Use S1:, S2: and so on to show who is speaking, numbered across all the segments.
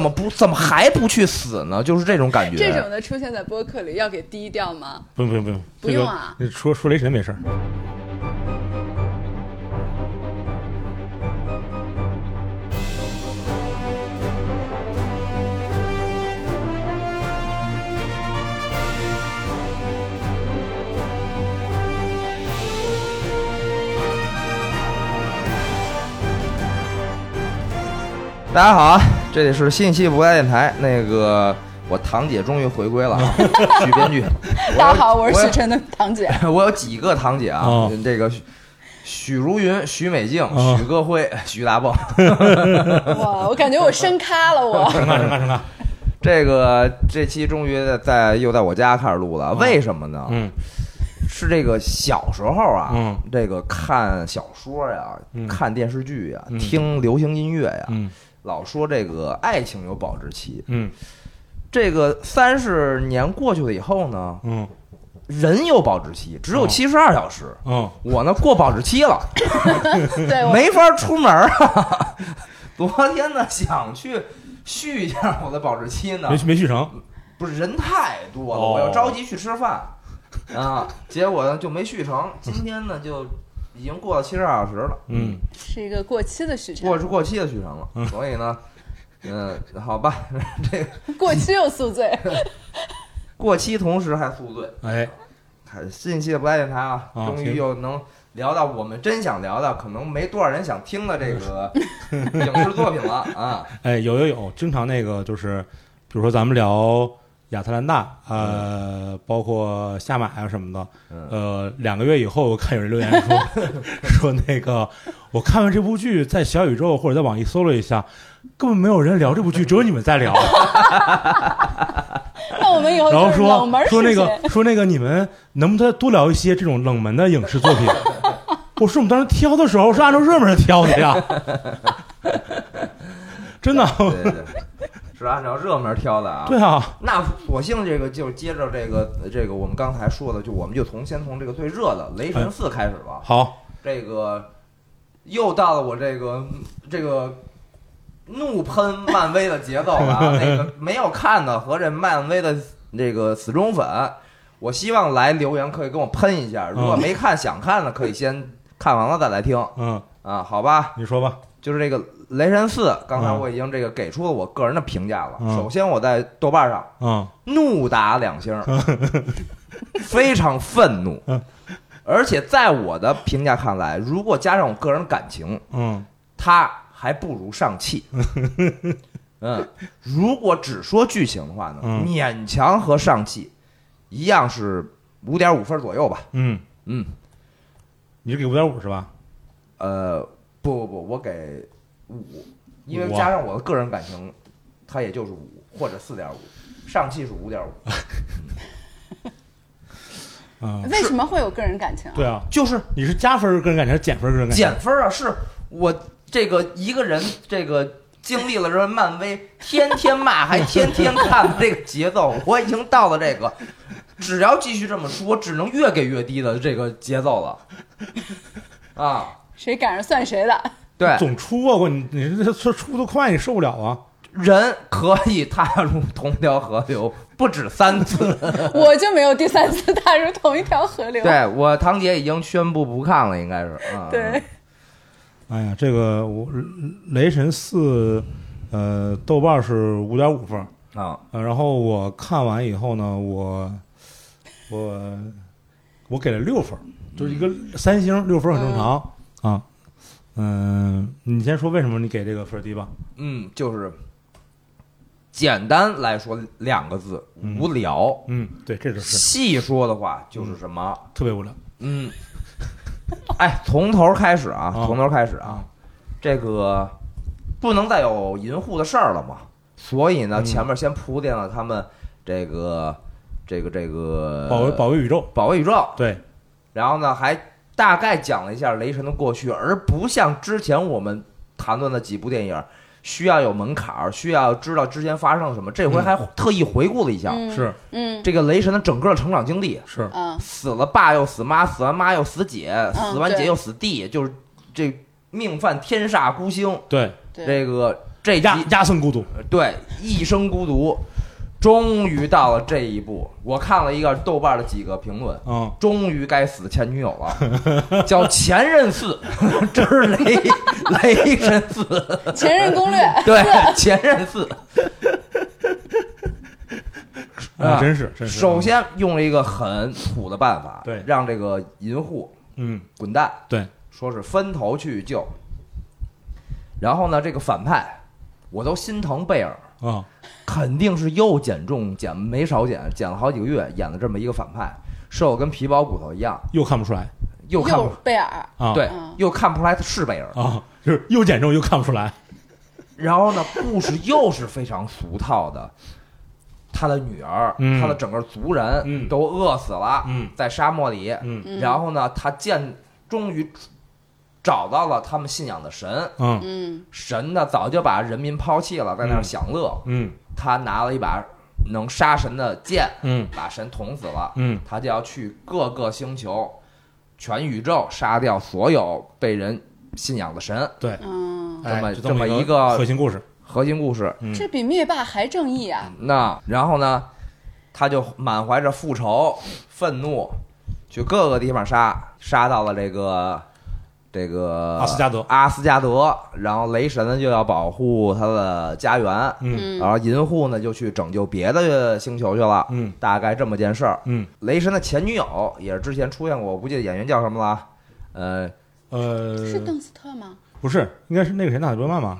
S1: 怎么不怎么还不去死呢？就是这种感觉。
S2: 这种的出现在播客里要给低调吗？
S3: 不用不用不用，
S2: 不用啊
S3: 这个说说雷神没事儿。
S1: 大家好啊，这里是新一期不爱电台。那个我堂姐终于回归了
S3: 哦
S1: 啊，许编 剧。
S2: 大家好，我是许
S1: 有
S2: 晨的堂姐。
S1: 我有几个堂姐啊，
S3: 哦
S1: 这个许许茹芸、许美静、
S3: 哦
S1: 许歌辉、 徐大蹦。
S2: 哇，我感觉我升咖了， 我
S3: 什么什么什么？
S1: 这个这期终于在又在我家开始录了，为什么呢？
S3: 哦嗯
S1: 是这个小时候啊，
S3: 嗯
S1: 这个看小说呀、
S3: 嗯
S1: 看电视剧呀、
S3: 嗯
S1: 听流行音乐呀，
S3: 嗯
S1: 老说这个爱情有保质期。
S3: 嗯
S1: 这个三十年过去了以后呢，
S3: 嗯
S1: 人有保质期，只有
S3: 哦
S1: 七十二小时。
S3: 嗯，
S1: 我呢过保质期了，
S2: 对我
S1: 没法出门啊。 昨天呢想去续一下我的保质期呢
S3: 没，没续成。
S1: 不是人太多了，
S3: 哦
S1: 我要着急去吃饭啊，结果呢就没续成。今天呢就已经过了七十二小时了，
S3: 嗯，
S2: 是一个过期的许晨，
S1: 过过期的续成了，所以呢，嗯，好吧，这个
S2: 过期又宿 醉。
S1: 过期同时还宿醉。
S3: 哎，
S1: 近期的不带电台啊，
S3: 啊
S1: 终于
S3: 行
S1: 又能聊到我们真想聊的，可能没多少人想听的这个影视作品了啊。
S3: 哎，有有有，经常那个就是，比如说咱们聊亚特兰大，呃，包括下马呀什么的，
S1: 嗯
S3: 呃，两个月以后，我看有人留言 说说那个，我看完这部剧，在小宇宙或者在网易搜了一下，根本没有人聊这部剧，只有你们在聊。
S2: 那我们以后
S3: 然后
S2: 就是冷
S3: 说
S2: 门
S3: 说那
S2: 时
S3: 个
S2: 间，
S3: 说那个你们能不能多聊一些这种冷门的影视作 品？我说我们当时挑的时候是按照热门挑 的呀，真的，
S1: 对对对，是按照热门挑的啊。
S3: 对啊，
S1: 那索性这个就接着这个这个我们刚才说的，就我们就从先从这个最热的《雷神四》开始吧。
S3: 好，
S1: 这个又到了我这个这个怒喷漫威的节奏了 啊！那个没有看的和这漫威的这个死忠粉，我希望来留言可以跟我喷一下。如果没看想看的，可以先看完了再来听
S3: 嗯，
S1: 啊，好吧？
S3: 你说吧，
S1: 就是这个《雷神四》，刚才
S3: 嗯
S1: 我已经这个给出了我个人的评价了。
S3: 嗯
S1: 首先，我在豆瓣上
S3: 嗯
S1: 怒打两 星儿，非常愤怒。而且在我的评价看来，如果加上我个人感情，
S3: 嗯
S1: 它还不如上 汽。嗯，如果只说剧情的话呢，
S3: 嗯
S1: 勉强和上汽一样是五点五分左右吧。
S3: 嗯，
S1: 嗯，
S3: 你是给五点五是吧？
S1: 呃，不不不，我给五，因为
S3: 五啊
S1: 加上我的个人感情，它也就是五或者四点五，上汽是五点五，
S3: 嗯，
S2: 为什么会有个人感情啊？
S3: 对啊，
S1: 就是
S3: 你是加分儿个人感情还是减分儿个人感情？
S1: 减分啊！是我这个一个人这个经历了这漫威天天骂还天天看这个节奏，我已经到了这个。只要继续这么说，只能越给越低的这个节奏了，啊，
S2: 谁赶上算谁的。
S1: 对，
S3: 总出啊，我你你这出出的快，你受不了啊！
S1: 人可以踏入同条河流不止三次，
S2: 我就没有第三次踏入同一条河流。
S1: 对我堂姐已经宣布不看了，应该是。啊、
S2: 对，
S3: 哎呀，这个我雷神四，呃，豆瓣是五点五分儿，
S1: 啊，
S3: 呃，然后我看完以后呢，我我我给了六分儿，就是一个
S2: 嗯
S3: 三星六分儿很正常、啊。嗯，你先说为什么你给这个分儿低吧？
S1: 嗯，就是简单来说两个字，无聊。
S3: 嗯，对，这就是
S1: 细说的话就是什么？
S3: 特别无聊。
S1: 嗯， 哎，从头开始啊，
S3: 啊
S1: 从头开始啊，这个不能再有银护的事儿了嘛。所以呢，
S3: 嗯
S1: 前面先铺垫了他们这个这个这个
S3: 保卫保卫宇宙，
S1: 保卫宇宙，
S3: 呃对，
S1: 然后呢，还大概讲了一下雷神的过去，而不像之前我们谈论的几部电影，需要有门槛儿，需要知道之前发生了什么。这回
S3: 嗯
S1: 还特意回顾了一下、
S2: 嗯
S3: 是
S2: 嗯
S1: 这个雷神的整个成长经历，
S3: 是，
S2: 嗯，
S1: 死了爸又死妈，死完妈又死姐，死完姐
S2: 对
S1: 又死弟，就是这命犯天煞孤星。
S3: 对，
S2: 对，
S1: 这个这集呃
S3: 压压生孤独，
S1: 对一生孤独，终于到了这一步。我看了一个豆瓣的几个评论，
S3: 嗯，
S1: 终于该死前女友了， 叫前任四，这是雷雷神四，
S2: 前任攻略，
S1: 对前任四。
S3: 啊，
S1: 啊
S3: 真是真是。
S1: 首，先用了一个很土的办法，
S3: 对
S1: 让这个银护
S3: 嗯，
S1: 滚蛋，
S3: 对，
S1: 说是分头去救。然后呢，这个反派，我都心疼贝尔，
S3: 啊，
S1: 肯定是又减重，减没少减，减了好几个月，演了这么一个反派，瘦得跟皮包骨头一样，
S3: 又看不出来
S1: 又看不
S2: 又贝尔，
S3: 啊，
S1: 对
S2: 嗯，
S1: 又看不出来他是贝尔。
S3: 啊，就是又减重又看不出来，
S1: 然后呢，故事又是非常俗套的。他的女儿，
S3: 嗯
S1: 他的整个族人、
S3: 嗯
S1: 都饿死了，
S3: 嗯
S1: 在沙漠里。
S3: 嗯
S2: 嗯
S1: 然后呢，他见终于找到了他们信仰的神，
S3: 嗯
S2: 嗯，
S1: 神呢早就把人民抛弃了，在那儿
S3: 嗯
S1: 享乐。
S3: 嗯
S1: 他拿了一把能杀神的剑，
S3: 嗯
S1: 把神捅死了。
S3: 嗯
S1: 他就要去各个星球、全宇宙杀掉所有被人信仰的神。
S2: 嗯，
S1: 这么
S3: 哎就
S1: 这么一
S3: 一
S1: 个
S3: 核心故事，
S1: 核心故事。
S3: 嗯
S2: 这比灭霸还正义啊！
S1: 那然后呢，他就满怀着复仇、愤怒，去各个地方杀，杀到了这个这个
S3: 阿斯加德
S1: 阿斯加德。然后雷神呢就要保护他的家园，
S3: 嗯
S2: 嗯
S1: 然后银护呢就去拯救别的星球去了。
S3: 嗯
S1: 大概这么件事儿。
S3: 嗯
S1: 雷神的前女友也是之前出现过，我不记得演员叫什么了。呃，
S3: 呃，
S2: 是邓斯特吗？
S3: 不是，应该是那个谁，娜塔莉波曼吧？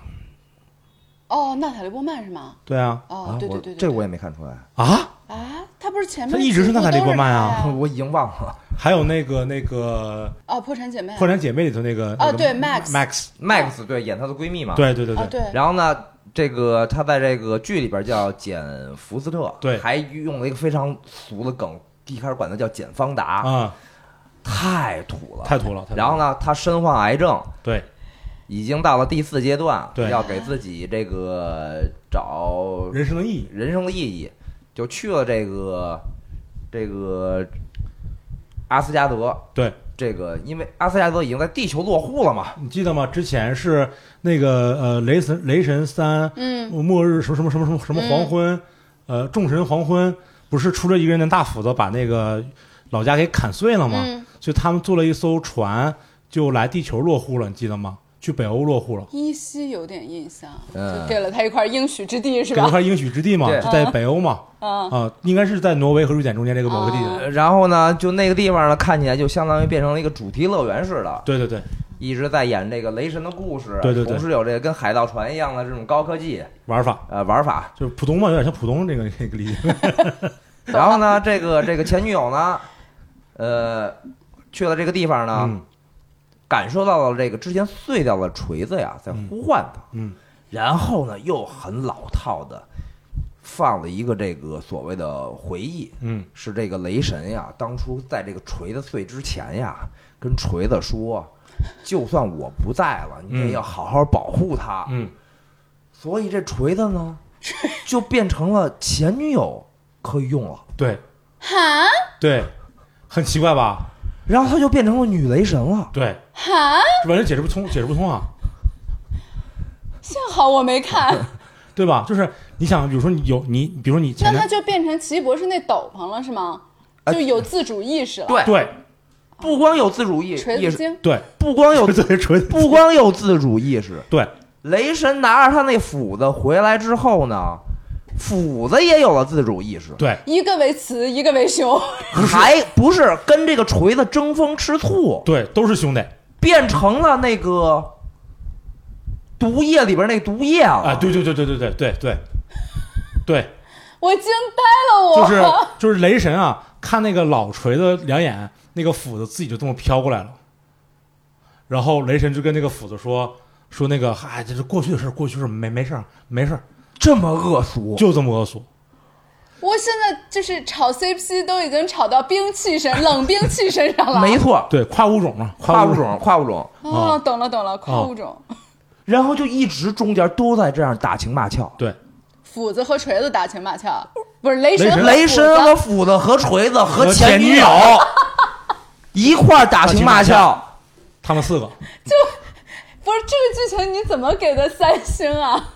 S2: 哦，娜塔莉波曼是吗？
S3: 对啊
S2: 哦
S1: 啊，，
S2: 对
S1: 我
S2: 对对，对
S1: 这我也没看出来，
S3: 啊，
S2: 啊，他不是前面
S3: 她一直是娜塔莉波曼
S2: 几
S3: 啊
S2: 部都是她呀
S1: 我已经忘了。
S3: 还有那个那个
S2: 哦，破产姐妹，
S3: 《破产姐妹》里头那个
S2: 哦
S3: 那个
S2: 对，Max
S3: Max，
S1: Max 对演她的闺蜜嘛，
S3: 对对对
S2: 哦
S3: 对，
S2: 对，
S1: 然后呢，这个他在这个剧里边叫简·福斯特，
S3: 对
S1: 还用了一个非常俗的梗，一开始管他叫简·方达，
S3: 啊，
S1: 太土了。
S3: 太土了。太土了
S1: 然后呢，他身患癌症，
S3: 对，
S1: 已经到了第四阶段，
S3: 对
S1: 要给自己这个找
S3: 人生的意义，
S1: 人生的意义，就去了这个这个阿斯加德。
S3: 对，
S1: 这个因为阿斯加德已经在地球落户了嘛，
S3: 你记得吗？之前是那个呃，雷神雷神三
S2: 嗯，
S3: 末日什么什么什么什么什么黄昏，呃，众神黄昏，不是出了一个人拿大斧子把那个老家给砍碎了吗？
S2: 嗯
S3: 所以他们坐了一艘船就来地球落户了，你记得吗？去北欧落户了，
S2: 依稀有点印象，
S1: 嗯
S2: 就给了他一块应许之地是
S3: 给了
S2: 吧？
S3: 块应许之地嘛，
S1: 对
S3: 就在北欧嘛，
S2: 嗯，
S3: 啊，应该是在挪威和瑞典中间这个某个地
S2: 哦
S3: 点。
S1: 呃然后呢，就那个地方呢，看起来就相当于变成了一个主题乐园似的，
S3: 对对对，
S1: 一直在演这个雷神的故事，
S3: 对对对
S1: 同时有这个跟海盗船一样的这种高科技
S3: 玩法
S1: 呃玩法。
S3: 就是浦东嘛，有点像浦东这个这个理解。
S1: 然后呢，这个这个前女友呢，呃，去了这个地方呢，
S3: 嗯
S1: 感受到了这个之前碎掉的锤子呀在呼唤他，
S3: 嗯
S1: 然后呢又很老套的放了一个这个所谓的回忆，
S3: 嗯
S1: 是这个雷神呀，当初在这个锤子碎之前呀，跟锤子说，就算我不在了，你也要好好保护他。
S3: 嗯，
S1: 所以这锤子呢，就变成了前女友可以用了，
S3: 对
S2: 哈
S3: 对，很奇怪吧？
S1: 然后他就变成了女雷神了。
S3: 对，
S2: 哈，
S3: 完全解释不通，解释不通啊，
S2: 幸好我没看，
S3: 对吧？就是你想，比如说你有你，比如说你前
S2: 那他
S3: 男
S2: 就变成奇异博士那斗篷了是吗？
S1: 呃
S2: 就有自主意识了，
S1: 对，
S3: 对
S1: 不光有自主意
S2: 锤
S1: 意
S2: 子
S1: 识，
S2: 精，
S3: 对
S1: 不光 有
S3: 对锤子
S1: 不光有自主意识，
S3: 对
S1: 雷神拿着他那斧子回来之后呢，斧子也有了自主意识，
S3: 对
S2: 一个为雌，一个为雄，
S1: 还不是跟这个锤子争风吃醋。
S3: 对，都是兄弟
S1: 变成了那个毒液里边那毒液了。
S3: 啊！对对对对对对对对对，
S2: 我惊呆了我，
S3: 就是就是雷神啊，看那个老锤子两眼，那个斧子自己就这么飘过来了。然后雷神就跟那个斧子说说那个，嗨、这是过去的事儿，过去的事儿没没事儿，没事儿，
S1: 这么恶俗，
S3: 就这么恶俗。
S2: 我现在就是炒 CP 都已经炒到兵器神、冷兵器身上了，
S1: 没错，
S3: 对，跨物种嘛，
S1: 跨
S3: 物
S1: 物种，，跨物种。
S2: 哦
S3: 啊，
S2: 懂了懂了，跨物种，
S1: 然后就一直中间都在这样打情骂俏，
S3: 对，
S2: 斧子和锤子打情骂俏，不是雷神
S3: 雷神
S2: 和
S1: 雷神和
S2: 斧子
S1: 斧子和锤子和
S3: 和
S1: 前
S3: 前
S1: 女
S3: 女
S1: 友
S3: 友
S1: 一块儿打情骂俏，
S3: 他们四个
S2: 不是这个剧情你怎么给的三星啊？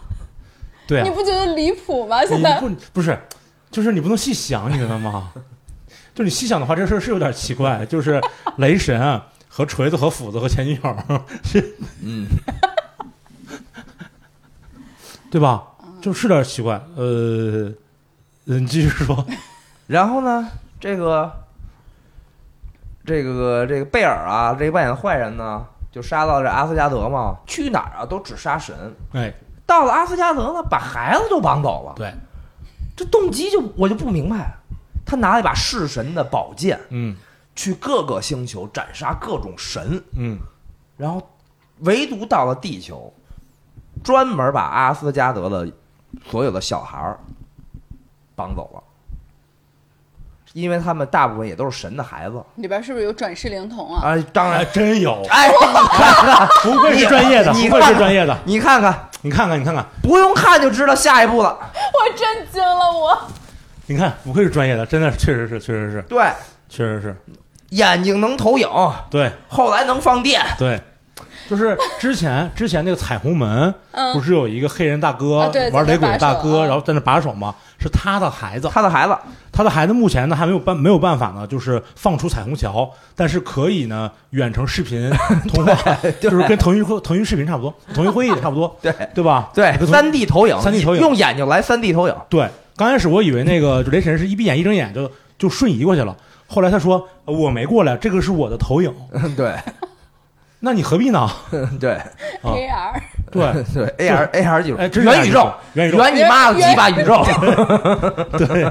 S3: 对啊
S2: 你，不觉得离谱吗？现
S3: 你
S2: 在
S3: 不不是，就是你不能细想，你知道吗？就你细想的话，这事儿是有点奇怪。就是雷神啊和锤子和斧子和前女友，
S1: 嗯，
S3: 对吧？就是有点奇怪。呃，呃你继续说。
S1: 然后呢，这个这个这个贝尔啊，这个扮演的坏人呢，就杀到这阿斯加德嘛，去哪儿啊都只杀神。
S3: 哎，
S1: 到了阿斯加德呢，把孩子都绑走了，
S3: 对，
S1: 这动机就我就不明白。他拿了一把弑神的宝剑，
S3: 嗯
S1: 去各个星球斩杀各种神，
S3: 嗯，
S1: 然后唯独到了地球，专门把阿斯加德的所有的小孩儿绑走了，因为他们大部分也都是神的孩子
S2: 里边是不是有转世灵童啊？
S1: 啊，当
S3: 还
S1: 然，
S3: 真有，
S1: 哎，你看看，
S3: 不愧是专业的，
S1: 你
S3: 不愧是专业的。
S1: 你看看，
S3: 你看看，你看看，
S1: 不用看就知道下一步了。
S2: 我震惊了我，
S3: 你看，不愧是专业的，真的，确实是，确实是，
S1: 对，
S3: 确实是，
S1: 眼睛能投影，
S3: 对
S1: 后来能放电，
S3: 对。就是之前之前那个彩虹门，
S2: 嗯
S3: 不是有一个黑人大哥、
S2: 啊对
S3: 玩
S2: 在那
S3: 雷鬼的大
S2: 把手
S3: 哥，
S2: 啊
S3: 然后在那把手嘛，是他的孩子，
S1: 他的孩子
S3: 他的孩子目前呢还没有办没有办法呢，就是放出彩虹桥，但是可以呢远程 视频通话，就是跟腾讯会腾讯视频差不多，腾讯会议也差不多，
S1: 对
S3: 对吧？
S1: 对
S3: 跟腾
S1: 三 D 投影，
S3: 3D 投影
S1: 用眼睛来三 D 投影，
S3: 对。刚开始我以为那个雷神是一闭眼一睁眼就就瞬移过去了，后来他说呃我没过来，这个是我的投影，
S1: 对
S3: 那你何必呢？
S1: 对
S2: AR
S3: 对，
S1: 对，AR AR 技术，
S3: 哎，真是
S1: 元宇宙，，
S3: 元宇宙，
S1: 哎元你妈有几把宇 宙，
S3: 对，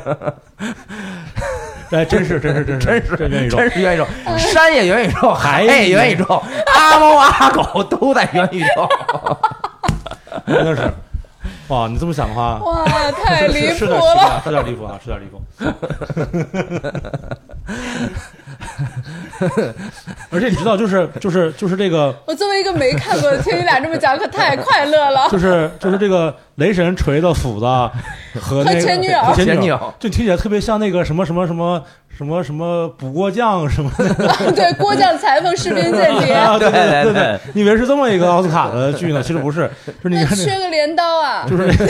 S3: 哎，真是真是真是
S1: 嗯真是
S3: 元宇宙，
S1: 真是元宇宙，山也元宇宙，海也元宇宙，阿猫阿狗都在元宇宙。
S3: 真的是，哇，你这么想的话，
S2: 哇，太离谱
S3: 是是点奇怪
S2: 了！
S3: 啊，是点离谱啊，是点离谱。 而且你知道，就是就是就是这个，
S2: 我作为一个没看过的，听你俩这么讲，可太快乐了。
S3: 就是就是这个雷神锤子斧子啊和那
S2: 和
S3: 个
S2: 前女友
S3: 和前
S1: 前女
S3: 友
S1: 友，
S3: 就听起来特别像那个什么什么什么什么什么补锅匠什么的，
S2: 对，郭将裁缝士 兵间谍，
S3: 啊对
S1: 对
S3: 对
S1: 对
S3: 对
S1: 对，
S3: 你以为是这么一个奥斯卡的剧呢？其实不 是，就是你
S2: 那
S3: 看那个
S2: 缺个镰刀啊！
S3: 就是那个，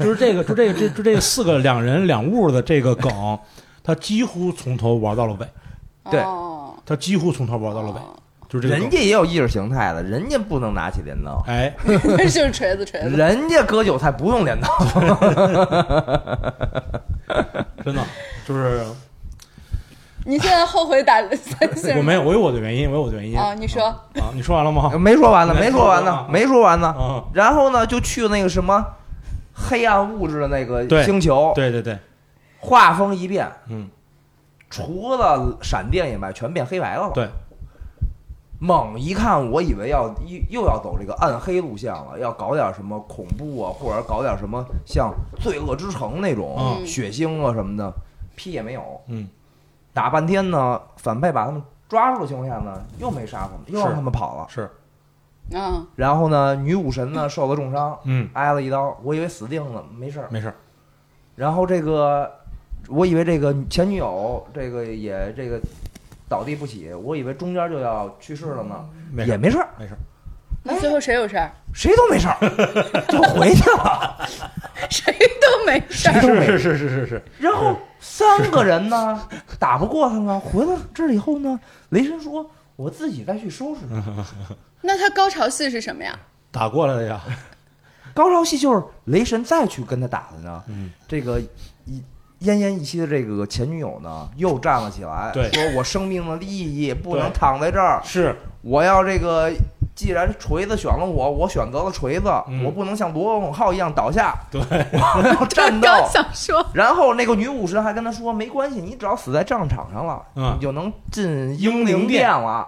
S3: 就是这个，就这个，这就这个四个两人两物的这个梗，他几乎从头玩到了尾，
S1: 对
S2: 哦，
S3: 他几乎从头玩到了尾，就是这 个
S1: 人
S3: 梗。
S1: 家也有意识形态的，人家不能拿起镰刀，
S3: 哎，
S2: 就是锤子锤子。
S1: 人家割韭菜不用镰刀。
S3: 真的 就是
S2: 你现在后悔打三星？
S3: 我没有，我有我的原因，我有我的原因
S2: 啊！你说
S3: 啊！你说完了吗？
S1: 没说完呢，
S3: 没
S1: 哦没说完哦
S3: 说
S1: 呢
S3: 完，
S1: 没说完呢。
S3: 啊，
S1: 然后呢，就去那个什么黑暗物质的那
S3: 对
S1: 个星球，
S3: 对对对，
S1: 画风一变，
S3: 嗯，
S1: 除了闪电以外，全变黑白了。
S3: 对，
S1: 猛一看，我以为要又又要走这个暗黑路线了，要搞点什么恐怖啊，或者搞点什么像《罪恶之城》那种
S2: 嗯
S1: 血腥啊什么的，屁也没有。
S3: 嗯，
S1: 打半天呢，反派把他们抓住的情况下呢，又没杀他们，又
S3: 是
S1: 让他们跑了。
S3: 是，
S2: 嗯，
S1: 然后呢，女武神呢受了重伤，
S3: 嗯，
S1: 挨了一刀，我以为死定了，没事儿。
S3: 没事儿，
S1: 然后这个，我以为这个前女友这个也这个倒地不起，我以为中间就要去世了呢，
S3: 没事
S1: 也
S3: 儿，
S1: 没事儿。
S3: 没事儿，
S2: 那最后谁有事儿？
S1: 谁都没事 儿，就回去了。
S2: 谁都没事儿。
S3: 是是是是是是，
S1: 然后三个人呢，打不过他们，回到这儿以后呢，雷神说：“我自己再去收拾。
S2: 那他高潮戏是什么呀？
S3: 打过来的呀，”
S1: 高潮戏就是雷神再去跟他打的呢。
S3: 嗯，
S1: 这个一奄奄一息的这个前女友呢，又站了起来，
S3: 对
S1: 说：“我生命的利益不
S3: 对
S1: 能躺在这儿，
S3: 是
S1: 我要这个。”既然锤子选了我，我选择了锤子，
S3: 嗯
S1: 我不能像罗永浩一样倒下，
S3: 对，
S1: 我要战 斗。
S2: 刚想说，
S1: 然后那个女武神还跟他说：“没关系，你只要死在战场上了，
S3: 嗯
S1: 你就能进英
S3: 英灵
S1: 灵
S3: 殿
S1: 了。”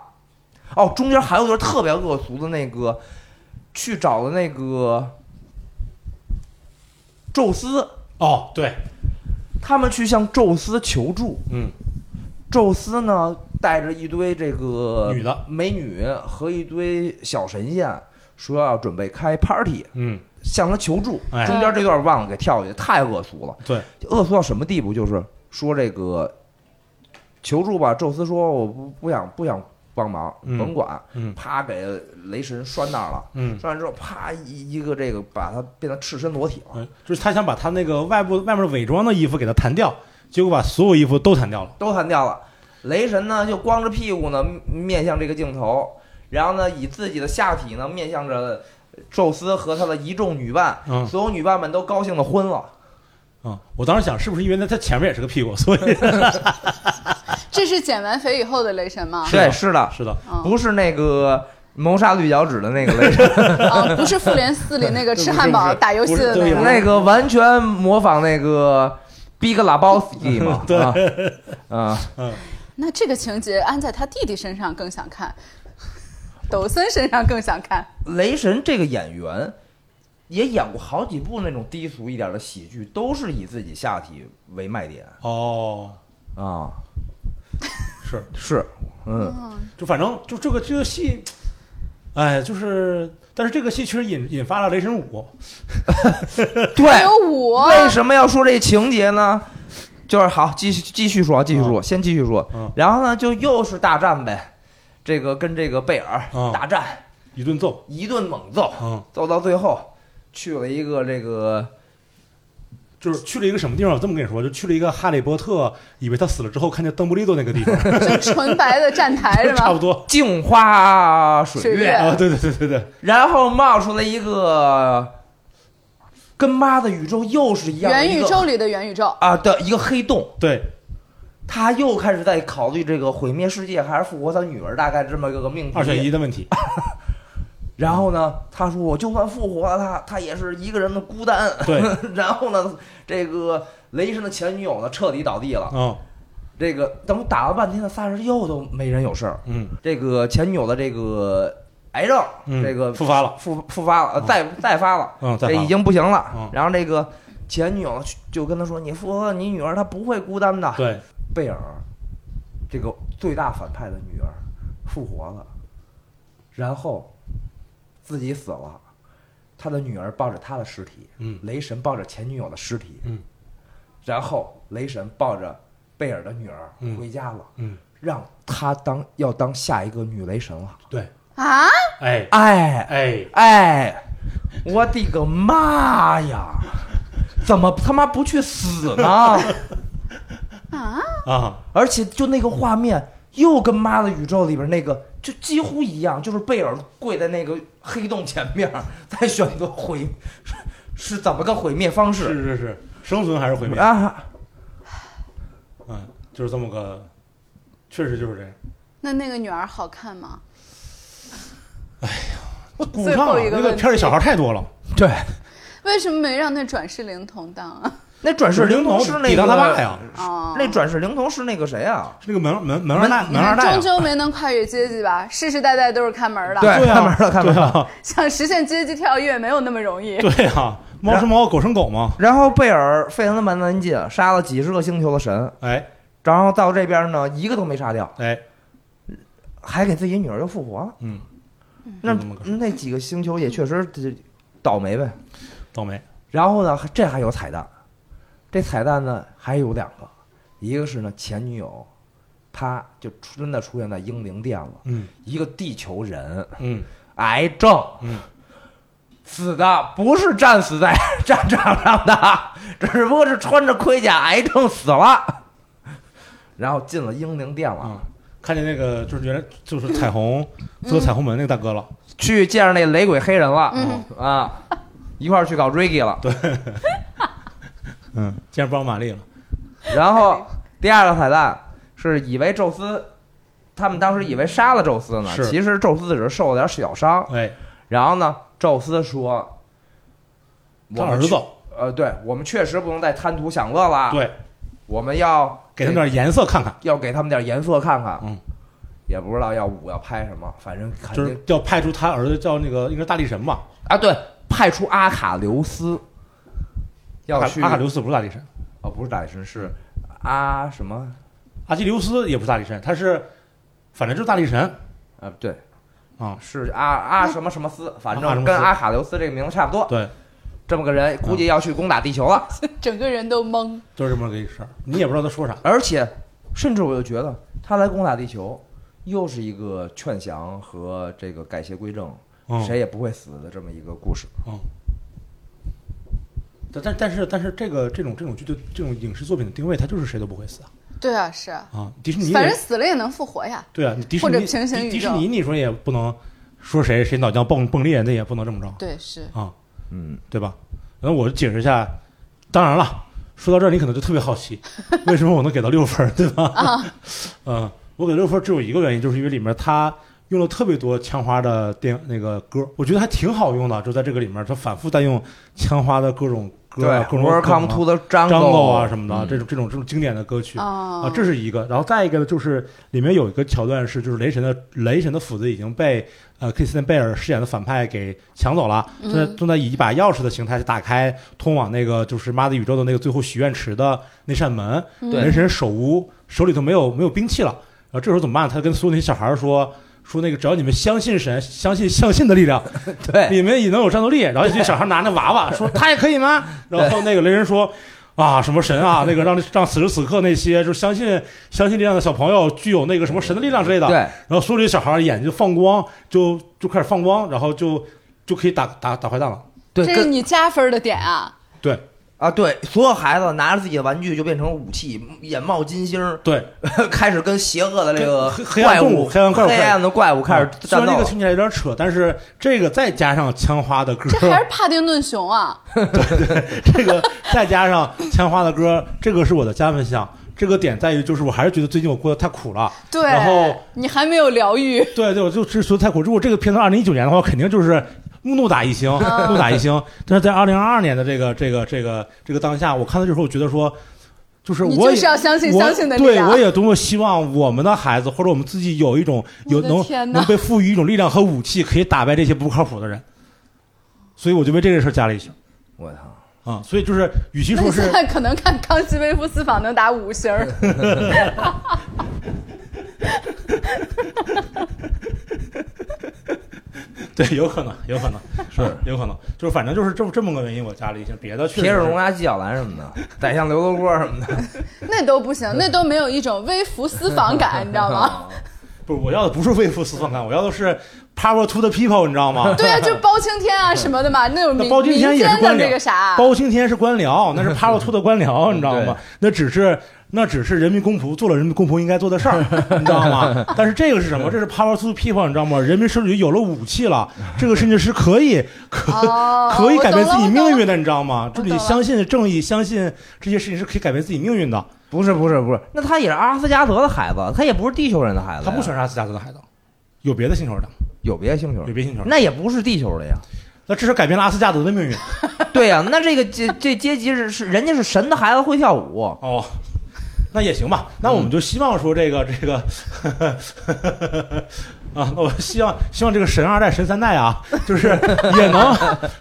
S1: 哦，中间还有一段特别恶俗的那个，去找的那个宙斯，
S3: 哦，对，
S1: 他们去向宙斯求助。
S3: 嗯，
S1: 宙斯呢，带着一堆这个
S3: 女的
S1: 美女和一堆小神仙，说要准备开 party，
S3: 嗯，
S1: 向他求助。
S3: 哎
S1: 中间这段忘了给跳下去，太恶俗了。
S3: 对，
S1: 恶俗到什么地步？就是说这个求助吧，宙斯说我不不想不想帮忙，
S3: 嗯
S1: 甭管，
S3: 嗯
S1: 啪给雷神拴那儿了，
S3: 嗯，
S1: 拴完之后啪一一个这个把他变得赤身裸体了，
S3: 嗯就是他想把他那个外部外面伪装的衣服给他弹掉，结果把所有衣服都弹掉了。
S1: 都弹掉了。雷神呢就光着屁股呢面向这个镜头，然后呢以自己的下体呢面向着宙斯和他的一众女伴，
S3: 嗯
S1: 所有女伴们都高兴的昏了。
S3: 嗯，我当时想是不是因为那他前面也是个屁股，所以
S2: 这是减完肥以后的雷神吗？
S3: 是的啊，
S1: 对，是的
S3: 是的，
S2: 嗯
S1: 不是那个谋杀绿脚趾的那个雷神，
S2: 啊，不是复联四里那个吃汉
S3: 不
S2: 堡
S3: 是
S2: 打游戏的
S3: 不是
S2: 那
S3: 对
S2: 个，
S1: 那个完全模仿那个。逼格拉包斯基嘛，
S3: 对
S1: 啊，啊，
S2: 那这个情节安在他弟弟身上更想看，抖森身上更想看。
S1: 雷神这个演员也演过好几部那种低俗一点的喜剧，都是以自己下体为卖点
S3: 哦，
S1: 啊。
S3: 是，
S1: 是，嗯，
S3: 就反正就这个这个戏，哎，就是，但是这个戏确实引引发了雷神五，
S2: 还
S1: 对。
S2: 有我，
S1: 为什么要说这情节呢？就是好，继续继续说，继续说，先继续说
S3: 嗯。
S1: 然后呢，就又是大战呗，这个跟这个贝尔
S3: 嗯
S1: 大战，
S3: 一顿揍，
S1: 一顿猛揍，
S3: 嗯，
S1: 揍到最后去了一个这个
S3: 就是去了一个什么地方？我这么跟你说，就去了一个哈利波特，以为他死了之后看见邓布利多那个地方，
S2: 就纯白的站台是
S3: 差不
S2: 吗？
S3: 多
S1: 镜花水
S2: 水
S1: 月
S2: 月，
S3: 啊，对对对对对，
S1: 然后冒出来一个跟妈的宇宙又是一样的
S2: 元
S1: 一
S2: 宇
S1: 个
S2: 宙里的元宇宙，
S1: 啊的一个黑洞，
S3: 对，
S1: 他又开始在考虑这个毁灭世界还是复活他女儿，大概这么一个命题。
S3: 二选一的问题，
S1: 然后呢，他说我就算复活了他，他也是一个人的孤单。
S3: 对，
S1: 然后呢，这个雷神的前女友呢彻底倒地了。
S3: 嗯
S1: 这个等打了半天，仨人又都没人有事儿。
S3: 嗯
S1: 这个前女友的这个癌症，
S3: 嗯，
S1: 这个
S3: 复发了，
S1: 复复发了，呃再再发了。
S3: 嗯，再
S1: 这
S3: 发
S1: 已
S3: 了
S1: 经不行了。
S3: 嗯
S1: 然后那个前女友就跟他说：“你复合了你女儿，她不会孤单的。
S3: 对，”
S1: 贝尔，这个最大反派的女儿复活了，然后自己死了，他的女儿抱着他的尸体，
S3: 嗯
S1: 雷神抱着前女友的尸体，
S3: 嗯
S1: 然后雷神抱着贝尔的女儿
S3: 嗯
S1: 回家了，
S3: 嗯，
S1: 让他当要当下一个女雷神了。
S3: 对，
S2: 啊，
S3: 哎
S1: 哎
S3: 哎，
S1: 哎，我的个妈呀！怎么他妈不去死呢？
S3: 啊，
S1: 而且就那个画面，又跟《妈的宇宙》里边那个就几乎一样，就是贝尔跪在那个黑洞前面， 在选择毁 是是怎么个毁灭方
S3: 是
S1: 式
S3: 是是，生存还是毁灭？
S1: 啊？
S3: 嗯，就是这么个，确实就是这样。
S2: 那那个女儿好看吗？
S3: 我补
S2: 最
S3: 上
S2: 后
S3: 了，
S2: 一个
S3: 那个
S2: 问
S3: 片儿里小孩太多了，
S1: 对，
S2: 为什么没让那转世灵童当啊？
S1: 那
S3: 哎
S1: 转世灵童是那
S3: 抵
S1: 个
S3: 挡他爸呀，
S2: 哦，
S1: 那转世灵童是那个谁啊？
S3: 是那个门门门二代
S2: 你
S3: 门二
S2: 看，
S3: 代
S2: 终
S3: 啊，
S2: 究没能跨越阶级吧？世世代代都是看门儿的，
S1: 对，
S3: 对啊
S1: 看门了，看门
S3: 对
S1: 了。
S3: 啊
S2: 想实现阶级跳跃没有那么容易。
S3: 对啊，猫是猫，狗生狗嘛，
S1: 啊然后贝尔费了蛮南劲，杀了几十个星球的神，
S3: 哎
S1: 然后到这边呢，一个都没杀掉。
S3: 哎，
S1: 还给自己女儿又复活了。
S3: 嗯，
S1: 那
S3: 就这么个事
S1: 那几个星球也确实这倒霉呗。
S3: 倒霉，
S1: 然后呢，还这还有彩蛋，这彩蛋呢还有两个，一个是呢前女友，她就真的出现在英灵殿了，
S3: 嗯
S1: 一个地球人，
S3: 嗯
S1: 癌症，
S3: 嗯
S1: 死的不是战死在战场上的， 只不过是穿着盔甲癌症死了，然后进了英灵殿了。
S3: 啊，看见那个就是原来就是彩虹做彩虹门那个大哥了，
S1: 去见着那雷鬼黑人了，
S2: 嗯
S1: 啊，一块儿去搞 Reggae 了。
S3: 嗯，竟然帮玛丽了，
S1: 然后第二个彩蛋是以为宙斯，他们当时以为杀了宙斯呢，
S3: 是
S1: 其实宙斯只是受了点小伤。
S3: 哎，
S1: 然后呢，宙斯说：“
S3: 他
S1: 我
S3: 儿
S1: 们
S3: 子
S1: 确，呃，对我们确实不能再贪图享乐了，
S3: 对，
S1: 我们要
S3: 给他们点颜色看看，
S1: 要给他们点颜色看看。”
S3: 嗯。
S1: 也不知道要舞要拍什么，反正肯定、
S3: 就是要派出他儿子叫那个应该是大力神吧，
S1: 啊，对，派出阿卡琉斯，要
S3: 阿
S1: 去
S3: 卡阿卡琉斯不是大力神，
S1: 哦，不是大力神，是阿什么
S3: 阿基琉斯也不是大力神，他是反正就是大力神
S1: 啊？对，
S3: 啊，
S1: 是阿阿什么什么斯，反
S3: 阿什
S1: 正
S3: 么斯嗯
S1: 跟阿卡琉斯这个名字差不多。
S3: 对，
S1: 这么个人，估计要去攻打地球了。
S2: 整个人都懵。
S3: 就是这么个意思，你也不知道他说啥，
S1: 而且，甚至我就觉得他来攻打地球，又是一个劝降和这个改邪归正，
S3: 嗯
S1: 谁也不会死的这么一个故事。
S3: 但但但是但是这个这种这种剧的这种影视作品的定位，它就是谁都不会死啊
S2: 对啊，是啊，
S3: 啊！迪士尼也
S2: 反正死了也能复活呀。
S3: 对啊，你迪士
S2: 或
S3: 尼
S2: 者平行宇
S3: 迪迪士
S2: 宙
S3: 尼你说也不能说谁谁脑浆迸迸裂，那也不能这么着
S2: 对，是
S3: 啊，
S1: 嗯，
S3: 对吧？然后我解释一下，当然了，说到这儿你可能就特别好奇，为什么我能给到六分儿，对吧？啊， 嗯，我给六分儿只有一个原因，就是因为里面他用了特别多枪花的电那个歌，我觉得还挺好用的，就在这个里面，他反复在用枪花的各种歌啊，各种各种
S1: ，Welcome
S3: 啊
S1: to the
S3: 张
S1: Jungle
S3: 啊什么的，
S1: 嗯
S3: 这种这种这种经典的歌曲
S2: 哦
S3: 啊，这是一个。然后再一个呢，就是里面有一个桥段是，就是雷神的雷神的斧子已经被呃克里斯汀贝尔饰演的反派给抢走了，正在正在以一把钥匙的形态去打开通往那个就是妈的宇宙的那个最后许愿池的那扇门。
S1: 对
S3: 雷神手无手里头没有没有兵器了，然后这时候怎么办？他跟所有那些小孩儿说。说那个，只要你们相信神，相信相信的力量，
S1: 对，
S3: 里面也能有战斗力。然后一群小孩拿那 娃娃说：“他也可以吗？”然后那个雷神说：“啊，什么神 啊，那个让让此时此刻那些就是相信相信力量的小朋友具有那个什么神的力量之类的。”
S1: 对
S3: 然后所有这些小孩眼睛放光，就就开始放光，然后就就可以打打打坏蛋了。
S1: 对，
S2: 这是
S1: 跟
S2: 你加分的点啊。
S3: 对
S1: 啊对，所有孩子拿着自己的玩具就变成武器，眼冒金星儿，
S3: 对，
S1: 开始跟邪恶的这个
S3: 黑黑暗
S1: 怪
S3: 动
S1: 物、
S3: 物黑暗怪物开始嗯
S1: 的怪物开始
S3: 虽
S1: 战
S3: 然这
S1: 斗
S3: 个
S1: 了。
S3: 听起来有点扯，但是这个再加上枪花的歌，
S2: 这还是帕丁顿熊啊！
S3: 这个再加上 枪花的歌，这个是我的加分项。这个点在于，就是我还是觉得最近我过得太苦了，
S2: 对，
S3: 然后
S2: 你还没有疗愈，
S3: 对对，我就只说太苦。如果这个片子二零一九年的话，肯定就是怒打一星，
S2: 嗯
S3: 怒打一星。但是在二零二二年的这个这个这个这个当下，我看到这时候，我觉得说，就是
S2: 你
S3: 我
S2: 就
S3: 也
S2: 是要相信
S3: 我
S2: 相信的力
S3: 对，
S2: 量。
S3: 我也多么希望我们的孩子或者我们自己有一种有
S2: 我的
S3: 能
S2: 天哪
S3: 能被赋予一种力量和武器，可以打败这些不靠谱的人。所以我就为这个事儿加了一星
S1: 我操！
S3: 啊。所以就是，与其
S2: 那
S3: 说
S2: 你
S3: 是
S2: 现在可能看《康熙微服私访》能打五星儿，
S3: 对，有可能，有可能是有可能，就是反正就是这么这么个原因，我加了一星。别的确
S1: 铁
S3: 实
S1: 齿
S3: 是
S1: 龙牙纪晓岚什么的，宰相刘罗锅什么的，
S2: 那都不行，那都没有一种微服私访 感，你知道吗？
S3: 不是，我要的不是为赋私放感，我要的是 power to the people，你知道吗？
S2: 对 啊，就包青天啊什么的嘛，那种
S3: 那
S2: 民
S3: 包青天
S2: 民
S3: 也是
S2: 间
S3: 官
S2: 的
S3: 僚，
S2: 这个啥，啊
S3: 包青天是官 僚，那是 power to 的官
S2: 嗯
S3: 僚，你知道
S1: 对
S3: 吗？那只是那只是人民公仆做了人民公仆应该做的 事儿，你知道吗？但是这个是什
S2: 嗯
S3: 么？这是 power to the people，你知道吗？人民手里有了武 器了，这个甚至是可以可、
S2: 哦
S3: 可以改变自己命。
S2: 我懂了我懂
S3: 运
S2: 了
S3: 的，你知道吗？就
S2: 懂
S3: 你
S2: 了
S3: 相信正义，相信这些事情是可以改变自己命运的。
S1: 不是不是不是，那他也是阿拉斯加德的孩子，他也不是地球人的孩子呀，
S3: 他不喜欢阿斯加德的海盗，有别的星球的，
S1: 有别的星球
S2: 嗯
S3: 有，别的星球的。
S1: 那也不是地球的呀。
S3: 那至少改变了阿斯加德的命运。
S1: 对呀、那这个这这阶级是是人家是神的孩子会跳舞，
S3: 哦，那也行吧。那我们就希望说这个这个， 啊，那我希望希望这个神二代、神三代啊，就是也能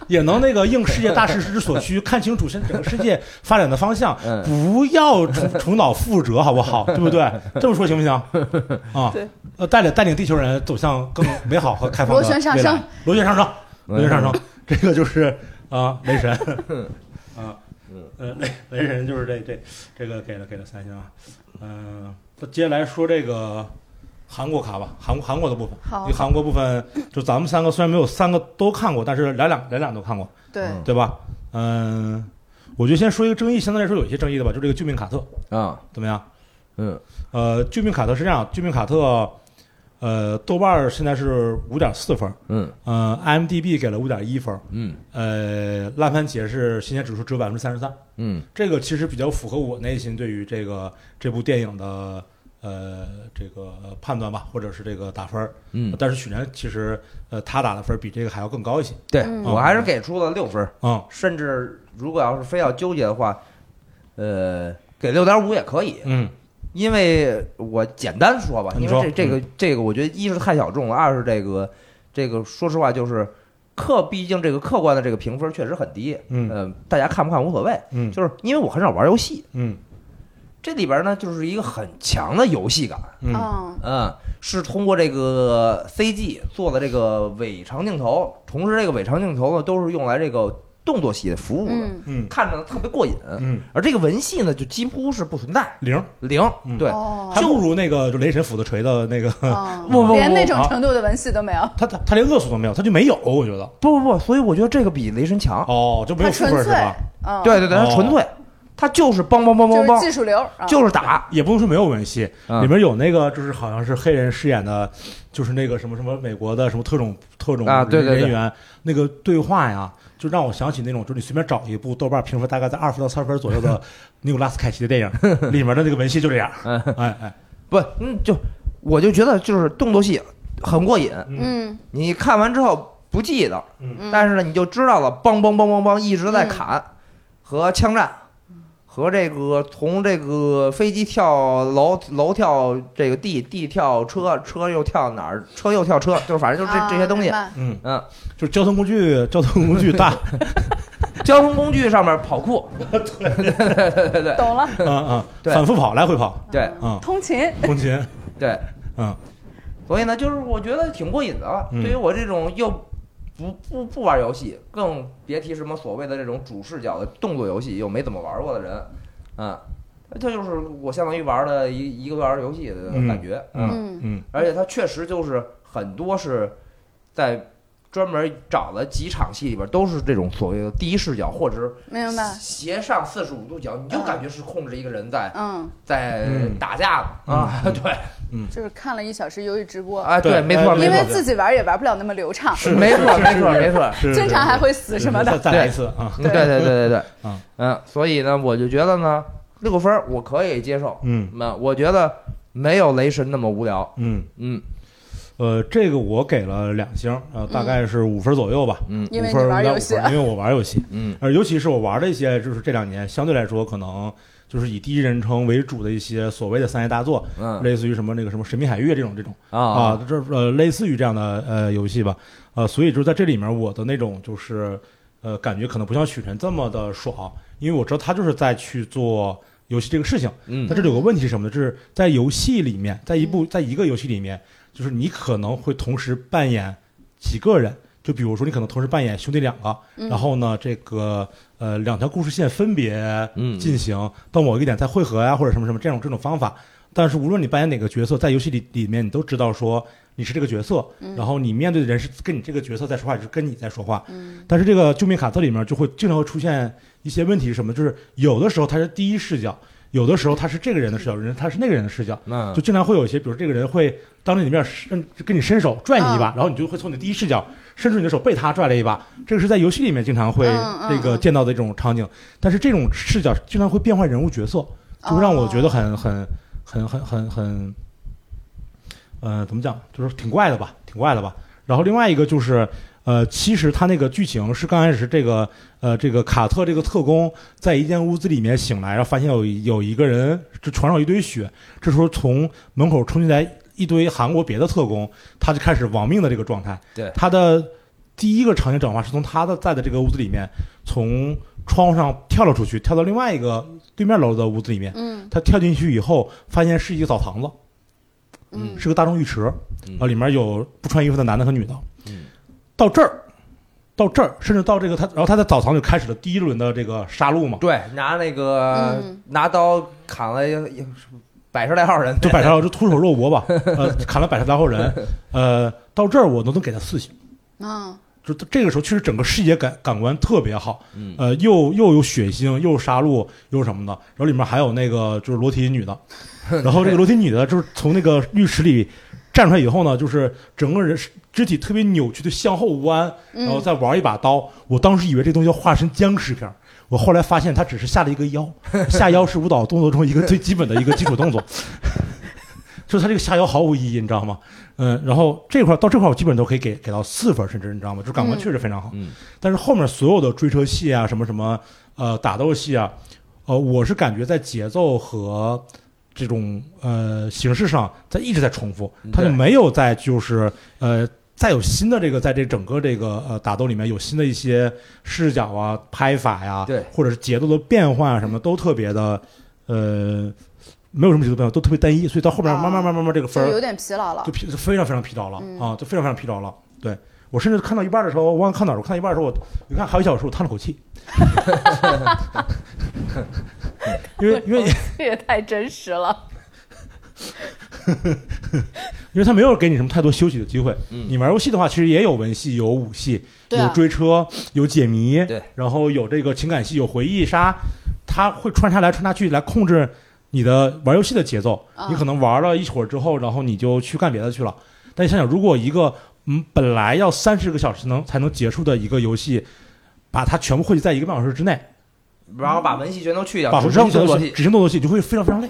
S3: 也能那个应世界大势之所趋，看清楚现整个世界发展的方向，
S1: 嗯
S3: 不要重重蹈覆辙，好不好？对不对？这么说行不行？啊
S2: 对，
S3: 呃，带领带领地球人走向更美好和开放的
S2: 螺旋上
S3: 未来
S2: 升，
S3: 螺旋上升，螺旋上升，这个就是啊，雷神。啊，呃，雷雷神就是这这这个给了给了三星啊，嗯、那接下来说这个韩国卡吧，韩国韩国的部分，
S2: 好
S3: 因为韩国部分就咱们三个虽然没有三个都看过，但是两两两两都看过，
S2: 对，
S3: 对吧？嗯、我就先说一个争议，相对来说有一些争议的吧，就这个救命卡特
S1: 啊，
S3: 怎么样？
S1: 嗯，
S3: 呃，救命卡特是这样，救命卡特，呃，豆瓣儿现在是五点四分，
S1: 嗯
S3: 嗯、呃、，IMDB 给了五点一分，
S1: 嗯
S3: 呃，烂番茄是新鲜指数只有百分之三十三。
S1: 嗯
S3: 这个其实比较符合我内心对于这个这部电影的呃这个判断吧，或者是这个打分儿。
S1: 嗯，
S3: 但是许然其实呃他打的分儿比这个还要更高一些。
S1: 对
S2: 嗯
S1: 我还是给出了六分，
S3: 嗯
S1: 甚至如果要是非要纠结的话，呃，给六点五也可以，
S3: 嗯
S1: 因为我简单说吧，
S3: 你
S1: 因
S3: 说嗯
S1: 为这这个这个，我觉得一是太小众了，二是这个这个，说实话就是客，毕竟这个客观的这个评分确实很低，
S3: 嗯
S1: 呃，大家看不看无所谓，
S3: 嗯
S1: 就是因为我很少玩游戏，
S3: 嗯
S1: 这里边呢就是一个很强的游戏感，
S3: 嗯
S2: 嗯，
S1: 嗯，是通过这个 CG 做的这个伪长镜头，同时这个伪长镜头呢都是用来这个动作戏服务的，
S2: 嗯，
S3: 嗯
S1: 看着特别过瘾。
S3: 嗯，
S1: 而这个文戏呢，就几乎是不存在，
S3: 零，
S1: 零。
S3: 嗯
S1: 对，
S2: 哦
S3: 还不如那个就雷神斧子锤的那个，
S2: 哦
S1: 不不不
S2: 连那种
S3: 啊
S2: 程度的文戏都没有，
S3: 他他他连恶俗都没有，他就没有，我觉得。
S1: 不不不，所以我觉得这个比雷神强。
S3: 哦，就没
S2: 它
S3: 有副
S2: 纯
S3: 本是
S2: 粹
S3: 吧？，
S2: 嗯，
S1: 对对对，它
S3: 哦
S1: 纯粹，它就是梆梆梆
S2: 就
S1: 梆
S2: 是技
S1: 梆，
S2: 术流，啊
S1: 就是打。
S3: 也不能说没有文戏，
S1: 嗯
S3: 里面有那个就是好像是黑人饰演的，就是那个什么什么美国的什么特种特种
S1: 啊对对对
S3: 人员那个对话呀，就让我想起那种就是你随便找一部豆瓣评分大概在二分到三分左 右的尼古拉斯凯奇的电影，里面的那个文戏就这样，
S1: 嗯
S3: 哎哎，
S1: 不，嗯，就我就觉得就是动作戏很过瘾，
S2: 嗯
S1: 你看完之后不记得，
S2: 嗯，
S1: 但是呢，你就知道了，梆梆梆梆梆一直在
S3: 嗯
S1: 砍和枪战。和这个从这个飞机跳楼，楼跳这个地，地跳车，车又跳哪儿，车又跳车，就是反正就这
S2: 啊
S1: 这些东西
S2: 明。白
S3: 嗯
S1: 嗯，
S3: 就是交通工具交通工具 大，
S1: 交通工具上面跑酷，
S2: 懂了，
S3: 嗯嗯，
S1: 对
S3: 反复跑来回跑，
S1: 对
S3: 嗯
S2: 通勤，
S3: 空勤，
S1: 对，
S3: 嗯
S1: 所以呢，就是我觉得挺过瘾的了。
S3: 嗯
S1: 对于我这种又不不不玩游戏，更别提什么所谓的这种主视角的动作游戏，又没怎么玩过的人，嗯，这就是我相当于玩了一一个多小时游戏的感觉，
S3: 嗯
S2: 嗯
S3: 嗯
S1: 而且它确实就是很多是在专门找了几场戏里边都是这种所谓的第一视角，或者是
S2: 明白，
S1: 斜上四十五度角，你就感觉是控制一个人在
S2: 嗯，
S1: 在
S3: 嗯
S1: 打架了、啊， 对，
S2: 就是看了一小时鱿鱼直播，
S1: 哎对，
S3: 对
S1: 没错
S3: 哎
S1: 没
S2: 因为
S1: 错。
S2: 自己玩也玩不了那么流畅，
S3: 是
S1: 没错，
S3: 是
S1: 没错，
S3: 是
S1: 没错。
S3: 是，
S2: 经常还会
S3: 是
S2: 死
S3: 是
S2: 什么的，
S3: 再再来一次啊，
S1: 对对对对对，
S3: 嗯
S1: 嗯，所以呢，我就觉得呢，六分儿我可以接受。
S3: 嗯
S1: 那我觉得没有雷神那么无聊。
S3: 嗯，
S1: 嗯
S3: 呃，这个我给了两星，呃，大概是五分左右吧，
S1: 嗯
S2: 嗯因为
S3: 五
S2: 你
S3: 分
S2: 玩
S3: 到
S2: 游
S3: 五
S2: 戏
S3: 分，因为我玩游戏，
S1: 嗯
S3: 而尤其是我玩的一些，就是这两年相对来说可能就是以第一人称为主的一些所谓的三 A 大作，
S1: 嗯
S3: 类似于什么那个什么《神秘海域》这种这种
S1: 啊
S3: 啊，这呃类似于这样的呃游戏吧，呃，所以就是在这里面我的那种就是呃感觉可能不像许晨这么的爽，因为我知道他就是在去做游戏这个事情。
S1: 嗯
S3: 但这里有个问题是什么呢？就是在游戏里面，在一
S2: 嗯
S3: 部在一个游戏里面，就是你可能会同时扮演几个人。就比如说，你可能同时扮演兄弟两个，
S2: 嗯
S3: 然后呢，这个呃两条故事线分别
S1: 嗯
S3: 进行到某一个点再汇合呀、或者什么什么这种这种方法。但是无论你扮演哪个角色，在游戏里里面，你都知道说你是这个角色，
S2: 嗯
S3: 然后你面对的人是跟你这个角色在说话，也是跟你在说话。
S2: 嗯
S3: 但是这个救命卡特里面就会经常会出现一些问题，是什么就是有的时候它是第一视角，有的时候它是这个人的视角，有人他是那个人的视角，
S2: 嗯
S1: 那
S3: 就经常会有一些，比如这个人会当着你面伸跟你伸手拽你一把，
S2: 嗯
S3: 然后你就会从你的第一视角伸出你的手被他拽了一把，这个是在游戏里面经常会
S2: 嗯嗯
S3: 这个
S2: 嗯
S3: 见到的这种场景，但是这种视角经常会变换人物角色，就会让我
S2: 哦
S3: 觉得很很很很很很，呃，怎么讲，就是挺怪的吧，挺怪的吧。然后另外一个就是，呃，其实他那个剧情是刚开始这个呃这个卡特这个特工在一间屋子里面醒来，然后发现有有一个人就床上有一堆血，这时候从门口冲进来一堆韩国别的特工，他就开始亡命的这个状态。
S1: 对
S3: 他的第一个场景转化是从他的在的这个屋子里面，从窗户上跳了出去，跳到另外一个对面楼的屋子里面。
S2: 嗯
S3: 他跳进去以后，发现是一个澡堂子，
S2: 嗯
S3: 是个大众浴池，
S1: 嗯
S3: 啊，里面有不穿衣服的男的和女的。
S1: 嗯
S3: 到这儿，到这儿，甚至到这个他，然后他在澡堂就开始了第一轮的这个杀戮嘛，
S1: 对，拿那个
S2: 嗯
S1: 拿刀砍了一一百十来号人，
S3: 就百杀就徒手肉搏 吧，呃，砍了百十来号人，呃，到这儿我都能给他四星。
S2: 嗯
S3: 就这个时候，确实整个视野感感官特别好，
S1: 嗯
S3: 呃，又又有血腥，又有杀戮，又有什么的，然后里面还有那个就是裸 体女的，然后这个裸体女的就是从那个浴池里站出来以后呢，就是整个人是肢体特别扭曲的向后弯，然后
S2: 嗯，
S3: 再玩一把刀。我当时以为这东西要化身僵尸片儿，我后来发现它只是下了一个 腰，下腰是舞蹈动作中一个最基本的一个基础动作， 就是它这个下腰毫无意义，你知道吗？嗯，然后这块儿到这块儿我基本都可以给给到四分儿，甚至你知道吗？就感官
S2: 嗯
S3: 确实非常好。
S1: 嗯
S3: 但是后面所有的追车戏啊，什么什么呃打斗戏啊，呃，我是感觉在节奏和这种呃形式上在一直在重复
S1: 嗯，
S3: 它就
S1: 对
S3: 没有在就是呃再有新的这个在这整个这个呃打斗里面有新的一些视角啊、拍法呀、
S1: 对
S3: 或者是节奏的变换啊什么都特别的呃没有什么节奏变化，都特别单一，所以到后面
S2: 啊
S3: 慢慢慢慢慢慢这个分
S2: 就
S3: 儿
S2: 有点疲劳了
S3: 就，疲就非常非常疲劳了、
S2: 嗯
S3: 啊，就非常非常疲劳了。对我甚至看到一半的时候，我忘了看哪儿，我看到一半的时候，我你看还有一小时，我叹了口气，因为因为
S2: 这 也太真实了。
S3: 因为他没有给你什么太多休息的机会。
S1: 嗯
S3: 你玩游戏的话，其实也有文戏，有武戏，
S2: 对啊
S3: 有追车，有解谜，
S1: 对，
S3: 然后有这个情感戏，有回忆杀，它会穿插来穿插去来控制你的玩游戏的节奏。
S2: 啊
S3: 你可能玩了一会儿之后，然后你就去干别的去了。但你想想，如果一个嗯本来要三十个小时能才能结束的一个游戏，把它全部汇集在一个半小时之内，
S1: 然后把文戏全都去掉，
S3: 把
S1: 只
S3: 所
S1: 剩
S3: 有
S1: 动
S3: 的
S1: 作
S3: 戏
S1: 戏。
S3: 只剩动作戏，你就会非常非常累。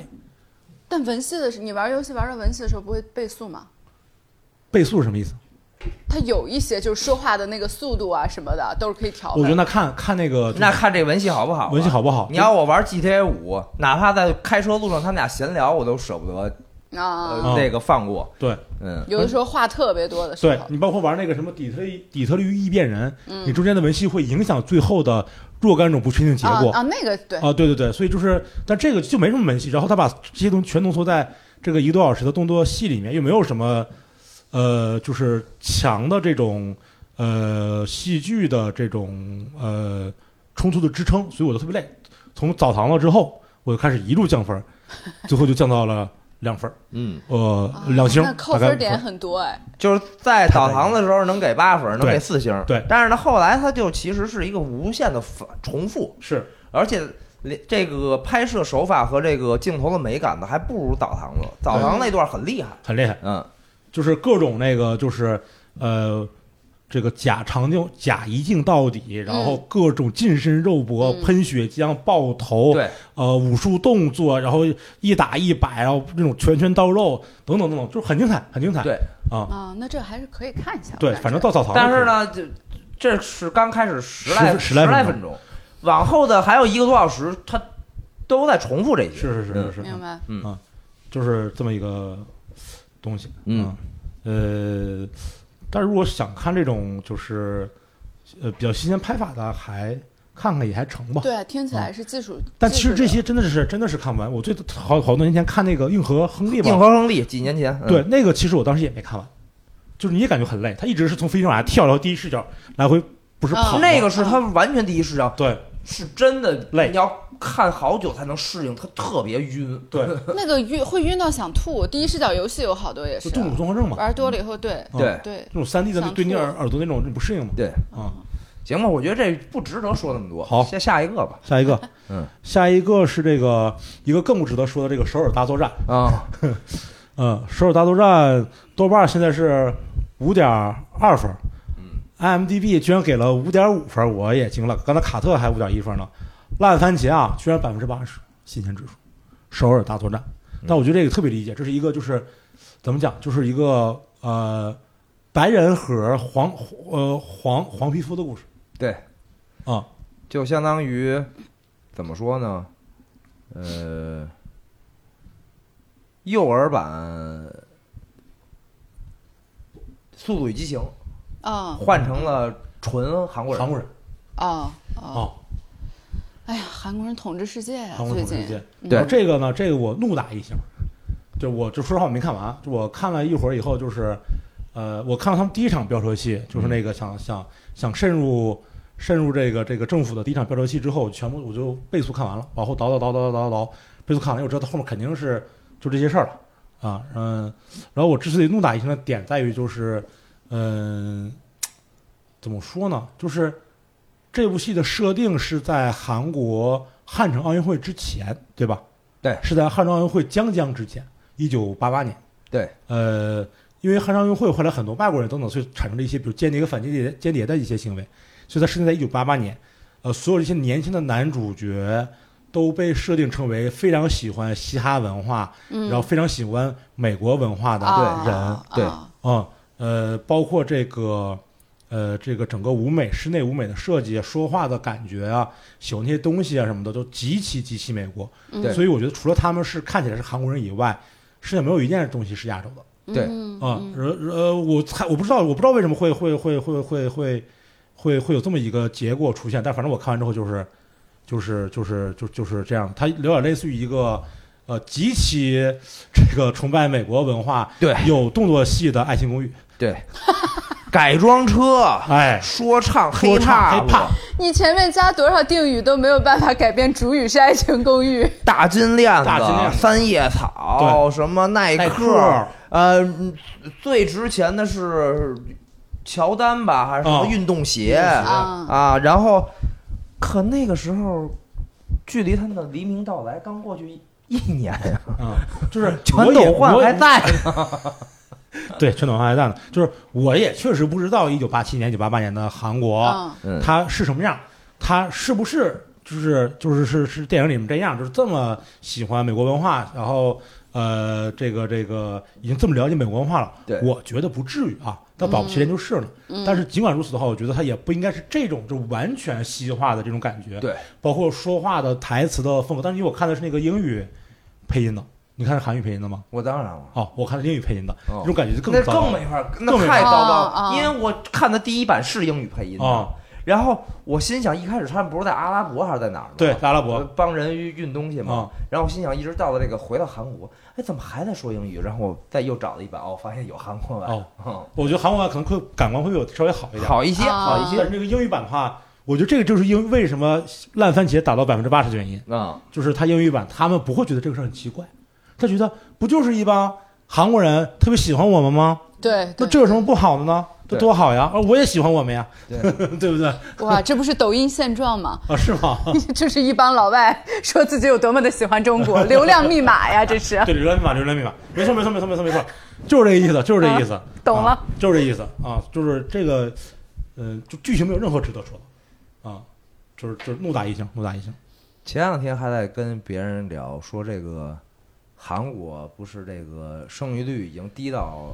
S2: 但文戏的是，你玩游戏玩到文戏的时候不会倍速吗？
S3: 倍速是什么意思？
S2: 它有一些就是说话的那个速度啊什么的都是可以调
S3: 我觉得
S2: 的。
S3: 那看看 那个
S1: 那看这文戏好不好？
S3: 文戏。好不好？
S1: 你要我玩 GTA 五，哪怕在开车路上他们俩闲聊，我都舍不得
S2: 啊，
S1: 呃那个放过。
S3: 对。
S1: 嗯，
S2: 有的时候话特别多的时
S3: 对
S2: 候，啊
S3: 你包括玩那个什么底特律底特律异变人，你中间的文戏会影响最后的若干种不确定结
S2: 啊
S3: 果
S2: 啊那个对，
S3: 对对对，所以就是，但这个就没什么文戏，然后他把这些东西全浓缩在这个一个多小时的动作戏里面，又没有什么呃，就是强的这种呃戏剧的这种呃冲突的支撑，所以我就特别累。从澡堂了之后，我就开始一路降分儿，最后就降到了两分儿，
S1: 嗯，
S3: 呃，
S2: 啊
S3: 两星，
S2: 那扣
S3: 大概
S2: 分点很多哎。
S1: 就是在澡堂的时候能给八分，能
S3: 对
S1: 给四星。
S3: 对
S1: 但是呢，后来它就其实是一个无限的反重复，
S3: 是
S1: 而且连这个拍摄手法和这个镜头的美感呢，还不如澡堂子。澡堂那段很厉害。
S3: 很厉害。
S1: 嗯，
S3: 就是各种那个就是呃，这个假长镜、假一镜到底，然后各种近身肉搏、
S2: 嗯
S3: 喷血浆、爆头，
S1: 对，
S3: 呃，武术动作，然后一打一摆，然后那种拳拳到肉等等等等，就是很精彩，很精彩。
S1: 对
S3: 啊，
S2: 啊，那这还是可以看一下。
S3: 对，
S2: 我感
S3: 反正
S2: 觉
S3: 到澡堂，
S1: 但是，呢，这这是刚开始十来
S3: 十十来
S1: 来
S3: 分钟
S1: 分钟，往后的还有一个多小时，它都在重复这些。嗯
S3: 是是是是是，啊哦
S2: 明白。
S3: 就是这么一个东西。啊
S1: 嗯
S3: 嗯，呃，但是如果想看这种就是呃比较新鲜拍法的，还看看也还成吧。
S2: 对，听起来是技术。
S3: 啊但其实这
S2: 技术
S3: 些真的是真的是看不完。我最好好多年前看那个硬核亨利吧，
S1: 硬核亨利几年前，嗯
S3: 对，那个其实我当时也没看完，就是你也感觉很累，他一直是从飞机上往下跳，然后第一视角来回不是跑
S2: 啊
S3: 吗，
S1: 那个是他完全第一视角，
S3: 对
S1: 是真的
S3: 累
S1: 你要看好久才能适应，它特别晕。
S3: 对，
S2: 的那个晕会晕到想吐。第一视角游戏有好多也是
S3: 就重度综合症嘛，
S2: 玩多了以后，对
S3: 嗯
S1: 对
S2: 对
S3: 这种三 D 的
S2: 想
S3: 对你
S2: 吐嗯
S3: 耳耳朵那种你不适应嘛，
S1: 对，
S3: 啊。
S1: 行吧，我觉得这不值得说那么多。
S3: 好
S1: 下下一个吧。
S3: 下一个，
S1: 嗯，
S3: 下一个是这个一个更不值得说的这个首尔大作战，
S1: 啊，
S3: 嗯，首尔大作战豆瓣现在是五点二分，
S1: 嗯
S3: ，IMDB 居然给了五点五分，我也惊了。刚才卡特还五点一分呢，烂番茄啊，居然百分之八十新鲜指数，首尔大作战。但我觉得这个特别理解，这是一个就是怎么讲，就是一个呃白人和黄呃黄黄皮肤的故事
S1: 对，
S3: 啊、
S1: 就相当于怎么说呢？呃，幼儿版《速度与激情》
S2: 啊
S1: 换成了纯韩国人。
S3: 韩国人
S2: 啊
S3: 啊、
S2: 啊！哎呀，韩国人统治世界呀，
S3: 韩国
S2: 最
S3: 统治世
S2: 近
S3: 界。
S2: 嗯
S1: 对
S3: 然后这个呢，这个我怒打一星，就我就说实话我没看完，就我看了一会儿以后，就是呃，我看了他们第一场飙车戏，就是
S1: 嗯
S3: 那个想想想渗入渗入这个这个政府的第一场飙车戏之后，全部我就倍速看完了，往后倒倒倒倒倒倒倒倍速看完，因为我知道他后面肯定是就这些事儿了啊，嗯，然后我之所以怒打一星的点在于就是嗯，怎么说呢，就是。这部戏的设定是在韩国汉城奥运会之前，对吧？
S1: 对
S3: 是在汉城奥运会将将之前，一九八八年。
S1: 对，
S3: 呃，因为汉城奥运会后来很多外国人等等，所以产生了一些比如间谍和反间谍间谍的一些行为，所以它设定在一九八八年。呃，所有这些年轻的男主角都被设定成为非常喜欢嘻哈文化，
S2: 嗯
S3: 然后非常喜欢美国文化的
S2: 啊
S3: 人。
S1: 对
S2: 啊
S3: 啊、呃，包括这个，呃，这个整个舞美室内舞美的设计、啊说话的感觉啊，喜欢那些东西啊什么的，都极其极其美国。
S2: 嗯
S1: 对
S3: 所以我觉得，除了他们是看起来是韩国人以外，世界上没有一件东西是亚洲的
S1: 对
S2: 嗯
S3: 啊。
S2: 嗯
S3: 呃、呃，我猜我不知道，我不知道为什么会会会会会会会会有这么一个结果出现，但反正我看完之后就是就是就是就就是这样，它有点类似于一个。呃，极其这个崇拜美国文化，
S1: 对
S3: 有动作戏的《爱情公寓》，
S1: 对， 改装车，
S3: 哎，
S1: 说唱
S3: 说唱
S1: 啊怕
S3: 黑怕，
S2: 你前面加多少定语都没有办法改变主语是《爱情公寓》。
S1: 大金链子、
S3: 大金链子
S1: 三叶草，什么耐
S3: 耐
S1: 克
S3: 克，
S1: 呃，最值钱的是乔丹吧，还是什么
S3: 啊
S1: 运动鞋
S3: 运动鞋
S2: 啊
S1: 啊？然后，可那个时候，距离他们的黎明到来刚过去一一年呀，
S3: 嗯，就是
S1: 全
S3: 我也
S1: 斗焕
S3: 我
S1: 还在呢。
S3: 对，全斗焕还在呢。就是我也确实不知道一九八七年、一九八八年的韩国，
S2: 嗯，
S1: 嗯
S3: 它是什么样，它是不是就是就是是是电影里面这样，就是这么喜欢美国文化，然后呃，这个这个已经这么了解美国文化了，
S1: 对
S3: 我觉得不至于啊，但保不齐人就是了。
S2: 嗯
S3: 但是尽管如此的话，我觉得它也不应该是这种就完全西化的这种感觉，
S1: 对，
S3: 包括说话的台词的风格。但是因为我看的是那个英语配音的，你看是韩语配音的吗？
S1: 我当然了。
S3: 哦，我看的是英语配音的，
S1: 哦
S3: 这种感觉就更
S1: 那
S3: 糟糕
S1: 更没法，那
S3: 更没法
S1: 太糟糕了，
S2: 啊啊
S1: 因为我看的第一版是英语配音的，
S3: 啊！
S1: 然后我心想，一开始他们不是在阿拉伯还是在哪儿吗？
S3: 对，阿拉伯
S1: 我帮人运东西
S3: 啊
S1: 嘛。然后我心想，一直到了这个回到韩国，哎，怎么还在说英语？ 然后我再又找了一版，哦，发现有韩国版，
S3: 哦，
S1: 嗯
S3: 我觉得韩国版可能会感官会有稍微好一点。
S1: 好一些，
S2: 啊
S1: 好一
S3: 但
S1: 些
S3: 是这个英语版的话，我觉得这个就是因为为什么烂番茄打到百分之八十的原因，
S1: 啊。
S3: 就是他英语版他们不会觉得这个事儿很奇怪，他觉得不就是一帮韩国人特别喜欢我们吗？
S2: 对，
S3: 那
S2: 对
S3: 这有什么不好的呢？这
S1: 对
S3: 多好呀！哦而我也喜欢我们呀，
S1: 对
S3: 对不对？
S2: 哇，这不是抖音现状吗？
S3: 啊，是吗？
S2: 就是一帮老外说自己有多么的喜欢中 国，流量密码呀，这是
S3: 对，流量密码，流量密码，没错，没错，没错，没错，没错，就是这个意思，就是这个意思，
S2: 懂了
S3: 啊就是这意思啊，就是这个，呃，就剧情没有任何值得说的，啊，就是就是怒打一星，怒打一星，
S1: 前两天还在跟别人聊，说这个韩国不是这个生育率已经低到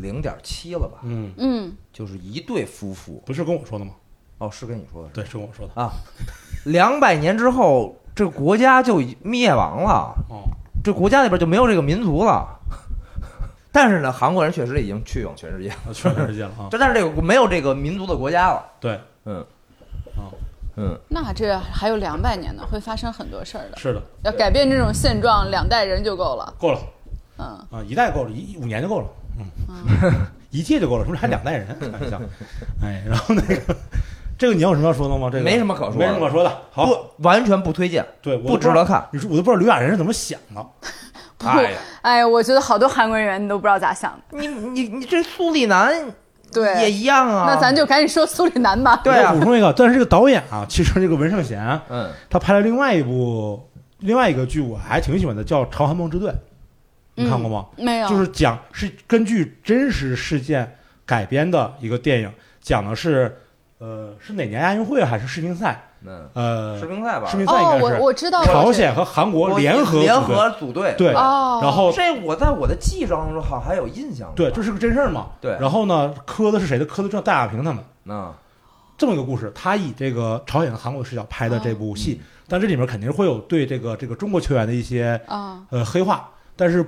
S1: 零点七了吧？
S3: 嗯，
S2: 嗯，
S1: 就是一对夫妇，
S3: 不是跟我说的吗？
S1: 哦，是跟你说的是吧
S3: 对，是跟我说的，
S1: 啊，两百年之后，这个国家就已灭亡了，
S3: 哦，
S1: 这国家里边就没有这个民族了。 但是呢，韩国人确实已经去往全世界，
S3: 啊全世界了啊，
S1: 这但是这个没有这个民族的国家了。
S3: 对，
S1: 嗯
S3: 啊，
S1: 嗯，
S2: 那这还有两百年呢，会发生很多事儿的。
S3: 是的，
S2: 要改变这种现状，两代人就够了。
S3: 够了
S2: 嗯，
S3: 啊，一代够了，一五年就够了，嗯，一届就够了，是不是还两代人？开玩笑，哎，然后那个，这个你有什么要说的吗？这个
S1: 没什么可说的
S3: 没什么可说的，好，
S1: 不，完全不推荐，
S3: 对，我都
S1: 不值
S3: 知道
S1: 得。看。
S3: 你说我都不知道刘亚仁是怎么想的，哎呀，
S2: 哎呀，我觉得好多韩国演员你都不知道咋想的。
S1: 你你你这苏里南也
S2: 对，
S1: 一样啊。
S2: 那咱就赶紧说苏里南吧。
S1: 对啊
S3: 我补充一个，但是这个导演啊，其实这个文圣贤，
S1: 嗯
S3: 他拍了另外一部另外一个剧，我还挺喜欢的，叫《朝韩梦之队》，你看过吗？
S2: 没
S1: 啊
S2: 有，
S3: 就是讲是根据真实事件改编的一个电影，讲的是呃是哪年亚运会还是世乒赛？
S1: 嗯，
S3: 呃，
S1: 士兵赛吧
S3: 世，乒赛应
S2: 哦
S3: 该，
S2: 我
S3: 是
S2: 我知道哦
S3: 朝
S2: 我这
S3: 鲜和韩国
S1: 我
S3: 联合
S1: 联
S3: 组队
S1: 合组队。
S3: 对，
S2: 哦
S3: 然后
S1: 这我在我的记忆当中好像还有印象。
S3: 对，这是个真事儿嘛？
S1: 对
S3: 然后呢，磕的是谁的？磕的正戴亚平他们。
S1: 嗯
S3: 这么一个故事，他以这个朝鲜和韩国的视角拍的这部
S1: 哦
S3: 戏，但这里面肯定会有对这个这个中国球员的一些
S2: 啊，
S3: 呃黑化，但是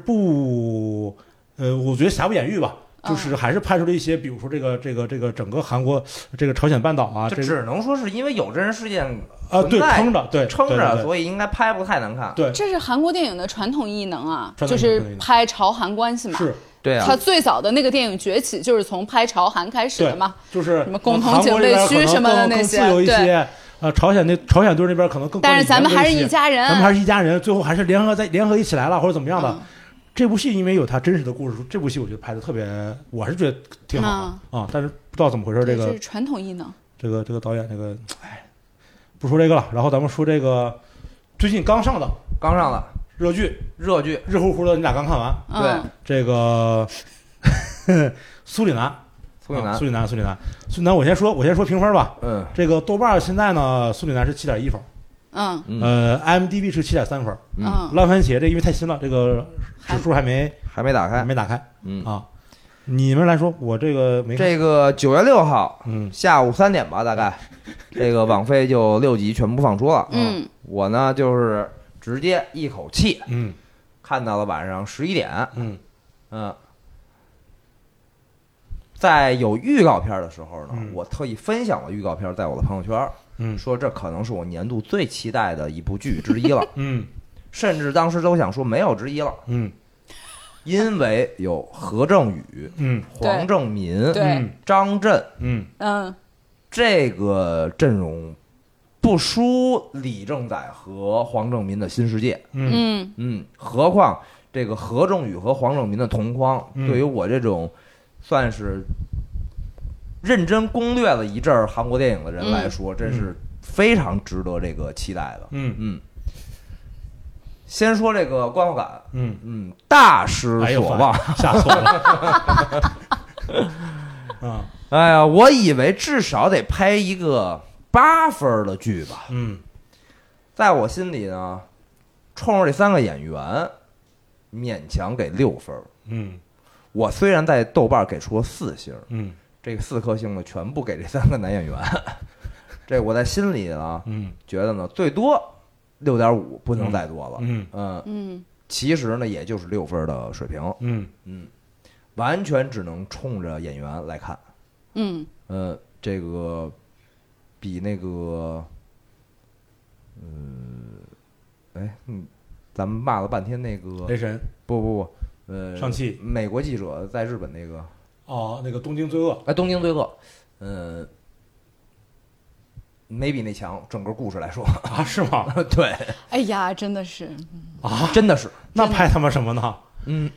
S3: 不呃，我觉得瑕不掩瑜吧，
S2: 嗯
S3: 就是还是拍出了一些，比如说这个这个这个整个韩国这个朝鲜半岛啊，
S1: 这
S3: 这
S1: 只能说是因为有真人事件
S3: 啊
S1: 存
S3: 对
S1: 在
S3: 撑着对
S1: 撑着，
S3: 对
S1: 所以应该拍不太难看。
S3: 对对
S2: 这是韩国电影的传统异能啊，
S3: 传统
S2: 就
S3: 异能
S2: 是拍朝韩关系嘛。
S3: 是啊
S1: 对
S2: 他最早的那个电影崛起就是从拍朝韩开始的
S3: 对
S2: 嘛。
S3: 就是呃
S2: 什么共同
S3: 韩
S2: 警
S3: 国这
S2: 备
S3: 边
S2: 区
S3: 可能
S2: 什么的
S3: 更
S2: 那些
S3: 更自由一
S2: 对
S3: 些。呃，朝鲜那朝鲜队那边可能更，
S2: 但是咱们还是
S3: 更
S2: 一家人，啊
S3: 咱们还是一家人，最后还是联合在联合一起来了，或者怎么样的。
S2: 嗯
S3: 这部戏因为有它真实的故事，这部戏我觉得拍的特别，我是觉得挺好的、
S2: 嗯
S3: 啊。但是不知道怎么回事，
S2: 对
S3: 这
S2: 这
S3: 个
S2: 是传统异能。
S3: 这个这个导演这个，哎，不说这个了。然后咱们说这个最近刚上的
S1: 刚上了
S3: 热剧，
S1: 热剧，
S3: 热乎乎的，你俩刚看完
S2: 嗯，
S3: 这个苏里南，
S1: 苏里
S3: 啊
S1: 南
S3: 苏，里南，苏里南，苏里南，我先说，我先说评分吧。
S1: 嗯
S3: 这个豆瓣儿现在呢，苏里南是七点一分，
S2: 嗯
S1: 嗯
S3: 呃，IMDB 是七点三分，
S1: 嗯，
S2: 嗯，
S3: 烂番茄这因为太新了，这个指数还没
S1: 还没打
S3: 还
S1: 开，
S3: 没打开
S1: 嗯，
S3: 啊。你们来说，我这个没看
S1: 这个九月六号
S3: 嗯
S1: 下午三点吧，大 概，这个网飞就六集全部放出了。
S2: 嗯，
S1: 我呢就是直接一口气
S3: 嗯
S1: 看到了晚上十一点，
S3: 嗯
S1: 嗯。在有预告片的时候呢
S3: 嗯，
S1: 我特意分享了预告片在我的朋友圈，
S3: 嗯
S1: 说这可能是我年度最期 待的一部剧之一了，
S3: 嗯
S1: 甚至当时都想说没有之一了。
S3: 嗯
S1: 因为有何正宇、
S3: 嗯
S1: 黄正民、
S2: 对
S3: 嗯
S1: 张震
S3: 嗯
S2: 嗯，
S1: 这个阵容，不输李正宰和黄正民的新世界。
S3: 嗯
S2: 嗯，
S1: 嗯，何况这个何正宇和黄正民的同框，
S3: 嗯
S1: 对于我这种算是认真攻略了一阵儿韩国电影的人来说，这是非常值得这个期待的。
S3: 嗯
S1: 嗯，先说这个观后感，
S3: 嗯，
S1: 嗯，大失
S3: 哎呦
S1: 所望。
S3: 吓错了。啊，
S1: 哎呀，我以为至少得拍一个八分儿的剧吧，
S3: 嗯
S1: 在我心里呢，冲着这三个演员，勉强给六分儿。
S3: 嗯
S1: 我虽然在豆瓣给出了四星，
S3: 嗯
S1: 这个四颗星呢全部给这三个男演员， 这我在心里呢
S3: 嗯
S1: 觉得呢最多六点五，不能再多了。
S3: 嗯
S1: 嗯，
S2: 嗯，
S1: 其实呢也就是六分的水平，
S3: 嗯
S1: 嗯，完全只能冲着演员来看。
S2: 嗯，
S1: 嗯，这个比那个，嗯，哎，嗯，咱们骂了半天那个，
S3: 雷神
S1: 不不不，呃，
S3: 哎上汽
S1: 美国记者在日本那个，
S3: 哦，那个东京罪恶，
S1: 哎，东京罪恶，嗯，没比那强，整个故事来说，
S3: 啊，是 吗？
S1: 对，
S2: 哎呀，真的是，
S3: 啊，
S1: 真的是，
S3: 那拍他妈什么呢？
S1: 嗯，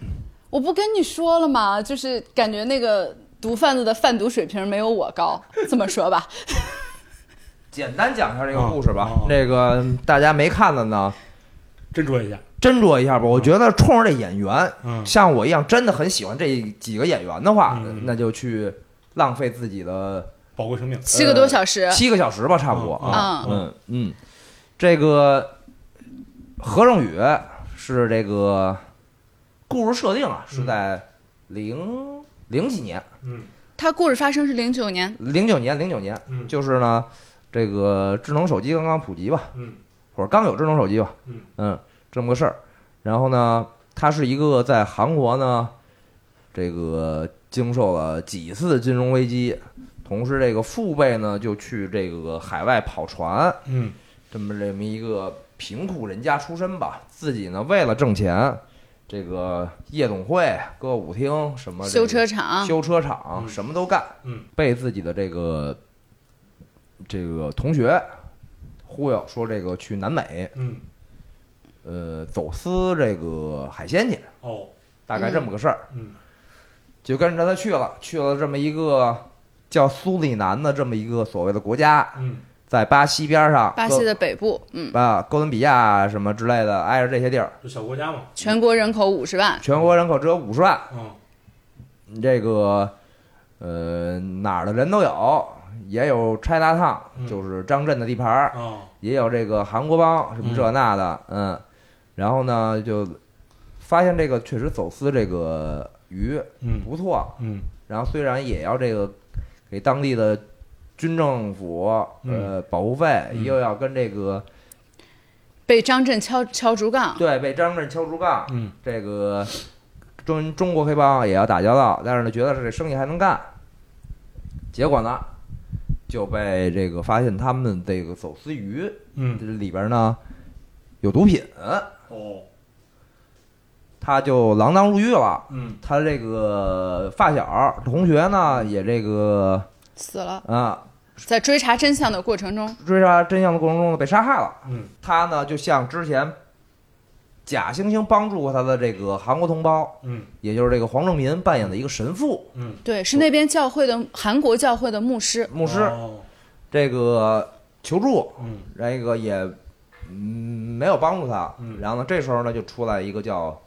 S2: 我不跟你说了吗？就是感觉那个毒贩子的贩毒水平没有我高，这么说吧，
S1: 简单讲一下这个
S3: 啊
S1: 故事吧
S3: 啊啊，
S1: 这个大家没看的呢，
S3: 斟酌一下，
S1: 斟酌一下吧。我觉得冲着这演员，
S3: 嗯
S1: 像我一样真的很喜欢这几个演员的话，
S3: 嗯嗯
S1: 那就去浪费自己的
S3: 宝贵生命，
S2: 七个多小时，
S1: 呃七个小时吧，差不多
S3: 嗯
S1: 啊。
S2: 嗯
S1: 嗯嗯，这个何正宇是这个故事设定啊，是在零零几年，
S3: 嗯
S2: 他故事发生是零九年，
S1: 零九年，零九年，
S3: 嗯
S1: 就是呢，这个智能手机刚刚普及吧，
S3: 嗯
S1: 或者刚有智能手机吧，
S3: 嗯
S1: 这么个事儿。然后呢，他是一个在韩国呢，这个经受了几次金融危机，同时这个父辈呢就去这个海外跑船，
S3: 嗯
S1: 这么这么一个贫苦人家出身吧，自己呢为了挣钱，这个夜总会、歌舞厅什么、
S2: 修车、厂，
S1: 修车厂
S3: 嗯
S1: 什么都干，
S3: 嗯，
S1: 被自己的这个这个同学忽悠说这个去南美，
S3: 嗯，
S1: 呃，走私这个海鲜去，
S3: 哦，
S1: 大概这么个事儿，
S3: 嗯
S1: 就跟着他去了，去了这么一个叫苏里南的这么一个所谓的国家，
S3: 嗯
S1: 在巴西边上，
S2: 巴西的北部，嗯，
S1: 哥啊，哥伦比亚什么之类的，挨着这些地儿，
S3: 就小国家嘛，
S2: 全国人口五十万，
S1: 全国人口只有五十万，
S3: 嗯
S1: 这个呃哪儿的人都有，也有 China Town，
S3: 嗯
S1: 就是张震的地盘儿，
S3: 啊，
S1: 也有这个韩国帮什么这那的，嗯然后呢就发现这个确实走私这个鱼
S3: 嗯
S1: 不错，
S3: 嗯
S1: 然后虽然也要这个给当地的军政府呃保护费，
S3: 嗯
S1: 又要跟这个
S2: 被张震敲敲竹杠，
S1: 对被张震敲竹杠，
S3: 嗯
S1: 这个中中国黑帮也要打交道，但是呢，觉得是这生意还能干，结果呢就被这个发现他们这个走私鱼
S3: 嗯，
S1: 里边呢有毒品，
S3: 哦，
S1: 他就锒铛入狱了。
S3: 嗯
S1: 他这个发小同学呢，也这个
S2: 死了，
S1: 啊、
S2: 在追查真相的过程中，
S1: 追查真相的过程中呢被杀害了。
S3: 嗯
S1: 他呢就向之前假惺惺帮助过他的这个韩国同胞，
S3: 嗯
S1: 也就是这个黄正民扮演的一个神父
S3: 嗯，
S2: 对，是那边教会的韩国教会的牧师，
S1: 牧师，
S3: 哦
S1: 这个求助，
S3: 嗯
S1: 这个也嗯没有帮助他。
S3: 嗯
S1: 然后呢，这时候呢就出来一个叫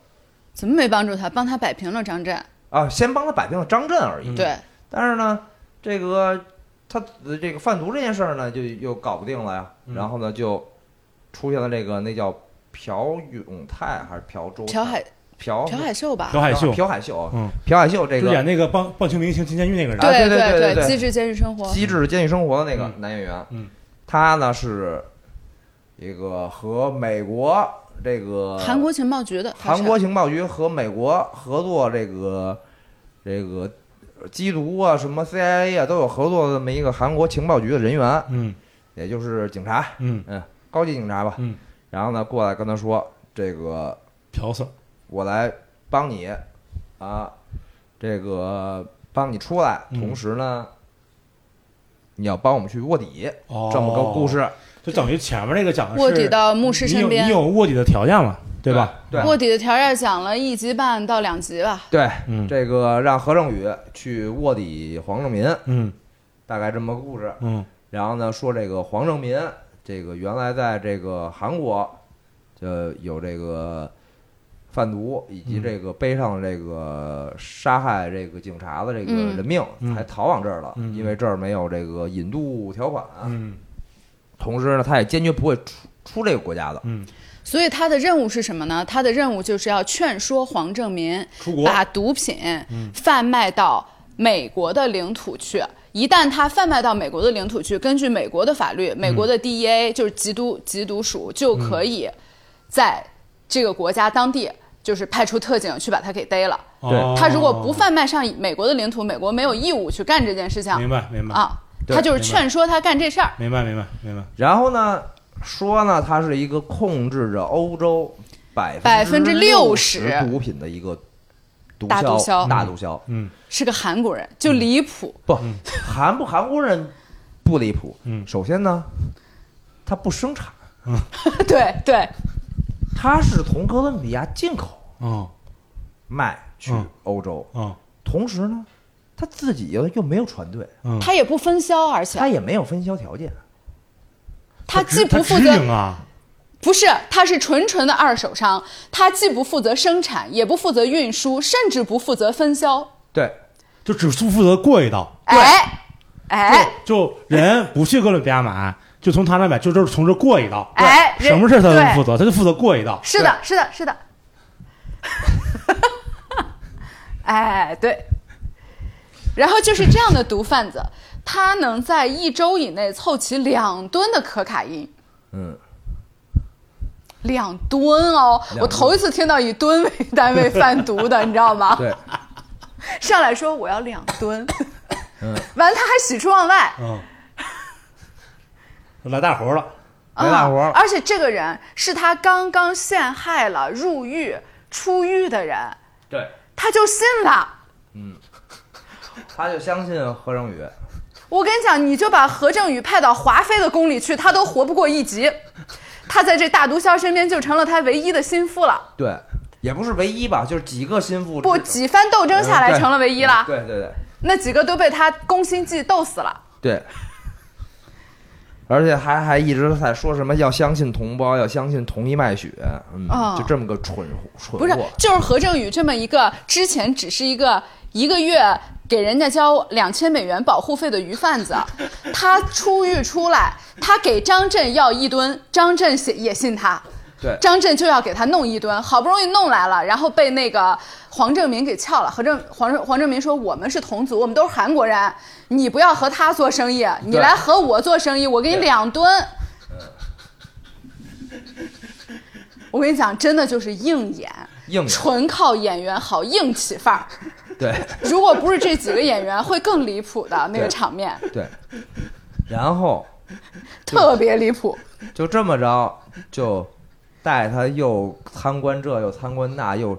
S2: 怎么没帮助他？帮他摆平了张震，
S1: 啊，先帮他摆平了张震而已。
S3: 嗯
S2: 对，
S1: 但是呢，这个他呃这个贩毒这件事儿呢，就又搞不定了呀。
S3: 嗯
S1: 然后呢，就出现了这个那叫朴永泰还是朴周泰朴
S2: 朴海朴海秀吧
S3: 朴，海秀，
S1: 朴海秀啊，
S3: 嗯，
S1: 朴海秀这
S3: 就
S1: 个
S3: 演那个棒棒球明星金监狱那个人，
S1: 啊对对对
S2: 对
S1: 对
S2: 机智监狱生活，
S1: 机智监狱生活的那个
S3: 嗯
S1: 男演员，
S3: 嗯
S1: 他呢是一个和美国这个
S2: 韩国情报局的，他是
S1: 韩国情报局和美国合作这个这个缉毒啊，什么 CIA 啊都有合作的这么一个韩国情报局的人员，
S3: 嗯
S1: 也就是警察，
S3: 嗯
S1: 高级警察吧。
S3: 嗯，
S1: 然后呢，过来跟他说，这个
S3: 朴 Sir，
S1: 我来帮你啊，这个帮你出来，
S3: 嗯
S1: 同时呢，你要帮我们去卧底，
S3: 哦
S1: 这么个故，事，
S3: 就等于前面那个讲的是
S2: 卧底到牧师身边
S3: 你，有你有卧底的条件了，对吧？
S1: 对
S2: 卧底的条件讲了一集半到两集吧。
S1: 对，
S3: 嗯
S1: 这个让何正宇去卧底黄正民，
S3: 嗯
S1: 大概这么个故事。
S3: 嗯
S1: 然后呢，说这个黄正民，这个原来在这个韩国，呃，有这个贩毒以及这个背上这个杀害这个警察的这个人命，
S3: 嗯
S1: 才逃往这儿了。
S3: 嗯
S1: 因为这儿没有这个引渡条款，
S3: 嗯
S1: 同时呢，他也坚决不会出出这个国家的。
S3: 嗯，
S2: 所以他的任务是什么呢？他的任务就是要劝说黄正民
S3: 出国
S2: 把毒品贩卖到美国的领土去。一旦他贩卖到美国的领土去，根据美国的法
S3: 嗯
S2: 律，美国的 DEA、就是缉毒缉毒署就可以在这个国家当地就是派出特警去把他给逮了。
S3: 哦
S1: 对
S2: 他如果不贩卖上美国的领土，美国没有义务去干这件事情
S3: 明白明白
S2: 啊。
S1: 对
S2: 他就是劝说他干这事儿。
S3: 明白明白明白，
S1: 然后呢，说呢，它是一个控制着欧洲百
S2: 60%
S1: 毒品的一个毒
S2: 大毒枭
S1: 大毒枭。
S3: 嗯
S2: 是个韩国人，就离谱。
S1: 不，韩不韩国人不离谱。
S3: 嗯
S1: 首先呢，它不生产，
S3: 嗯
S2: 对对，
S1: 它是从哥伦比亚进口嗯
S3: 哦
S1: 卖去
S3: 嗯
S1: 欧洲，
S3: 哦
S1: 同时呢，它自己又又没有船队，
S3: 嗯，
S2: 他也不分销，而且
S1: 它也没有分销条件。
S2: 他既
S3: 他
S2: 不负
S3: 直
S2: 责，
S3: 营啊，
S2: 不是，他是纯纯的二手商，他既不负责生产，也不负责运输，甚至不负责分销。
S1: 对，
S3: 就只负责过一道，
S2: 哎，哎，
S3: 就人不去哥伦比亚买，就从他那买，就就是从这过一道。
S2: 哎
S3: 什么事儿他都
S2: 对
S3: 不负责，他就负责过一 道。
S2: 是的，是的，是的。哎，对。然后就是这样的毒贩子，他能在一周以内凑齐两吨的可卡因，
S1: 嗯，
S2: 两吨哦！
S1: 吨
S2: 我头一次听到以吨为单位贩毒的，你知道吗？
S1: 对，
S2: 上来说我要两吨，
S1: 嗯
S2: 完了他还喜出望外，
S3: 嗯，来大活了，
S1: 没大活
S2: 啊
S1: 儿。
S2: 而且这个人是他刚刚陷害了入狱出狱的人，
S1: 对，
S2: 他就信了。
S1: 他就相信何正宇。
S2: 我跟你讲，你就把何正宇派到华妃的宫里去，他都活不过一集。他在这大毒枭身边就成了他唯一的心腹了，
S1: 对，也不是唯一吧，就是几个心腹之嗯
S2: 不几番斗争下来
S1: 对
S2: 成了唯一了。
S1: 对对对
S2: 那几个都被他攻心计斗死了。
S1: 对，而且还还一直在说什么要相信同胞，要相信同一脉血，嗯，
S2: 哦
S1: 就这么个蠢蠢货。
S2: 不是，就是何正宇这么一个之前只是一个一个月给人家交两千美元保护费的鱼贩子，他出狱出来，他给张震要一吨，张震也也信他，
S1: 对
S2: 张震就要给他弄一吨，好不容易弄来了，然后被那个黄正民给撬了。何正黄正黄正民说：“我们是同族，我们都是韩国人，你不要和他做生意，你
S1: 对
S2: 来和我做生意，我给你
S1: 对
S2: 两吨。” 我跟你讲，真的就是硬演，
S1: 硬的
S2: 纯靠演员好硬气范儿。
S1: 对
S2: 如果不是这几个演员，会更离谱的那个
S1: 对
S2: 场面，
S1: 对，然后
S2: 特别离谱。
S1: 就这么着，就带他又参观这又参观那又，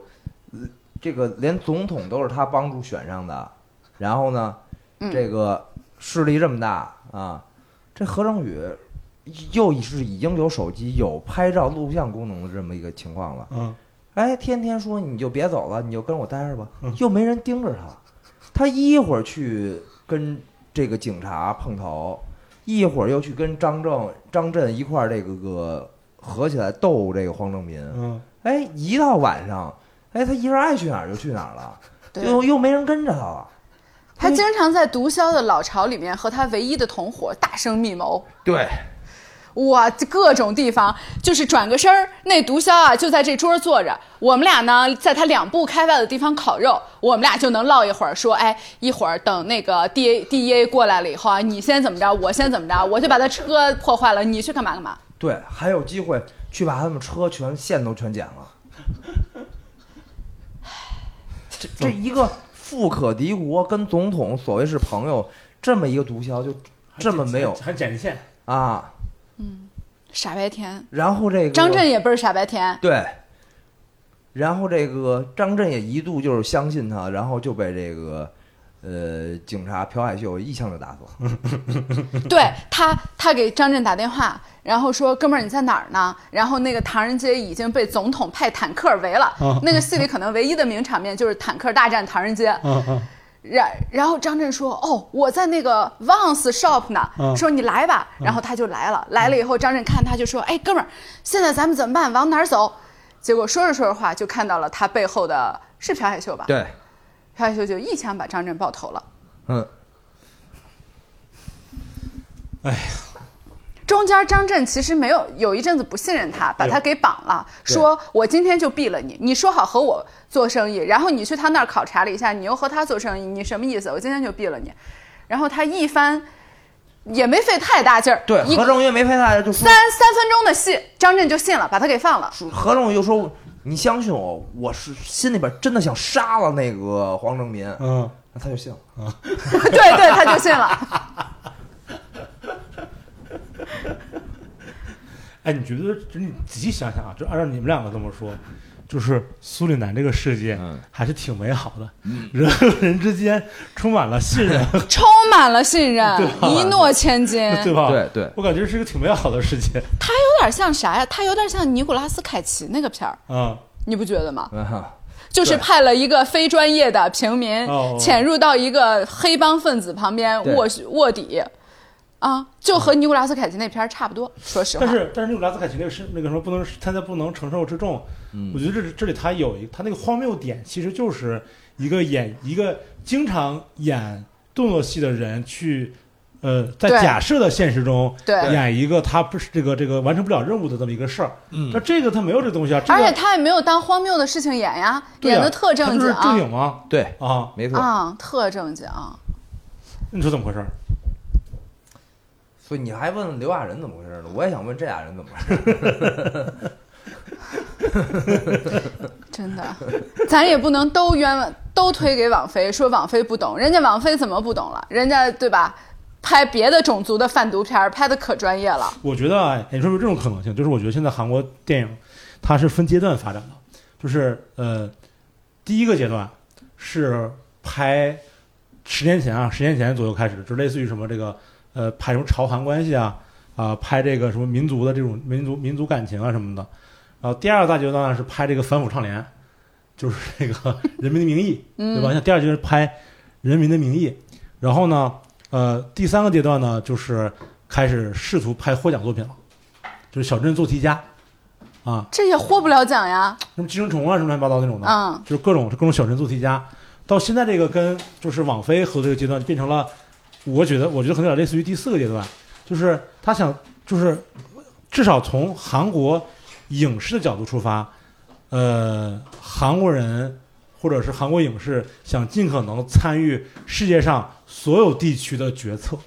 S1: 呃这个连总统都是他帮助选上的，然后呢，这个势力这么大啊，这何正宇又是已经有手机有拍照录像功能的这么一个情况了，
S3: 嗯，
S1: 哎，天天说你就别走了，你就跟我待着吧，又没人盯着他，他一会儿去跟这个警察碰头，一会儿又去跟张正、张震一块儿这个个合起来斗这个黄正民，
S3: 嗯，
S1: 哎，一到晚上，哎，他一人爱去哪儿就去哪儿了，
S2: 对
S1: 又又没人跟着他了，
S2: 他经常在毒枭的老巢里面和他唯一的同伙大声密谋。
S1: 对
S2: 哇，这各种地方就是转个身儿，那毒枭啊就在这桌坐着，我们俩呢在他两步开外的地方烤肉，我们俩就能唠一会儿，说，哎，一会儿等那个 D A D E A 过来了以后啊，你先怎么着，我先怎么着，我就把他车破坏了，你去干嘛干嘛。
S1: 对，还有机会去把他们车全线都全剪了，这这一个富可敌国跟总统所谓是朋友这么一个毒枭就这么没有
S3: 还剪线，
S1: 啊，
S2: 傻白甜，
S1: 然后这个
S2: 张震也倍儿傻白甜，
S1: 对，然后这个张震也一度就是相信他，然后就被这个呃警察朴海秀一枪就打死了。
S2: 对他，他给张震打电话，然后说：“哥们儿，你在哪儿呢？”然后那个唐人街已经被总统派坦克围了。
S3: 啊
S2: 那个戏里可能唯一的名场面就是坦克大战唐人街。
S3: 嗯嗯
S2: 然然后张震说：“哦，我在那个 Vans Shop 呢，
S3: 嗯
S2: 说你来吧。”然后他就来了。来了以后，张震看他就说：“哎，哥们儿，现在咱们怎么办？往哪儿走？”结果说着说着话，就看到了他背后的是朴海秀吧？
S1: 对，
S2: 朴海秀就一枪把张震爆头了。
S1: 嗯，
S2: 中间张震其实没有有一阵子不信任他，把他给绑了，
S1: 对
S2: 说我今天就毙了你，你说好和我做生意，然后你去他那儿考察了一下，你又和他做生意，你什么意思？我今天就毙了你。然后他一番也没费太大劲儿，
S1: 对，
S2: 一
S1: 何正月没拍下来就说
S2: 三三分钟的戏，张震就信了，把他给 放了。
S1: 说何正月就说你相信我，我是心里边真的想杀了那个黄正民，
S3: 嗯，
S1: 那他就信了。
S2: 对对，他就信了。
S3: 哎，你觉得就你仔细想想啊，就按照你们两个这么说，就是苏里南这个世界
S1: 嗯
S3: 还是挺美好的，人和人之间充满了信任，
S2: 充满了信任
S3: 对，吧
S2: 一诺千金，
S3: 对
S2: 有
S3: 吧？
S1: 对对
S3: 我感觉是一个挺美好的世界
S2: 点像啥呀？他有点像尼古拉斯凯奇那个片儿，
S3: 啊、
S2: 你不觉得吗？
S1: 嗯哼
S2: 就是派了一个非专业的平民
S3: 哦
S2: 潜入到一个黑帮分子旁边
S1: 对
S2: 卧卧底，啊，就和尼古拉斯凯奇那片儿差不多。说实话
S3: 哦但，是但是那个拉斯凯奇那个是那个什么不能他在不能承受之重，
S1: 嗯
S3: 我觉得这这里他有一他那个荒谬点，其实就是一个演一个经常演动作戏的人去。呃，在
S2: 对
S3: 假设的现实中，
S2: 对
S3: 演一个他不是这个这个完成不了任务的这么一个事儿，
S1: 嗯
S3: 那这个他没有这个东西啊，这
S2: 而
S3: 个
S2: 且他也没有当荒谬的事情演呀，
S3: 对啊
S2: 演的特
S3: 他
S2: 正
S3: 不
S2: 经
S3: 是正经吗？
S1: 对，
S3: 啊，
S1: 没错。
S2: 啊，特正经。
S3: 你说怎么回事？
S1: 所以你还问刘亚仁怎么回事呢？我也想问这俩人怎么回事。
S2: 真的， 咱也不能都冤枉，都推给网飞，说网飞不懂，人家网飞怎么不懂了？人家对吧？拍别的种族的贩毒片儿，拍的可专业了。
S3: 我觉得啊，你说有没有这种可能性？就是我觉得现在韩国电影它是分阶段发展的，就是呃，第一个阶段是拍十年前啊，十年前左右开始，就类似于什么这个呃，拍什么朝韩关系啊，啊、拍这个什么民族的这种民族民族感情啊什么的。然后第二个大阶段是拍这个反腐倡廉，就是这个 《人民的名义》，对吧？像第二阶段拍《人民的名义》，然后呢，呃，第三个阶段呢，就是开始试图拍获奖作品了，就是小镇做题家啊，
S2: 这也获不了奖呀，
S3: 什么寄生虫啊，什么乱七八糟那种的，
S2: 嗯
S3: 就是各种各种小镇做题家。到现在这个跟就是网飞合作这个阶段，变成了我觉得我觉得可能有点类似于第四个阶段，就是他想就是至少从韩国影视的角度出发，呃，韩国人或者是韩国影视想尽可能参与世界上所有地区的决策，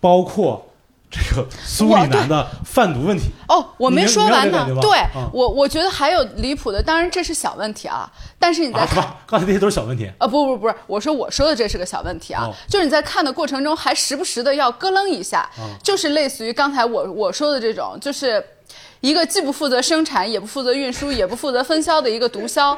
S3: 包括这个苏里南的贩毒问题。
S2: 哦，我没说完呢
S3: 你。明白
S2: 对
S3: 嗯
S2: 我，我觉得还有离谱的，当然这是小问题啊。但是你在
S3: 啊，
S2: 看，
S3: 吧？刚才那些都是小问题。
S2: 呃，不不不是，我说我说的这是个小问题啊，
S3: 哦
S2: 就是你在看的过程中还时不时的要咯楞一下，
S3: 哦
S2: 就是类似于刚才我我说的这种，就是。一个既不负责生产，也不负责运输，也不负责分销的一个毒枭，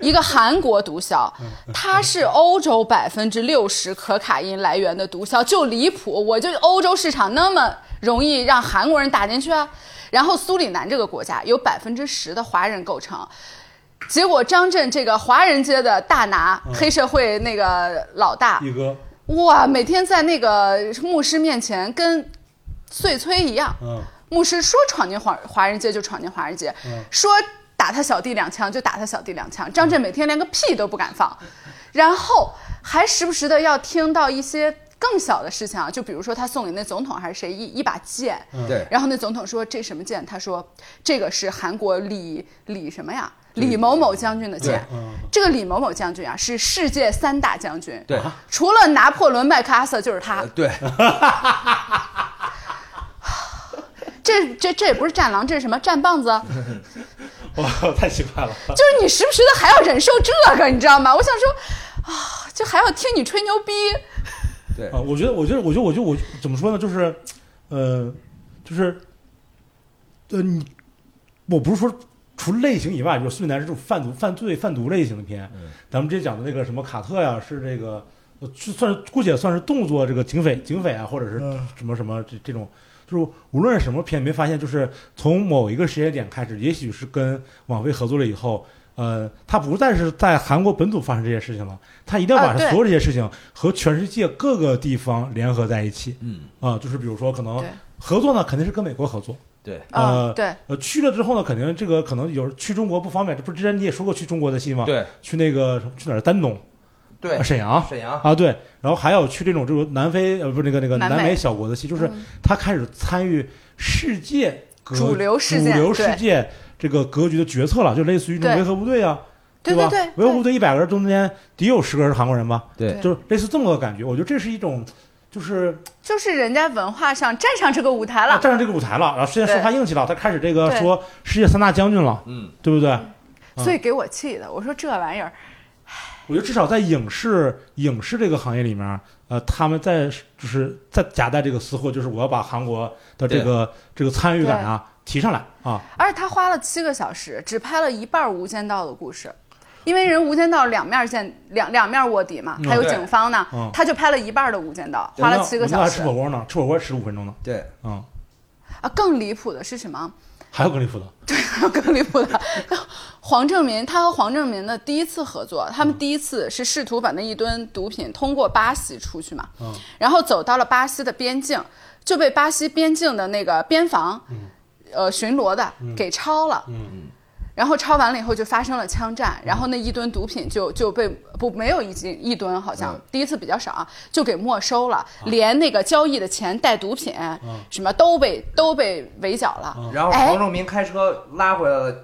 S2: 一个韩国毒枭，
S3: 嗯
S2: 他是欧洲百分之六十可卡因来源的毒枭，就离谱。我就欧洲市场那么容易让韩国人打进去啊，然后苏里南这个国家有百分之十的华人构成，结果张震这个华人街的大拿、
S3: 嗯
S2: 黑社会那个老大，
S3: 一哥，
S2: 哇，每天在那个牧师面前跟碎催一样，
S3: 嗯
S2: 牧师说闯进华华人街就闯进华人街，
S3: 嗯
S2: 说打他小弟两枪就打他小弟两枪。张震每天连个屁都不敢放，然后还时不时的要听到一些更小的事情啊，就比如说他送给那总统还是谁一一把剑，
S3: 嗯
S1: 对，
S2: 然后那总统说这什么剑？他说这个是韩国李李什么呀？李某某将军的剑。
S3: 嗯，
S2: 这个李某某将军啊，是世界三大将军，
S1: 对
S2: 除了拿破仑、麦克阿瑟就是他
S1: 呃。对，
S2: 这这这也不是战狼，这是什么战棒子？
S3: 哇，太奇怪了。
S2: 就是你时不时的还要忍受这个，你知道吗？我想说，啊，就还要听你吹牛逼，
S1: 对
S3: 啊，我觉得，我觉得，我觉得，我就我怎么说呢？就是，呃，就是，呃，你，我不是说除类型以外，就是孙楠是这种贩毒、犯罪、贩毒类型的片。咱们之前讲的那个什么卡特呀，是这个呃是算是姑且算是动作这个警匪、警匪啊，或者是
S4: 嗯
S3: 什么什么这这种，就是无论是什么片，没发现就是从某一个时间点开始，也许是跟网飞合作了以后。呃，它不再是在韩国本土发生这些事情了，它一定要
S2: 啊
S3: 把
S2: 对
S3: 所有这些事情和全世界各个地方联合在一起
S1: 嗯，
S3: 啊、就是比如说可能
S2: 对
S3: 合作呢，肯定是跟美国合作，
S1: 对，
S3: 呃
S2: 嗯，对，
S3: 呃，去了之后呢，肯定这个可能有时候去中国不方便，这不是之前你也说过去中国的戏吗？，
S1: 对
S3: 去那个去哪儿？丹东、
S1: 对
S3: 啊，沈阳
S1: 沈阳，
S3: 啊，对。然后还有去这种这种南非呃，不是那个那个
S2: 南美
S3: 南美小国的戏，就是
S2: 嗯
S3: 他开始参与世界格
S2: 主流事件
S3: 主流世
S2: 对
S3: 界这个格局的决策了，就类似于这种
S2: 对
S3: 维和部队啊，
S2: 对
S3: 吧？
S2: 对
S3: 维和部
S2: 对，
S3: 队一百个人中间得有十个人是韩国人吧？
S1: 对
S2: 对
S3: 就是类似这么个感觉。我觉得这是一种，就是
S2: 就是人家文化上站上这个舞台了。
S3: 啊站上这个舞台了，然后世界说
S2: 对
S3: 话硬气了，他开始这个
S2: 对
S3: 说世界三大将军了，
S1: 嗯，
S3: 对不对？嗯
S2: 所以给我气的，我说这玩意儿，
S3: 我觉得至少在影视影视这个行业里面，呃，他们在就是在夹带这个私货，就是我要把韩国的这个这个参与感啊提上来啊。
S2: 而且他花了七个小时，只拍了一半《无间道》的故事，因为人《无间道》两面见两两面卧底嘛，
S3: 嗯
S2: 还有
S1: 对
S2: 警方呢，
S3: 嗯
S2: 他就拍了一半的《无间道》，花了七个小
S3: 我们还
S2: 时
S3: 吃火锅呢，吃火锅十五分钟呢，
S1: 对，
S3: 嗯，
S2: 啊！更离谱的是什么？
S3: 还有更离谱的，
S2: 更离谱的，黄正民，他和黄正民的第一次合作，他
S3: 嗯
S2: 们第一次是试图把那一吨毒品通过巴西出去嘛，
S3: 嗯
S2: 然后走到了巴西的边境，就被巴西边境的那个边防，呃，巡逻的给抄了，
S3: 嗯
S2: 然后抄完了以后就发生了枪战，然后那一吨毒品就就被不没有一斤一吨，好像、
S1: 嗯
S2: 第一次比较少啊，就给没收了，
S3: 嗯
S2: 连那个交易的钱带毒品、什么都被都被围剿了。
S3: 嗯
S1: 然后
S2: 哎
S1: 黄仲明开车拉回来了，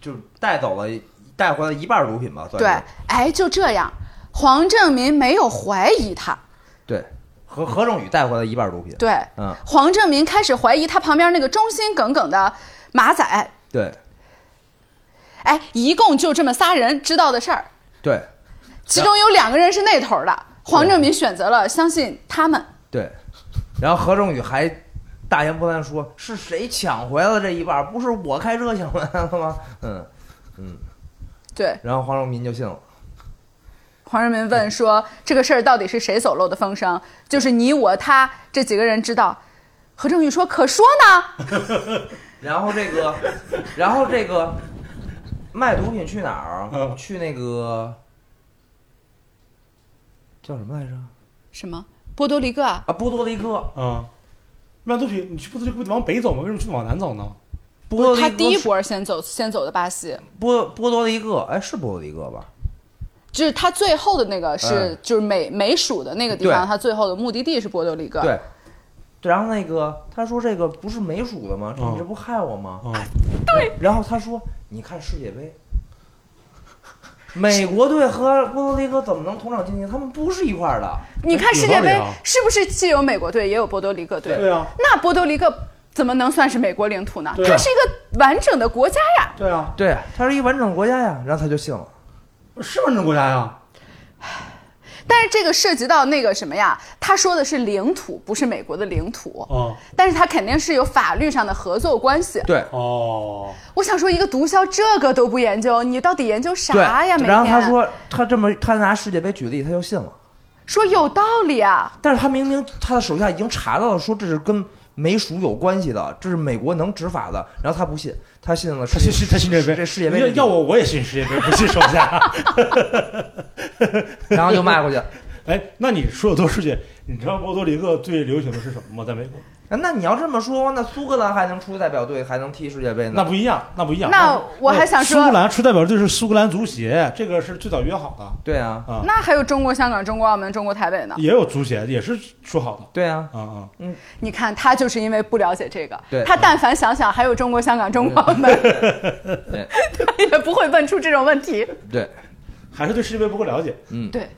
S1: 就带走了一带回来一半毒品吧，算
S2: 对
S1: 是，
S2: 哎，就这样，黄正民没有怀疑他，
S1: 对，何何正宇带回来一半毒品，
S2: 对，
S1: 嗯，
S2: 黄正民开始怀疑他旁边那个忠心耿耿的马仔，
S1: 对
S2: 哎，一共就这么仨人知道的事儿，
S1: 对
S2: 其中有两个人是那头儿的，黄正民选择了相信他们，
S1: 对，然后何正宇还大言不惭地说：“是谁抢回来了这一半？不是我开车抢回来的吗？” 嗯，
S2: 对，
S1: 然后黄仲明就信了，
S2: 黄仁民问说：“这个事儿到底是谁走漏的风声？就是你我他这几个人知道。”何正宇说：“可说呢，
S1: 然后这个， 然后这个卖毒品去哪儿啊？
S3: 嗯
S1: 去那个叫什么来着？
S2: 什么波多黎各啊？
S1: 啊，波多黎各。
S3: 啊。卖毒品，你去不是不得往北走吗？为什么去往南走呢？
S1: 波多
S2: 他
S1: 黎
S2: 第一
S1: 各，
S2: 波先走，先走的巴西，
S1: 波波多黎各，哎，是波多黎各吧？
S2: 就是他最后的那个是、
S1: 嗯
S2: 就是美美属的那个地方，
S1: 对
S2: 他最后的目的地是波多黎各。
S1: 对。然后那个他说这个不是美属的吗？
S3: 嗯
S1: 你这不害我吗？
S3: 啊，
S1: 然后他说：“你看世界杯， 美国队和波多黎各怎么能同场竞技？他们不是一块儿的。
S2: 你看世
S3: 有
S2: 界
S3: 道理
S2: 杯
S3: 啊
S2: 是不是既有美国队也有波多黎各队？
S3: 对啊，
S2: 那波多黎各怎么能算是美国领土呢？
S3: 对啊
S2: 它是一个完整的国家呀。
S3: 对啊，
S1: 对，他是一完整的国家呀。”然后他就信了。
S3: 是完整国家呀。
S2: 但是这个涉及到那个什么呀，他说的是领土，不是美国的领土。
S3: 啊，
S2: 但是他肯定是有法律上的合作关系。
S1: 对
S3: 哦，
S2: 我想说，一个毒枭这个都不研究，你到底研究
S1: 对
S2: 啥呀？每天
S1: 然后他说：“他这么，他拿世界杯举例，他就信了。
S2: 说有道理啊，
S1: 但是他明明他的手下已经查到了，说这是跟美属有关系的，这是美国能执法的。然后他不信，他信了世
S3: 他
S1: 界，
S3: 信他信世界杯，
S1: 这世界杯
S3: 要
S1: 这
S3: 要我我也信世界杯，不信手下。
S1: 然后就卖过去。
S3: 哎，那你说的都是去，你知道波多黎各最流行的是什么吗？在美国，
S1: 那你要这么说，那苏格兰还能出代表队，还能踢世界杯呢？
S3: 那不一样，那不一样。
S2: 那我还想说
S3: 苏格兰出代表队是苏格兰足协，这个是最早约好的
S1: 对啊，
S3: 啊，
S2: 那还有中国香港、中国澳门、中国台北呢。
S3: 也有足协，也是说好的
S1: 对啊，
S3: 啊啊。
S2: 你看，他就是因为不了解这个
S1: 对，
S2: 他但凡想想还有中国香港、中国澳门，
S1: 对
S2: 他也不会问出这种问题。
S1: 对，
S3: 还是对世界杯不够了解，
S1: 嗯，
S2: 对，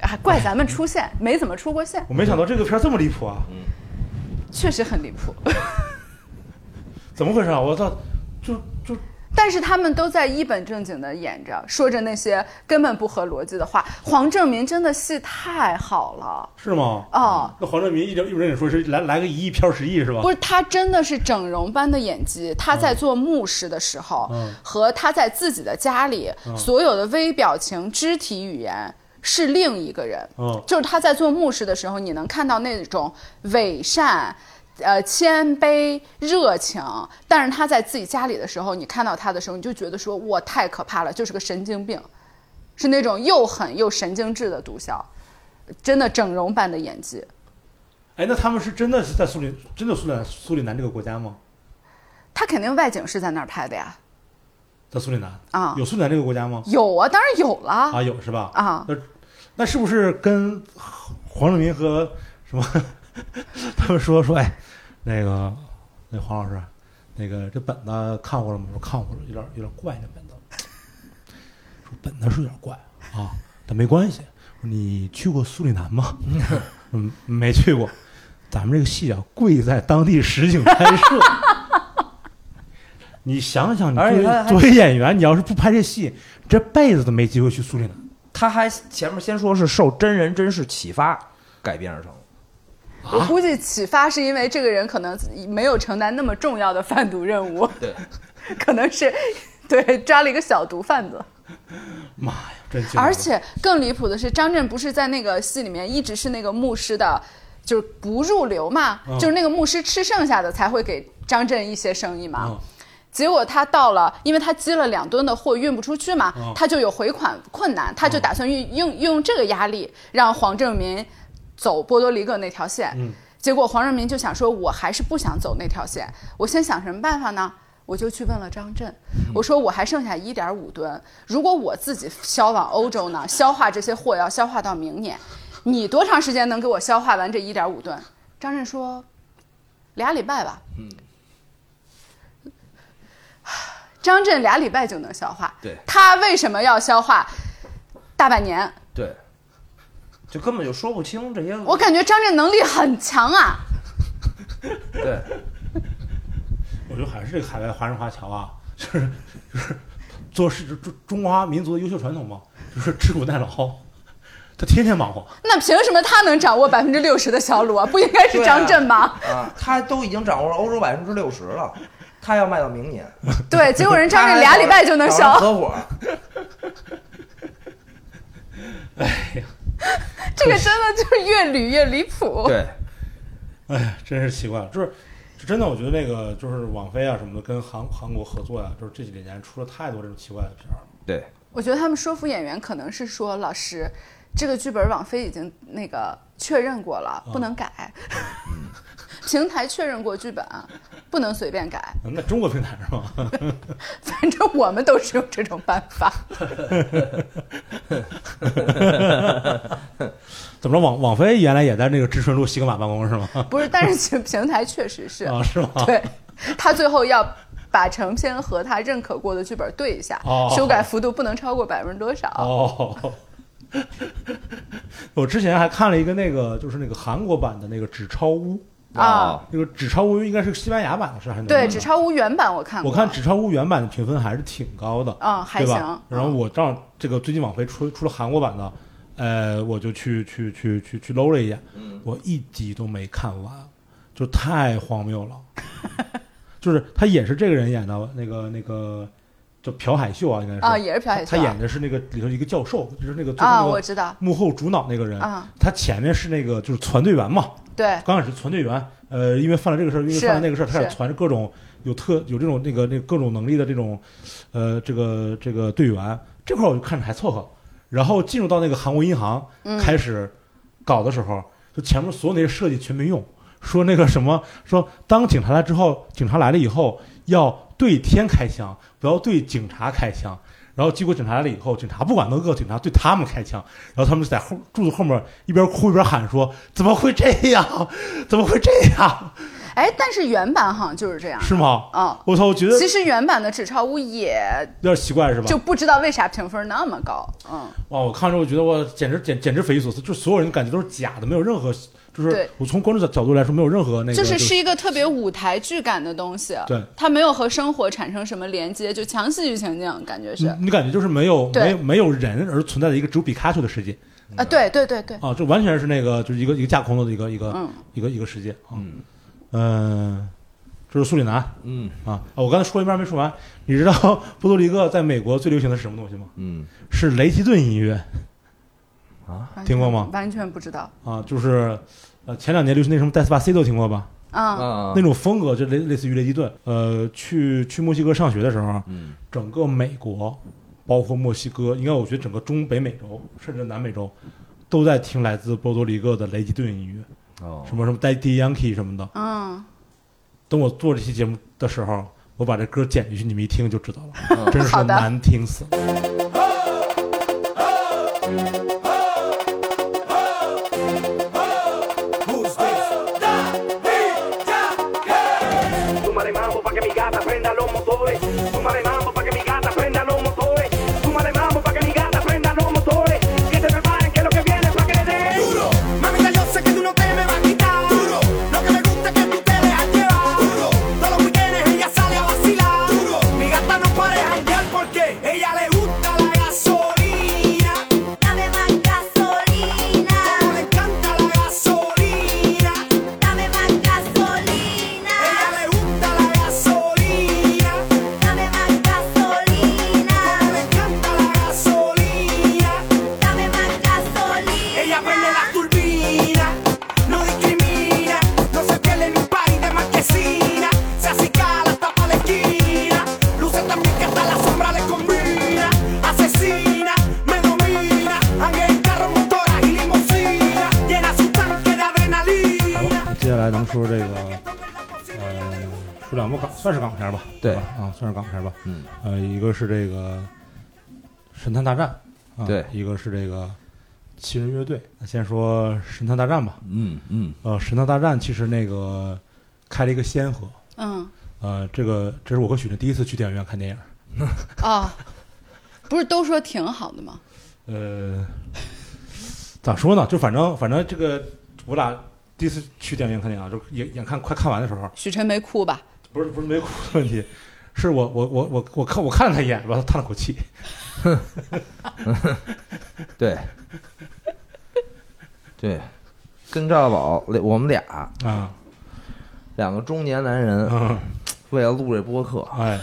S2: 啊，怪咱们出现，没怎么出过现，
S3: 我没想到这个片儿这么离谱啊！
S2: 嗯确实很离谱。
S3: 怎么回事啊？我操，就就
S2: 但是他们都在一本正经的演着，说着那些根本不合逻辑的话。黄正民真的戏太好了
S3: 是吗？
S2: 哦，
S3: 那黄正民一点一本正经说是来来个一亿飘十亿是吧？
S2: 不是他真的是整容般的演技。他在做牧师的时候，
S3: 嗯
S2: 和他在自己的家里、所有的微表情、肢体语言是另一个人。
S3: 嗯
S2: 就是他在做牧师的时候，你能看到那种伪善、呃谦卑、热情，但是他在自己家里的时候，你看到他的时候，你就觉得说，哇，太可怕了，就是个神经病，是那种又狠又神经质的毒枭，真的整容般的演技。
S3: 哎，那他们是真的是在苏里，真的苏里苏里南这个国家吗？
S2: 他肯定外景是在那儿拍的呀，
S3: 在苏里南
S2: 啊
S3: 有苏里南这个国家吗？
S2: 有啊，当然有了
S3: 啊，有是吧？
S2: 啊
S3: 那那是不是跟黄正民和什么 他们说说？哎，那个那黄老师，那个这本子看过了吗？我说看过了，有点有点怪，这本子。说本子是有点怪啊，但没关系。我说你去过苏里南吗？嗯，没去过。咱们这个戏啊，贵在当地实景拍摄。 你想想，你作
S1: 而且他
S3: 为
S1: 还
S3: 作为演员，你要是不拍这戏，这辈子都没机会去苏里南。
S1: 他还前面先说是受真人真事启发改编而成，
S2: 我估计启发是因为这个人可能没有承担那么重要的贩毒任务，
S1: 对，
S2: 可能是对抓了一个小毒贩子。
S3: 妈呀，真惊人
S2: 而且更离谱的是，张震不是在那个戏里面一直是那个牧师的，就是不入流嘛，
S3: 嗯
S2: 就是那个牧师吃剩下的才会给张震一些生意嘛。
S3: 嗯
S2: 结果他到了，因为他积了两吨的货运不出去嘛，
S3: 嗯
S2: 他就有回款困难，他就打算运用用这个压力让黄正民走波多黎各那条线。
S3: 嗯
S2: 结果黄正民就想说，我还是不想走那条线，我先想什么办法呢？我就去问了张震，
S3: 嗯
S2: 我说我还剩下一点五吨，如果我自己销往欧洲呢，消化这些货要消化到明年，你多长时间能给我消化完这一点五吨？张震说，俩礼拜吧。嗯张震俩礼拜就能消化，
S1: 对
S2: 他为什么要消化大半年？
S1: 对，就根本就说不清这些。
S2: 我感觉张震能力很强啊，
S1: 对，
S3: 我觉得还是这个海外华人华侨啊，就是就是做事中中华民族的优秀传统嘛，就是吃苦耐劳，他天天忙活。
S2: 那凭什么他能掌握百分之六十的销路啊？不应该是张震吗？
S1: 啊，他都已经掌握了欧洲百分之六十了，他要卖到明年，
S2: 对，结果人张震俩礼拜就能
S1: 他还
S2: 消，
S1: 合伙，
S2: 这个真的就是越捋越离谱。
S1: 对，
S3: 哎呀，真是奇怪了，就是。就真的，我觉得那个就是网飞啊什么的，跟韩韩国合作呀、就是这几年出了太多这种奇怪的片儿了。
S1: 对，
S2: 我觉得他们说服演员可能是说，老师，这个剧本网飞已经那个确认过
S3: 啊
S2: 了，不能改。
S3: 嗯
S2: 平台确认过剧本，啊不能随便改。
S3: 那中国平台是吗？
S2: 反正我们都是用这种办法。
S3: 怎么着，网网飞原来也在那个知春路西格玛办公是吗？
S2: 不是，但是其实平台确实是，
S3: 啊，是吗？
S2: 对，他最后要把成片和他认可过的剧本对一下，
S3: 哦
S2: 修改幅度不能超过百分之多少。
S3: 哦， 我之前还看了一个那个，就是那个韩国版的那个《纸钞屋》，
S1: 哦
S2: 啊
S3: 那个《纸钞屋》应该是西班牙版的是还是哪
S2: 对，
S3: 版
S2: 《
S3: 的
S2: 纸钞屋》原版我看过，
S3: 我看《纸钞屋》原版的评分还是挺高的，
S2: 嗯还
S3: 对吧
S2: 行
S3: 然后我正好这个最近网飞出出了韩国版的，呃，我就去去去去去搂了一眼，我一集都没看完，就太荒谬了。 就是他也是这个人演的，那个那个叫朴海秀啊，应该是
S2: 啊也是朴海秀啊
S3: 他演的是那个里头一个教授，就是那个最后嗯
S2: 啊，
S3: 那
S2: 我
S3: 个
S2: 知道，
S3: 幕后主脑那个人
S2: 啊，
S3: 他前面是那个就是团队员嘛，
S2: 对，
S3: 刚开始团队员，呃，因为犯了这个事儿，因为
S2: 是
S3: 犯了那个事儿，他
S2: 是
S3: 也传着各种有特有这种那个那个各种能力的这种，呃，这个这个队员这块儿我就看着还凑合。然后进入到那个韩国银行
S2: 嗯
S3: 开始搞的时候，就前面所有那些设计全没用，说那个什么说当警察来之后，警察来了以后要对天开枪，不要对警察开枪。然后结果警察来了以后，警察不管那个，警察对他们开枪，然后他们就在后柱子后面一边哭一边喊说：“怎么会这样？怎么会这样？”
S2: 哎，但是原版好像就是这样。
S3: 是吗？
S2: 嗯，
S3: 我操，我觉得
S2: 其实原版的《纸钞屋》也
S3: 有点奇怪，是吧？
S2: 就不知道为啥评分那么高。嗯，
S3: 哇，我看着我觉得我简直简简直匪夷所思，就所有人感觉都是假的，没有任何，就是
S2: 对
S3: 我从观众角角度来说，没有任何那个，
S2: 就是
S3: 是
S2: 是一个特别舞台剧感的东西。
S3: 对，
S2: 它没有和生活产生什么连接，就强戏剧情境，感觉是
S3: 你你感觉就是没有
S2: 对
S3: 没有没有人而存在的一个只有皮卡丘的世界
S2: 啊，对对对对，
S3: 啊，这完全是那个就是一个一个架空的一个一个、
S2: 嗯
S3: 一个一个世界啊，
S1: 嗯
S3: 嗯，这是苏里南
S1: 嗯
S3: 啊啊，我刚才说一半没说完，你知道波多黎各在美国最流行的是什么东西吗？
S1: 嗯
S3: 是雷吉顿音乐
S1: 啊，
S2: 完全
S3: 听过吗
S2: 完全不知道。
S3: 啊，就是呃前两年流行那什么 Despacito 听过吧？
S2: 嗯，
S1: 啊
S3: 那种风格就类类似于雷吉顿。呃，去去墨西哥上学的时候，啊
S1: 嗯
S3: 整个美国，包括墨西哥，应该我觉得整个中北美洲，甚至南美洲，都在听来自波多黎各的雷吉顿音乐，
S1: 哦
S3: 什么什么 Daddy Yankee 什么的。
S2: 嗯，
S3: 等我做这期节目的时候，我把这歌剪进去，你们一听就知道了，
S1: 嗯
S3: 真是
S2: 好的
S3: 难听死了。
S4: Súmale mambo pa' que mi gata prenda los motores. Súmale mambo pa' que mi gata prenda los motores. Súmale mambo pa' que mi gata prenda los motores. Que te preparen que lo que viene es pa' que le den. Duro. Mamita, yo sé que tú no te me vas a quitar. Duro. Lo que me gusta es que tú te dejas llevar. Duro. Todos los weekends ella sale a vacilar. Duro. Mi gata no puede janguear porque ella le gusta la gasolina.
S5: Dame más gasolina,
S4: Como le encanta la gasolina.
S5: dame más gasolina,
S4: Ella le gusta la gasolina.
S5: dame
S4: Como le
S5: más gasolina,
S4: encanta la gasolina.
S5: dame más gasolina.
S4: Ella prende la turbina, no discrimina, no se pierde ni un par de marquesina, se acicala hasta pa' la esquina, luce también que hasta la sombra le combina, asesina, me domina, en carro, motora y limusina, llena su tanque de adrenalina.
S3: 嗯接下来咱们说说这个，呃，说两部港，算是港片吧？
S1: 对
S3: 啊，算是港片吧。
S1: 嗯，
S3: 呃，一个是这个《神探大战》，啊、
S1: 对
S3: 一个是这个七人乐队。那先说《神探大战》吧。
S1: 嗯嗯
S3: 呃，《神探大战》其实那个开了一个先河。
S2: 嗯，
S3: 呃，这个这是我和许晨第一次去电影院看电影。
S2: 哦，不是都说挺好的吗？
S3: 呃， 咋说呢？就反正反正这个我俩第一次去电影院看电影啊，就眼眼看快看完的时候，
S2: 许晨没哭吧？
S3: 不是不是没哭的问题，是我我我我我看我看了他一眼，然后他叹了口气。
S1: 对对，跟赵宝我们俩
S3: 啊，
S1: 两个中年男人
S3: 嗯，
S1: 为了录这播客，
S3: 哎，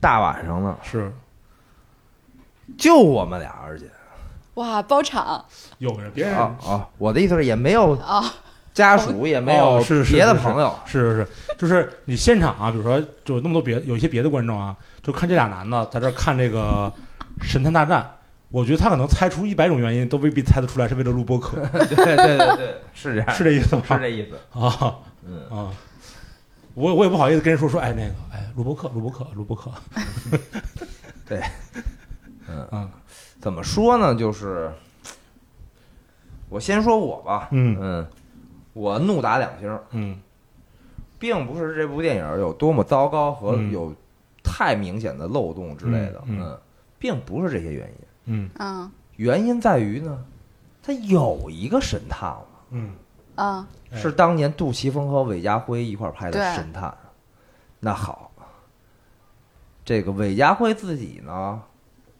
S1: 大晚上的
S3: 是
S1: 就我们俩，而且
S2: 哇，包场
S3: 有人别人
S1: 啊啊，我的意思是也没有
S2: 啊！
S1: 家属，也没有
S3: 哦是是
S1: 别的
S3: 是是
S1: 朋 友，
S3: 是是是，就是你现场啊，比如说就有那么多别有一些别的观众啊，就看这俩男的在这儿看这个《神探大战》，我觉得他可能猜出一百种原因，都未必猜得出来是为了录 播客，
S1: 对对对对，是这样，
S3: 是这意思吗？
S1: 是这意思。
S3: 啊
S1: 嗯，
S3: 啊，我我也不好意思跟人说说，哎那个哎录播客录播客录播客，
S1: 对，
S3: 嗯
S1: 怎么说呢？就是我先说我吧，
S3: 嗯
S1: 我怒打两星儿，
S3: 嗯
S1: 并不是这部电影有多么糟糕和
S3: 嗯
S1: 有太明显的漏洞之类的，
S3: 嗯嗯
S1: 并不是这些原因，
S3: 嗯
S2: 嗯
S1: 原因在于呢，他有一个神探了。
S3: 嗯
S2: 嗯，
S3: 哎
S1: 是当年杜琪峰和韦家辉一块儿拍的《
S2: 对
S1: 神探》。那好，这个韦家辉自己呢，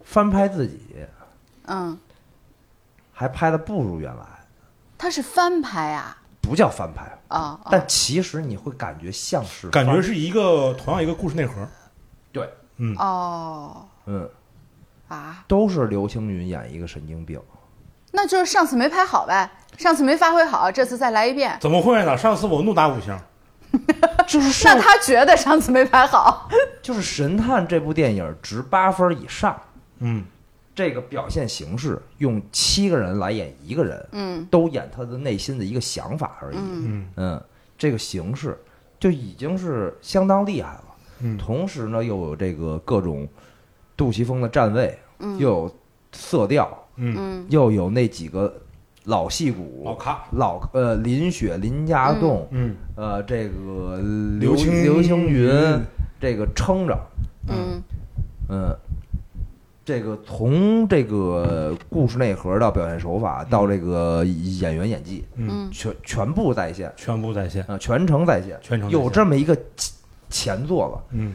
S1: 翻拍自己，
S2: 嗯，
S1: 还拍的不如原来，
S2: 它是翻拍啊！
S1: 不叫翻拍，
S2: 啊、哦，
S1: 但其实你会感觉像是
S3: 感觉
S1: 翻
S3: 是一个同样一个故事内核，
S1: 对，
S3: 嗯
S2: 哦
S1: 嗯，
S2: 啊，
S1: 都是刘青云演一个神经病，
S2: 那就是上次没拍好呗，上次没发挥好，这次再来一遍。
S3: 怎么会呢？上次我怒打五星，
S1: 就是上
S2: 那他觉得上次没拍好，
S1: 就是《神探》这部电影值八分以上，
S3: 嗯
S1: 这个表现形式用七个人来演一个人，
S2: 嗯
S1: 都演他的内心的一个想法而已，
S2: 嗯
S3: 嗯
S1: 嗯，这个形式就已经是相当厉害了。
S3: 嗯
S1: 同时呢，又有这个各种杜琪峰的站位，
S2: 嗯
S1: 又有色调，
S3: 嗯
S2: 嗯
S1: 又有那几个老戏骨、
S3: 老咖
S1: 老呃林雪、林家栋，
S3: 嗯，
S1: 呃，这个
S3: 刘青
S1: 刘青云
S3: 云
S1: 这个撑着，
S2: 嗯
S1: 嗯，这个从这个故事内核到表现手法到这个演员演技，
S2: 嗯
S1: 全全部在线，
S3: 全部在线。
S1: 啊，全程在线，
S3: 全程在线
S1: 有这么一个前前作了，
S3: 嗯，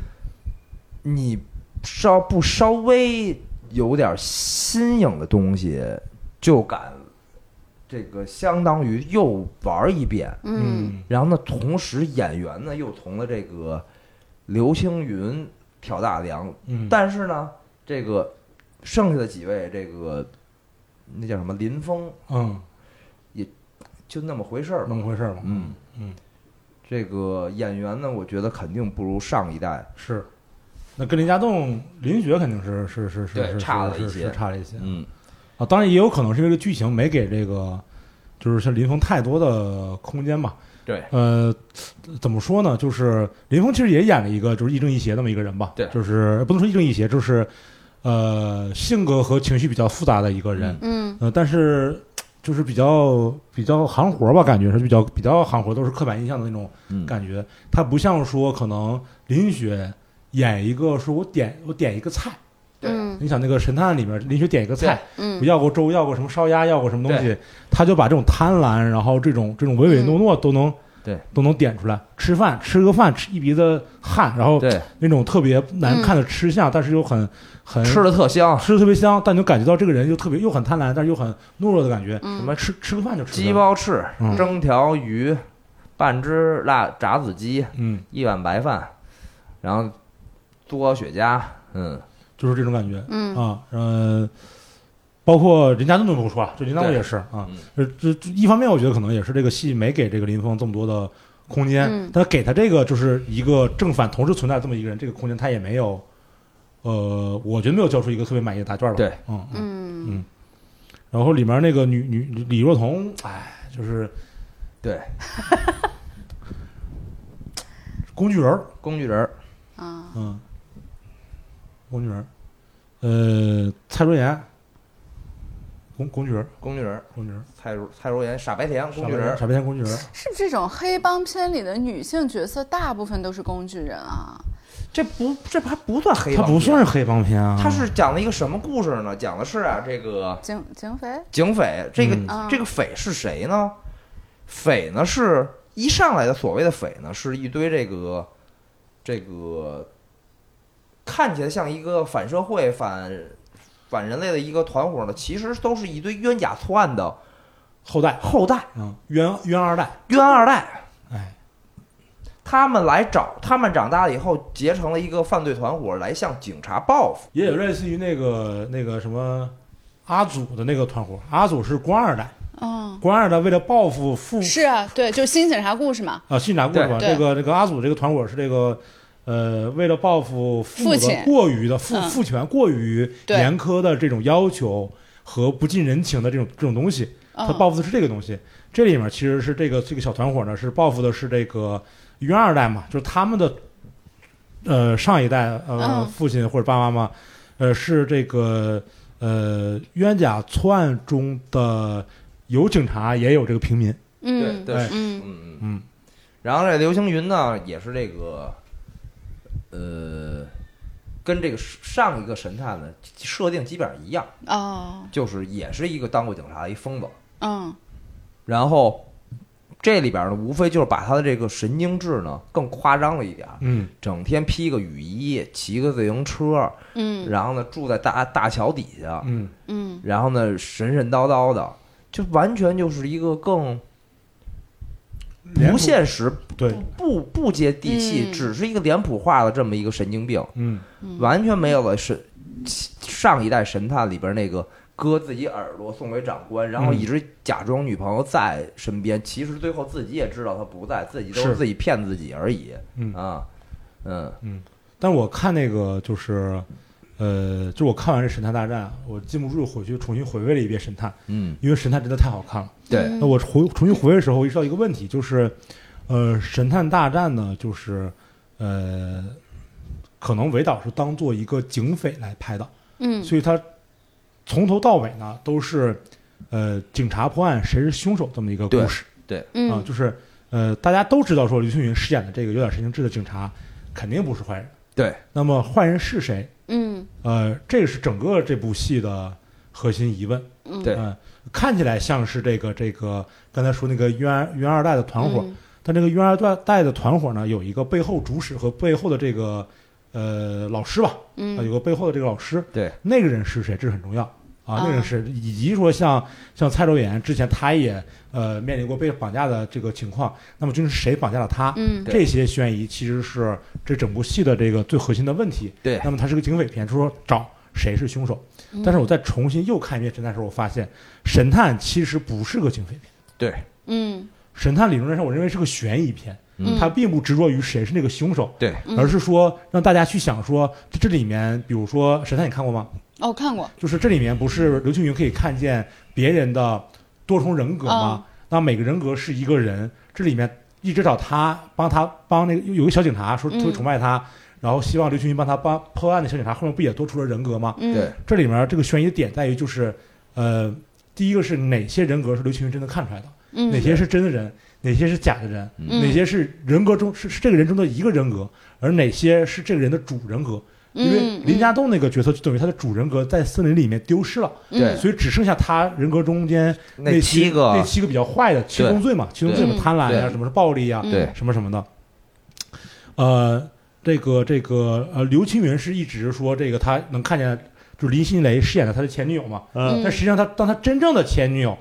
S1: 你稍不稍微有点新颖的东西，就敢这个相当于又玩一遍，
S2: 嗯
S1: 然后呢，同时演员呢又从了这个刘青云挑大梁，
S3: 嗯
S1: 但是呢，这个剩下的几位，这个那叫什么林峰，
S3: 嗯，
S1: 就那么回事儿吧。
S3: 那么回事儿吧？
S1: 嗯
S3: 嗯，
S1: 这个演员呢，我觉得肯定不如上一代。
S3: 是。那跟林家栋、林雪肯定是是是是
S1: 对
S3: 是
S1: 差了
S3: 是
S1: 一
S3: 是
S1: 些
S3: 是差了一些
S1: 嗯，
S3: 啊。当然也有可能是因为这剧情没给这个，就是像林峰太多的空间吧。
S1: 对，
S3: 呃，怎么说呢？就是林峰其实也演了一个就是亦正亦邪那么一个人吧，
S1: 对
S3: 就是呃不能说亦正亦邪，就是呃性格和情绪比较复杂的一个人，
S2: 嗯
S3: 呃，但是就是比较比较行活吧，感觉是比较比较行活，都是刻板印象的那种
S1: 嗯
S3: 感觉。他不像说可能林雪演一个说我点我点一个菜，
S2: 嗯
S3: 你想那个神探里面林雪点一个菜，
S2: 嗯
S3: 不要过粥，要过什么烧鸭，要过什么东西，他就把这种贪婪，然后这种这种唯唯诺诺都能、
S1: 对
S3: 都能点出来。吃饭吃个饭，吃一鼻子汗，然后
S1: 对，
S3: 那种特别难看的吃相，但是又很很
S1: 吃的特香，
S3: 吃的特别香，但你就感觉到这个人就特别又很贪婪，但是又很懦弱的感觉。
S1: 什么
S3: 吃吃个饭就吃
S1: 鸡
S3: 了，
S1: 包翅、
S3: 嗯
S1: 蒸条鱼、半只辣炸子鸡、
S3: 嗯，
S1: 一碗白饭，然后嘬雪茄，嗯，
S3: 就是这种感觉。
S2: 嗯
S3: 啊，呃，包括林家栋就不说了，就林家栋
S1: 对嗯
S3: 也是啊，呃这这一方面我觉得可能也是这个戏没给这个林峰这么多的空间，
S2: 嗯
S3: 但是给他这个就是一个正反同时存在的这么一个人，这个空间他也没有，呃，我觉得没有交出一个特别满意的答卷吧，
S1: 对，
S3: 嗯嗯，
S2: 嗯
S3: 然后里面那个女女李若彤，哎，就是
S1: 对，
S3: 工具人儿，
S1: 工具人儿，
S2: 啊
S3: 嗯，工具人儿，呃，蔡卓妍，工工具人儿，
S1: 工具人儿，
S3: 工具人儿，
S1: 蔡如蔡如妍，傻白甜，工具人儿
S3: 傻，白甜工具人儿。
S2: 是不是这种黑帮片里的女性角色大部分都是工具人啊？
S1: 这不这还不算黑，
S3: 它不算，是黑帮片啊，
S1: 他是讲了一个什么故事呢？讲的是啊，这个
S2: 警警匪？
S1: 警匪，这个、
S2: 嗯
S1: 这个匪是谁呢？匪呢是一上来的所谓的匪呢，是一堆这个这个看起来像一个反社会、反反人类的一个团伙呢，其实都是一堆冤假错案的
S3: 后代，
S1: 后代、
S3: 嗯，冤冤二代，
S1: 冤二代。
S3: 哎，
S1: 他们来找他们长大了以后，结成了一个犯罪团伙，来向警察报复。
S3: 也有类似于那个那个什么阿祖的那个团伙，阿祖是官二代，
S2: 嗯，
S3: 官二代为了报复父
S2: 是啊，对，就新警察故事嘛。
S3: 啊，信长故事吧，
S2: 对对
S3: 这个这个阿祖这个团伙是这个。呃，为了报复父母
S2: 父亲
S3: 的过于的父
S2: 嗯
S3: 父权过于
S2: 对
S3: 严苛的这种要求和不近人情的这种这种东西，他
S2: 嗯
S3: 报复的是这个东西。这里面其实是这个这个小团伙呢，是报复的是这个冤二代嘛，就是他们的呃上一代呃、
S2: 嗯
S3: 父亲或者爸爸妈妈，呃是这个呃冤假错案中的有警察也有这个平民，
S2: 嗯
S1: 对
S3: 对
S2: 嗯
S1: 嗯
S3: 嗯，
S1: 然后这刘青云呢，也是这个，呃，跟这个上一个神探呢设定基本上一样，
S2: 哦
S1: 就是也是一个当过警察的一疯子。
S2: 嗯
S1: 然后这里边呢，无非就是把他的这个神经质呢更夸张了一点儿，
S3: 嗯
S1: 整天披个雨衣，骑个自行车，
S2: 嗯
S1: 然后呢住在大大桥底下，
S3: 嗯
S2: 嗯
S1: 然后呢神神叨叨的，就完全就是一个更
S3: 脸
S1: 不
S3: 谱
S1: 现实、
S3: 对，
S1: 不不接地气，
S2: 嗯
S1: 只是一个脸谱化的这么一个神经病，
S3: 嗯
S1: 完全没有了神上一代神探里边那个割自己耳朵送给长官，然后
S3: 嗯
S1: 一直假装女朋友在身边，其实最后自己也知道她不在，自己都
S3: 是
S1: 是自己骗自己而已。
S3: 嗯
S1: 啊，嗯，
S3: 但我看那个就是。呃，就是我看完这《神探大战》，我禁不住回去重新回味了一遍《神探》，
S1: 嗯，
S3: 因为《神探》真的太好看了。
S1: 对，
S2: 嗯
S3: 那我回重新回味的时候，我意识到一个问题，就是，呃，《神探大战》呢，就是，呃，可能韦导是当做一个警匪来拍的，
S2: 嗯
S3: 所以他从头到尾呢都是呃警察破案谁是凶手这么一个故事
S1: 对，
S3: 啊
S2: 嗯，
S3: 就是呃大家都知道说刘青云饰演的这个有点神经质的警察肯定不是坏人，
S1: 对，
S3: 那么坏人是谁？
S2: 嗯
S3: 呃，这个是整个这部戏的核心疑问。
S2: 嗯，
S1: 对
S3: 嗯，看起来像是这个这个刚才说那个冤二冤二代的团伙，
S2: 嗯
S3: 但这个冤二代代的团伙呢，有一个背后主使和背后的这个呃老师吧，啊，
S2: 嗯
S3: 有个背后的这个老师，
S1: 对，
S3: 那个人是谁，这是很重要啊，
S2: 啊
S3: 那个人是，以及说像像蔡卓妍之前她也呃面临过被绑架的这个情况，那么究竟是谁绑架了她？
S2: 嗯
S1: 对
S3: 这些悬疑其实是这整部戏的这个最核心的问题。
S1: 对
S3: 那么它是个警匪片，就是说找谁是凶手。但是我再重新又看一遍《神探》的时候，我发现《神探》其实不是个警匪片，《
S1: 对，
S2: 嗯
S3: 神探》理论上我认为是个悬疑片，
S2: 嗯
S3: 它并不执着于谁是那个凶手，
S1: 对，
S2: 嗯
S3: 而是说让大家去想说这这里面，比如说《神探》，你看过吗？
S2: 哦，看过，
S3: 就是这里面不是刘青云可以看见别人的多重人格
S2: 哦
S3: 吗？那每个人格是一个人，这里面一直找他帮他帮那个有有个小警察说
S2: 嗯
S3: 特别崇拜他，然后希望刘青云帮他帮破案的小警察后面不也多出了人格吗？
S2: 嗯
S1: 对，
S3: 这里面这个悬疑的点在于就是，呃，第一个是哪些人格是刘青云真的看出来的，
S2: 嗯
S3: 哪些是真的人，哪些是假的人，
S2: 嗯
S3: 哪些是人格中是是这个人中的一个人格，而哪些是这个人的主人格。因为
S2: 嗯
S3: 林家栋那个角色就等于他的主人格在森林里面丢失了，
S2: 嗯
S1: 对
S3: 所以只剩下他人格中间
S1: 那
S3: 那
S1: 七个
S3: 那七个比较坏的七宗罪嘛，七宗罪嘛，
S2: 嗯
S3: 贪婪呀、
S1: 对
S3: 什么是暴力呀、
S2: 嗯
S1: 对
S3: 什么什么的。呃，这个这个呃，刘青云是一直说这个他能看见，就是林心蕾饰演的他的前女友嘛，
S2: 嗯
S3: 但实际上他当他真正的前女友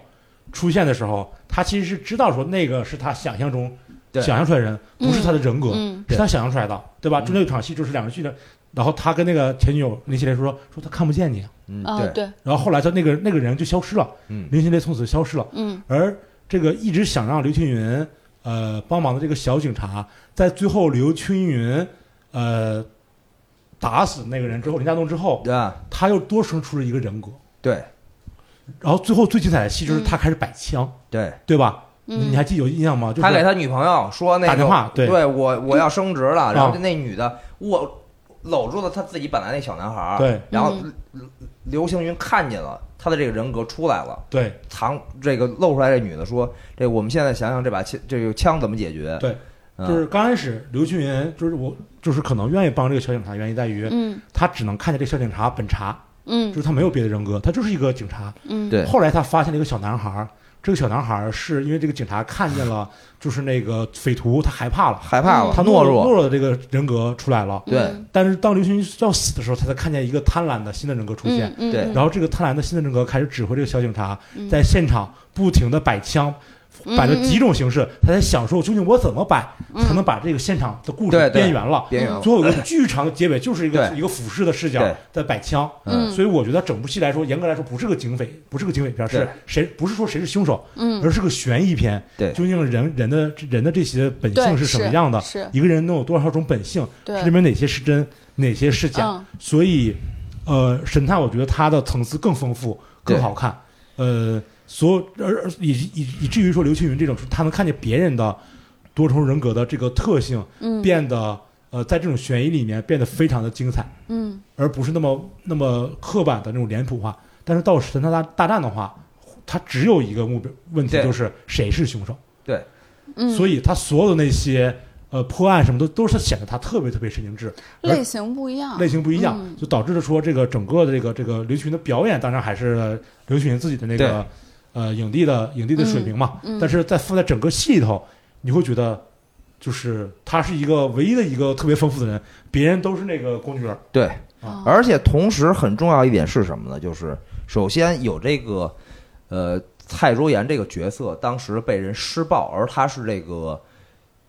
S3: 出现的时候，他其实是知道说那个是他想象中
S1: 对
S3: 想象出来的人，不是他的人格。
S2: 嗯
S3: 是他想象出来的，对
S1: 嗯
S3: 吧？中间有场戏就是两个人去的，然后他跟那个前女友林心蕾说说他看不见你，
S1: 嗯
S2: 啊，
S1: 对，
S2: 对，
S3: 然后后来他那个那个人就消失了，
S1: 嗯
S3: 林心蕾从此消失了。
S2: 嗯
S3: 而这个一直想让刘青云呃帮忙的这个小警察，在最后刘青云呃打死那个人之后，林家栋之后，
S1: 啊，
S3: 他又多生出了一个人格。
S1: 对
S3: 然后最后最精彩的戏就是他开始摆枪，
S1: 对，
S3: 对吧？
S2: 嗯
S3: 你还记得有印象吗？就是
S1: 他给他女朋友说那个
S3: 打电话对
S1: 对我我要升职了，然后
S3: 啊
S1: 那女的我搂住了他自己本来那小男孩儿，
S3: 对
S1: 然后刘刘星云看见了他的这个人格出来了。
S3: 对
S1: 藏这个露出来，这女的说：“这我们现在想想，这把枪这个枪怎么解决？”
S3: 对，
S1: 嗯，
S3: 就是刚开始刘青云就是我就是可能愿意帮这个小警察，原因在于。
S2: 嗯
S3: 他只能看见这个小警察本查，就
S2: 嗯
S3: 是他没有别的人格，他就是一个警察。
S2: 嗯，
S1: 对
S3: 后来他发现了一个小男孩儿，这个小男孩儿是因为这个警察看见了，
S2: 嗯
S3: 就是那个匪徒，他害怕了，
S1: 害怕了，
S3: 他懦
S1: 懦
S3: 懦
S1: 弱，
S3: 弱的这个人格出来了。
S1: 对
S2: 嗯
S3: 但是当刘青云要死的时候，他才看见一个贪婪的新的人格出现。
S2: 嗯
S1: 对
S2: 嗯
S3: 然后这个贪婪的新的人格开始指挥这个小警察，在现场不停的摆枪，
S2: 嗯
S3: 摆了几种形式，他在想说究竟我怎么摆才能把这个现场的故
S1: 对
S3: 事
S1: 对
S3: 边缘了。
S1: 边缘了
S3: 最后有个巨长的结尾，就是一个
S1: 对
S3: 一个俯视的视角
S1: 对
S3: 在摆枪。
S2: 嗯
S3: 所以我觉得整部戏来说，严格来说不是个警匪，不是个警匪片，是
S1: 对
S3: 谁不是说谁是凶手，
S2: 嗯
S3: 而是个悬疑片。
S1: 对
S3: 究竟人人的人的这些本性
S2: 对
S3: 是什么样的？
S2: 是是
S3: 一个人能有多少种本性？
S2: 对
S3: 这里面哪些是真，哪些是假？
S2: 嗯
S3: 所以，呃，神探我觉得它的层次更丰富，
S1: 对
S3: 更好看。呃，所有而而以以以至于说刘青云这种，他能看见别人的多重人格的这个特性，
S2: 嗯
S3: 变得呃，在这种悬疑里面变得非常的精彩。
S2: 嗯
S3: 而不是那么那么刻板的那种脸谱化。但是到神探大大战的话，它只有一个目标问题，
S1: 对
S3: 就是谁是凶手。
S1: 对，
S2: 嗯，
S3: 所以他所有的那些呃破案什么的，都是显得他特别特别神经质，而
S2: 类型不一样，
S3: 呃类型不一样，
S2: 嗯
S3: 就导致了说这个整个的这个这个刘青云的表演，当然还是刘青云自己的那
S1: 对
S3: 个呃影帝的影帝的水平嘛。但是在放在整个戏里头，你会觉得。就是他是一个唯一的一个特别丰富的人，别人都是那个工具人儿。
S1: 对
S2: 啊，
S1: 而且同时很重要一点是什么呢？就是首先有这个，呃，蔡卓妍这个角色当时被人施暴，而她是这个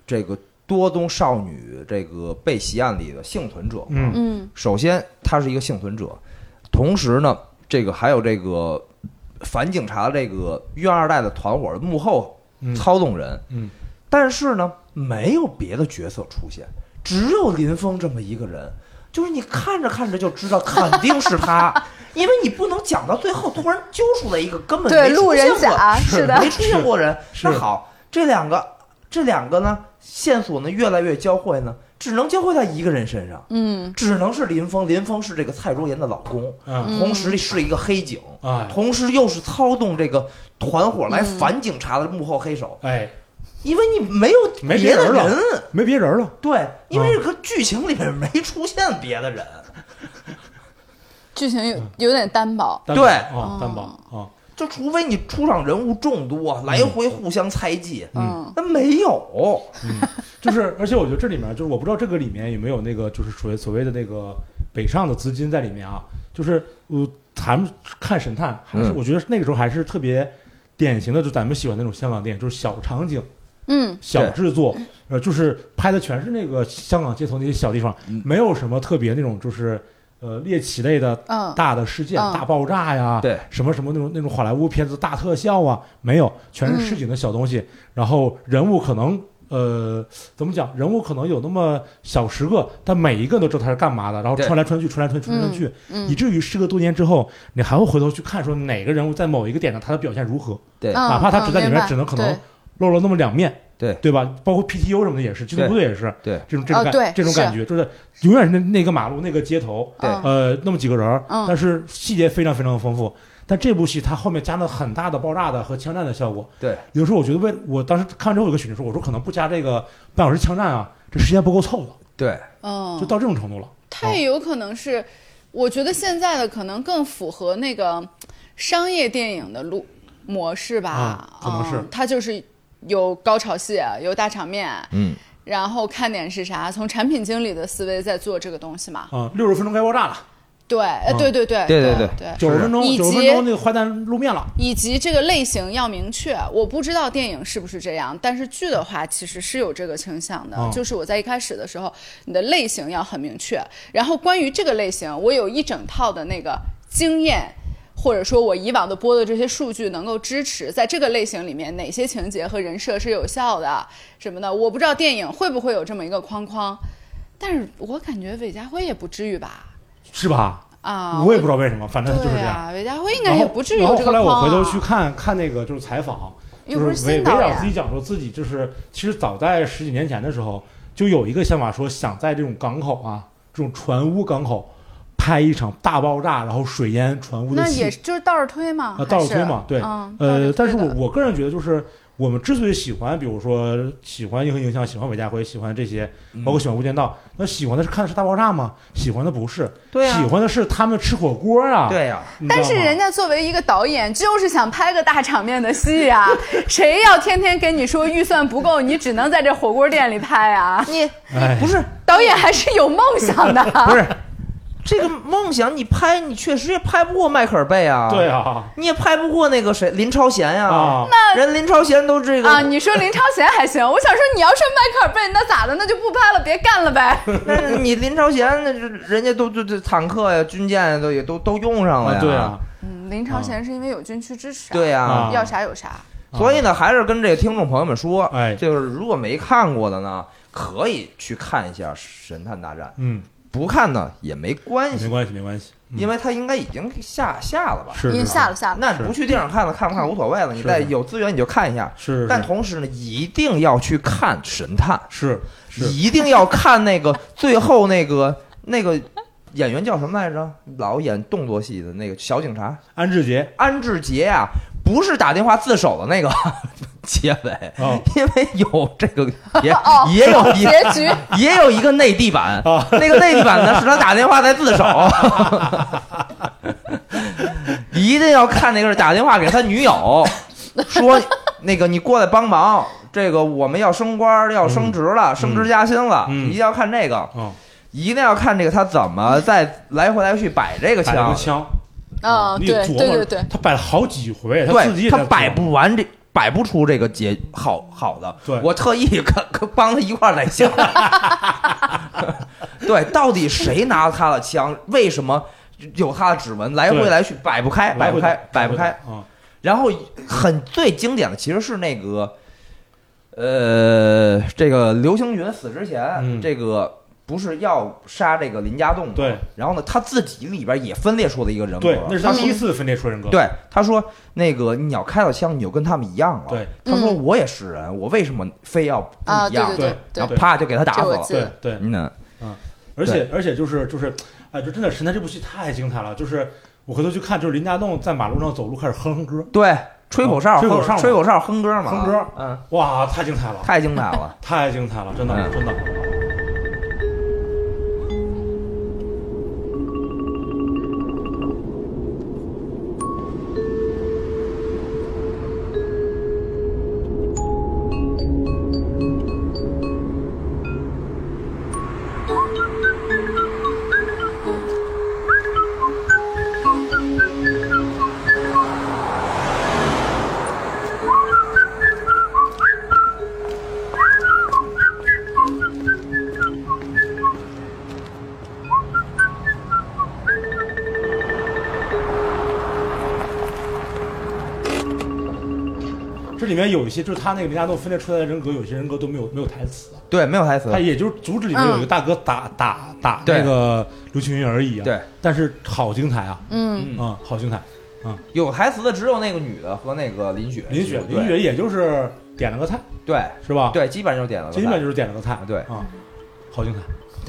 S1: 这个多宗少女这个被袭案里的幸存者。
S3: 嗯
S2: 嗯
S1: 首先，她是一个幸存者，同时呢，这个还有这个反警察的这个冤二代的团伙的幕后
S3: 嗯
S1: 操纵人。
S3: 嗯
S1: 但是呢，没有别的角色出现，只有林峰这么一个人。就是你看着看着就知道肯定是 他，因为你不能讲到最后突然揪出来一个根本
S2: 对
S1: 没出
S2: 路人
S1: 现过
S2: 甲是的
S1: 没出现过人。
S3: 是
S1: 那好，这两个这两个呢线索呢越来越交汇呢，只能交汇在一个人身上，
S2: 嗯，
S1: 只能是林峰。林峰是这个蔡卓妍的老公，
S3: 嗯
S1: 同时是一个黑警，
S3: 哎
S1: 同时又是操纵这个团伙来反警察的幕后黑手。
S3: 哎，
S1: 因为你没有
S3: 没
S1: 别的
S3: 人了
S1: 人，
S3: 没别人了，
S1: 对，因为这个剧情里面没出现别的人。
S2: 剧情有
S3: 嗯
S2: 有点单薄，
S3: 担
S1: 对
S3: 保啊，担保啊，
S1: 就除非你出场人物众多，来回互相猜忌，
S2: 嗯
S1: 那没有。
S3: 就是，而且我觉得这里面就是我不知道这个里面有没有那个就是所谓所谓的那个北上的资金在里面啊，就是呃，咱们看神探还是、
S1: 嗯
S3: 我觉得那个时候还是特别典型的，就咱们喜欢那种香港电影，就是小场景、
S2: 嗯
S3: 小
S1: 对
S3: 制作，呃，就是拍的全是那个香港街头那些小地方，
S1: 嗯
S3: 没有什么特别那种就是呃猎奇类的
S2: 嗯
S3: 大的事件、
S2: 嗯
S3: 大爆炸呀，
S1: 对
S3: 什么什么那种那种好莱坞片子大特效啊，没有，全是市井的小东西。然后人物可能呃怎么讲，人物可能有那么小十个，但每一个都知道他是干嘛的，然后
S1: 对
S3: 穿来穿去，穿来穿去，穿来穿去，
S2: 嗯
S3: 以至于事隔多年之后，你还会回头去看说哪个人物在某一个点上他的表现如何，
S1: 对
S2: 嗯
S3: 呃哪怕他只在里面
S2: 嗯
S3: 只能可
S2: 明
S3: 能
S2: 白
S3: 露了那么两面，
S1: 对
S3: 对吧？包括 PTU 什么的也是，俱乐部的也是，
S1: 对
S3: 这种这种
S2: 啊对
S3: 感这种感觉就是永远是那那个马路那个街头，
S1: 对
S2: 嗯
S3: 呃，那么几个人儿，
S2: 嗯
S3: 但是细节非常非常的丰富。但这部戏它后面加了很大的爆炸的和枪战的效果。
S1: 对，
S3: 有时候我觉得为我当时看完之后，我有个许说，我说可能不加这个半小时枪战啊，这时间不够凑的，
S1: 对，
S2: 嗯，
S3: 就到这种程度了。
S2: 它也有可能是，我觉得现在的可能更符合那个商业电影的路模式吧，
S3: 啊可能是
S2: 嗯它就是有高潮戏，啊有大场面，
S1: 嗯，
S2: 然后看点是啥，从产品经理的思维在做这个东西嘛，
S3: 啊，六十分钟该爆炸了，
S2: 对，呃
S3: 嗯
S2: 对对对
S1: 对
S2: 对
S1: 对
S2: 对
S3: 九十分钟
S2: 以及
S3: 九十分钟那个坏蛋露面了，
S2: 以及这个类型要明确。我不知道电影是不是这样，但是剧的话其实是有这个倾向的。
S3: 哦
S2: 就是我在一开始的时候，你的类型要很明确。然后关于这个类型，我有一整套的那个经验。或者说我以往的播的这些数据能够支持，在这个类型里面哪些情节和人设是有效的什么的，我不知道电影会不会有这么一个框框，但是我感觉韦家辉也不至于吧？
S3: 是吧？
S2: 啊，
S3: 我也不知道为什么，反正就是这
S2: 对
S3: 样。
S2: 啊，韦家辉应该
S3: 然
S2: 也
S3: 后，
S2: 不至于
S3: 然
S2: 有
S3: 后
S2: 这
S3: 后
S2: 个
S3: 来
S2: 框、啊。
S3: 我回头去看看那个就是采访，
S2: 又不
S3: 就
S2: 是
S3: 围
S2: 新
S3: 围
S2: 导
S3: 绕
S2: 演
S3: 自己讲说自己就是，其实早在十几年前的时候，就有一个想法说想在这种港口啊，这种船坞港口拍一场大爆炸，然后水淹船坞的
S2: 那
S3: 戏
S2: 也就是倒着推嘛，
S3: 啊，
S2: 还
S3: 倒着
S2: 是
S3: 推嘛，对，
S2: 嗯、
S3: 呃，
S2: 倒
S3: 但
S2: 着推
S3: 是我
S2: 的
S3: 我个人觉得就是。我们之所以喜欢，比如说喜欢银河映像、喜欢韦家辉、喜欢这些，包括喜欢《无间道》，那喜欢的是看的是大爆炸吗？喜欢的不是，
S1: 对呀
S3: 喜欢的是他们吃火锅啊。
S1: 对呀、
S3: 你知
S2: 啊但
S3: 道吗，
S2: 是人家作为一个导演，就是想拍个大场面的戏啊，谁要天天跟你说预算不够，你只能在这火锅店里拍啊？
S1: 你
S3: 哎
S1: 不是
S2: 导演还是有梦想 的，
S1: 不是，这个梦想你拍，你确实也拍不过迈克尔贝啊，
S3: 对，啊，
S1: 你也拍不过那个谁林超贤呀、
S3: 啊
S1: 人林超贤都这个，
S2: 啊？你说林超贤还行，我想说你要说迈克尔贝，那咋的？那就不拍了，别干了 呗。
S1: 那你林超贤那这人家都都这坦克呀、军舰呀都也都都用上了呀，
S3: 对啊，
S2: 嗯，林超贤是因为有军区支持、啊，
S1: 对呀、
S3: 啊
S2: 要啥有啥。
S1: 所以呢，还是跟这个听众朋友们说，
S3: 哎
S1: 就是如果没看过的呢，可以去看一下《神探大战》，
S3: 嗯，
S1: 不看呢也没关
S3: 没
S1: 系，
S3: 关系，没关系，嗯
S1: 因为它应该已经下下了吧？
S3: 是
S2: 你
S3: 是
S2: 下了下了，
S1: 那你不去电影看了，看不看无所谓了，你
S3: 是
S1: 再有资源你就看一下。
S3: 是，
S1: 但同时呢，一定要去看《神探
S3: 是》，是
S1: 一定要看那个最后那个 那个演员叫什么来着？老演动作戏的那个小警察
S3: 安志杰
S1: 安志杰啊，不是打电话自首的那个 结尾，
S3: 哦
S1: 因为有这个也、
S2: 哦
S1: 也有一
S2: 结 局
S1: 也有一个内地版，
S3: 啊
S1: 那个内地版呢是他打电话在自首， 一定要看那个是打电话给他女友说那个你过来帮忙，这个我们要升官要升职了，升职加薪了，
S3: 嗯
S1: 一定要看这个，
S3: 哦，
S1: 一定要看这个他怎么再来回来去摆这个
S3: 摆
S1: 枪
S3: 了个，枪
S2: 啊、
S3: 你
S2: 对
S3: 得琢
S2: 对
S3: 磨
S2: 对对，
S3: 他摆了好几回，自己
S1: 对
S3: 也
S1: 他
S3: 在琢磨
S1: 摆不完这。摆不出这个结好好的，
S3: 对
S1: 我特意跟跟帮他一块儿来想， 对，到底谁拿他的枪？为什么有他的指纹？来回
S3: 对
S1: 来去摆不开，摆
S3: 来
S1: 不
S3: 回
S1: 开
S3: 打，
S1: 摆不开。嗯
S3: 啊，
S1: 然后很最经典的其实是那个，呃，这个刘星云死之前，
S3: 嗯
S1: 这个不是要杀这个林家栋吗？
S3: 对。
S1: 然后呢，他自己里边也分裂出了一个人格。
S3: 对，那是他
S2: 嗯
S3: 第一次分裂出人格。
S1: 对，他说那个你要开了枪，你就跟他们一样了。
S3: 对，
S1: 他说
S2: 嗯
S1: 我也是人，我为什么非要不
S2: 啊，
S1: 一
S2: 对
S1: 样？
S2: 对对
S1: 然后
S2: 对，
S1: 啪就给他打
S2: 这
S1: 死
S2: 我
S1: 了。
S2: 记
S3: 对
S2: 得，
S3: 对，
S1: 嗯，
S3: 而且而且就是就是，哎，就真的《神探》这部戏太精彩了，就是。我回头去看，就是林家栋在马路上走路开始哼哼歌，
S1: 对，吹口哨，
S3: 嗯吹口
S1: 哼
S3: 哨嘛
S1: 吹口哨，哼歌嘛，
S3: 哼歌，
S1: 嗯，
S3: 哇，太精彩了，
S1: 太精彩了。
S3: 太精彩了，真的
S1: 嗯
S3: 真的。这里面有一些就是他那个林家栋分裂出来的人格，有些人格都没有没有台词，啊
S1: 对，没有台词
S3: 他。也就是阻止里面有一个大哥打打打
S1: 嗯
S3: 那
S1: 对
S3: 个刘青云而已啊。
S1: 对，
S3: 但是好精彩啊，
S2: 嗯，
S1: 嗯
S3: 嗯，好精彩。
S1: 有台词的只有那个女的和那个林雪。
S3: 林雪，
S1: 对
S3: 林雪也就是点了个菜，
S1: 对
S3: 是吧？，
S1: 对，基本上就点了个赞。
S3: 基本就是点了个菜。
S1: 对
S3: 啊，好精彩，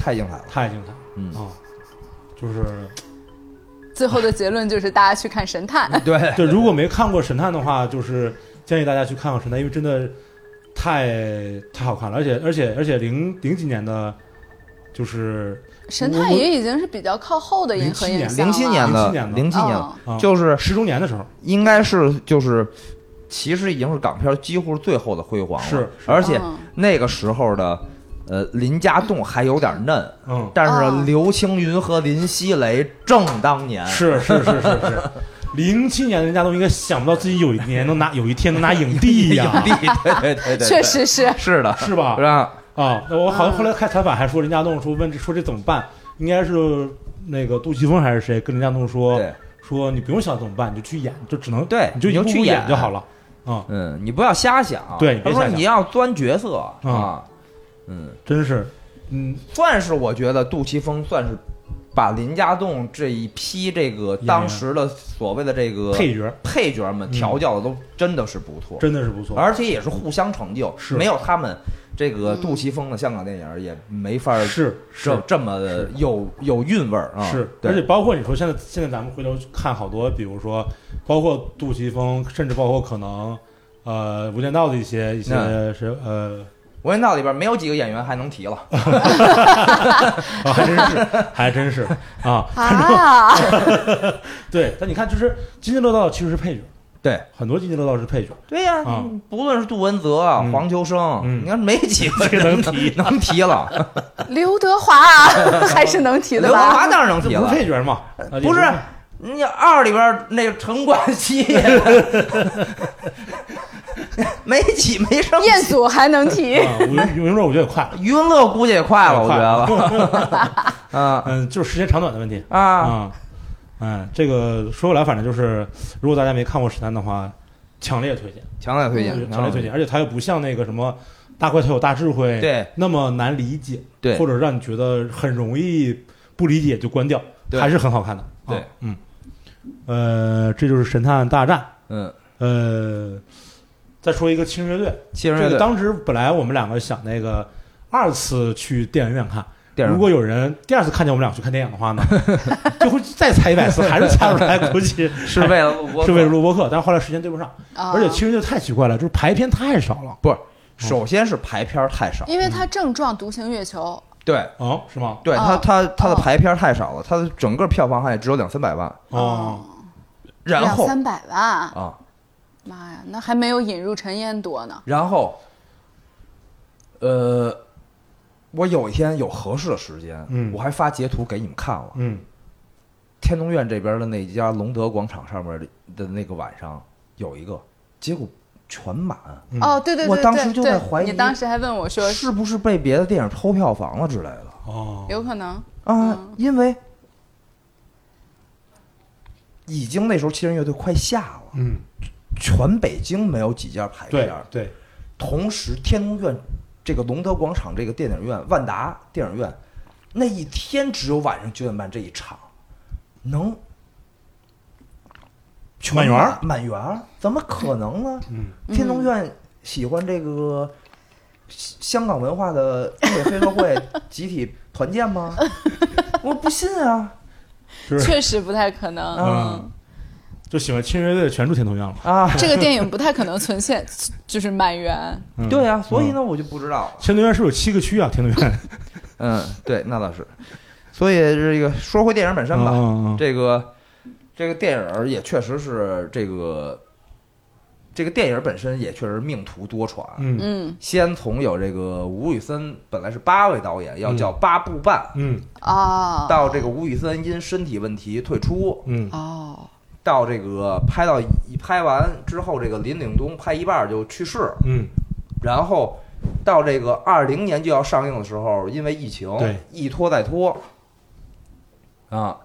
S1: 太精彩了。
S3: 太精彩
S1: 嗯，
S2: 哦
S3: 啊！就是
S2: 最后的结论就是大家去看《神探》，
S1: 对
S3: 对，如果没看过《神探》的话，就是建议大家去看看《神探》，因为真的太太好看了，而且而且而且零零几年的，就是
S2: 《神探》也已经是比较靠后的银河
S3: 07
S2: 映
S3: 年
S2: 像
S1: 零
S2: 了。
S1: 七年的
S3: 07年的
S1: 零七年
S2: 哦
S1: 的，
S3: 啊
S1: 就是
S3: 十周年的时候，
S1: 应该是就是，其实已经是港片几乎是最后的辉煌了。
S3: 是是
S1: 而且
S2: 嗯
S1: 那个时候的，呃，林家栋还有点嫩，
S3: 嗯，
S1: 但
S2: 哦
S1: 是刘青云和林熙蕾正当年。
S3: 是是是是是，零七年的人家都应该想不到自己有一年 能拿有一天能拿影帝呀、
S1: 影帝， 对对对对对，
S2: 确 实是，
S1: 是的，
S3: 是吧
S1: 是？吧？
S3: 啊，那我好像
S2: 嗯
S3: 后来看采访还说林家栋说问这说这怎么办，应该是那个杜琪峰还是谁跟林家栋说
S1: 对，
S3: 说你不用想怎么办，你就去演，就只能
S1: 对
S3: 你就
S1: 你
S3: 一
S1: 就
S3: 步
S1: 去
S3: 步演
S1: 演
S3: 就好了。啊、
S1: 嗯，你不要瞎想。
S3: 对你别
S1: 他说
S3: 瞎想
S1: 你要钻角色啊，嗯，
S3: 真是，嗯，
S1: 算是我觉得杜琪峰算是把林家栋这一批这个
S3: 员
S1: 当时的所谓的这个
S3: 配角嗯
S1: 配角们调教的都真的是不错，
S3: 真的是不错。
S1: 而且也是互相成就，
S3: 是
S1: 没有他们这个杜琪峰的香港电影也没法儿
S3: 是
S1: 这
S3: 是
S1: 这么
S3: 是
S1: 有有韵味儿啊，
S3: 是，而
S1: 对
S3: 且包括你说现在现在咱们回头看好多，比如说包括杜琪峰，甚至包括可能呃《无间道》的一些一些
S1: 嗯
S3: 是呃
S1: 《无间道》里边没有几个演员还能提了，
S3: 啊，还真是 还真是啊，
S2: 啊，
S3: 对。但你看，就是津津乐道其实是配角，
S1: 对。
S3: 很多津津乐道是配角，
S1: 对呀、
S3: 啊
S1: 嗯不论是杜文泽啊、
S3: 嗯
S1: 黄秋生，
S3: 嗯
S1: 你看没几 个人能提 能提了，
S2: 刘德华啊还是能提的
S1: 刘德华
S2: 吧？
S1: 当然能
S3: 这
S1: 提
S3: 不
S1: 了呃
S3: 是，配角嘛？啊
S1: 不是
S3: 也
S1: 你二里边儿那个陈冠希， 没起没升
S2: 彦祖还能提
S3: 啊，我我我我觉得也快了，
S1: 余文乐估计也 快了，我觉 得，
S3: 得。
S1: 嗯
S3: 嗯，就是时间长短的问题
S1: 啊，
S3: 啊。嗯，这个说回来，反正就是，如果大家没看过《神探》的话，强烈推荐。
S1: 强烈推荐，
S3: 嗯强烈推荐，而且它又不像那个什么大怪谈有大智慧，
S1: 对，
S3: 那么难理解，
S1: 对
S3: 或者让你觉得很容易不理解就关掉，
S1: 对
S3: 还是很好看的，
S1: 对
S3: 啊嗯，呃，这就是《神探大战》，
S1: 嗯，
S3: 呃，再说一个轻音乐队，
S1: 七人
S3: 这
S1: 乐
S3: 个
S1: 队
S3: 当时本来我们两个想那个二次去电影院看。
S1: 电影
S3: 如果有人第二次看见我们俩去看电影的话呢， 就会再猜一百次，还是猜不出来，估计
S1: 是为了录播客
S3: 是为了录播客。但是后来时间对不上，
S2: 啊
S3: 而且轻音乐队太奇怪了，就是排片太少了。
S1: 不是，首先是排片儿太少，
S2: 因为他正撞《独行月球
S1: 对。
S3: 哦，是吗？
S1: 对他，
S2: 哦
S1: 他他的
S2: 哦
S1: 排片儿太少了，他的整个票房好像也只有两三百万，》
S3: 哦，，
S1: 然
S2: 两
S1: 后
S2: 三百万，
S1: 啊，
S2: 妈呀，那还没有引入尘烟多呢。
S1: 然后，呃，我有一天有合适的时间，
S3: 嗯
S1: 我还发截图给你们看了。
S3: 嗯，
S1: 天通苑这边的那家隆德广场上面的那个晚上有一个，结果全满，
S3: 嗯
S2: 哦，对对对，
S1: 我当
S2: 对
S1: 时就
S2: 对
S1: 在怀疑
S2: 你当时还问我说，
S1: 是不是被别的电影偷票房了之类的
S3: 哦，
S2: 有可能
S1: 啊？因为已经那时候七人乐队快下了，
S3: 嗯，
S1: 全北京没有几家排
S3: 对
S1: 片儿，
S3: 对，
S1: 同时天通苑这个隆德广场这个电影院、万达电影院那一天只有晚上九点半这一场，能全
S3: 满员儿嗯
S1: 满员儿怎么可能呢？天通苑喜欢这个西香港文化的东北黑社会集体团建 吗？我不信啊
S3: 就是
S2: 确实不太可能。
S3: 嗯
S2: 嗯，
S3: 就喜欢亲乐队的全住天通苑了。
S1: 啊！
S2: 这个电影不太可能存现， 就是满员。
S3: 嗯
S1: 对啊，所以呢，我就不知道。
S3: 天通苑是有七个区啊，天通苑。
S1: 嗯，对，那倒是。所以这个说回电影本身吧，
S3: 嗯嗯嗯
S1: 这个这个电影儿也确实是这个这个电影本身也确实命途多舛。
S3: 嗯
S2: 嗯
S1: 先从有这个吴宇森本来是八位导演，要
S3: 嗯
S1: 叫八部半，
S3: 嗯
S2: 哦
S1: 到这个吴宇森因身体问题退出，
S3: 嗯
S2: 哦
S1: 到这个拍到一拍完之后，这个林岭东拍一半儿就去世，
S3: 嗯，
S1: 然后到这个二零年就要上映的时候，因为疫情
S3: 对
S1: 一拖再拖，啊，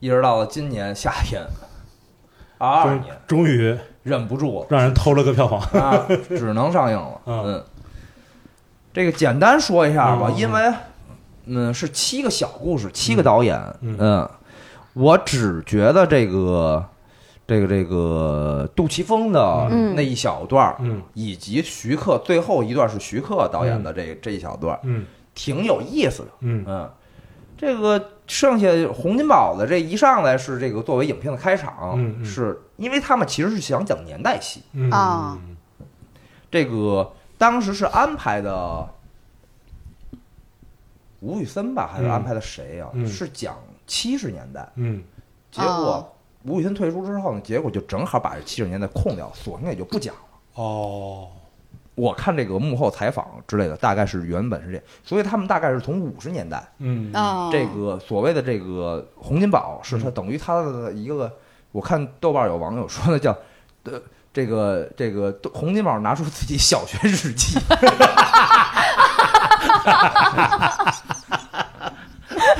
S1: 一直到了今年夏天，二二
S3: 终
S1: 年
S3: 终于
S1: 忍不住
S3: 让人偷了个票房。
S1: 了啊，只能上映了。
S3: 嗯
S1: 嗯，这个简单说一下吧
S3: 嗯，嗯
S1: 因为嗯是七个小故事，七个导演，
S3: 嗯
S1: 嗯，我只觉得这个。这个这个杜琪峰的
S2: 嗯
S1: 那一小段儿，
S3: 嗯
S1: 以及徐克最后一段是徐克导演的这、这一小段，
S3: 嗯
S1: 挺有意思的。
S3: 嗯
S1: 嗯，这个剩下洪金宝的这一上来是这个作为影片的开场，
S3: 嗯嗯
S1: 是因为他们其实是想讲年代戏，
S3: 嗯
S1: 哦
S2: 啊
S1: 这个当时是安排的吴宇森吧，还是
S3: 嗯
S1: 安排的谁呀、
S3: 嗯
S1: 是讲七十年代，
S3: 嗯
S1: 结果、
S2: 哦
S1: 吴宇森退出之后呢，结果就正好把这七十年代空掉，索性也就不讲了。
S3: 哦
S1: 我看这个幕后采访之类的，大概是原本是这，所以他们大概是从五十年代
S3: 嗯
S2: 哦，
S1: 这个所谓的这个洪金宝，是他等于他的一个，我看豆瓣有网友说的叫，呃，这个这个洪金宝拿出自己小学日记，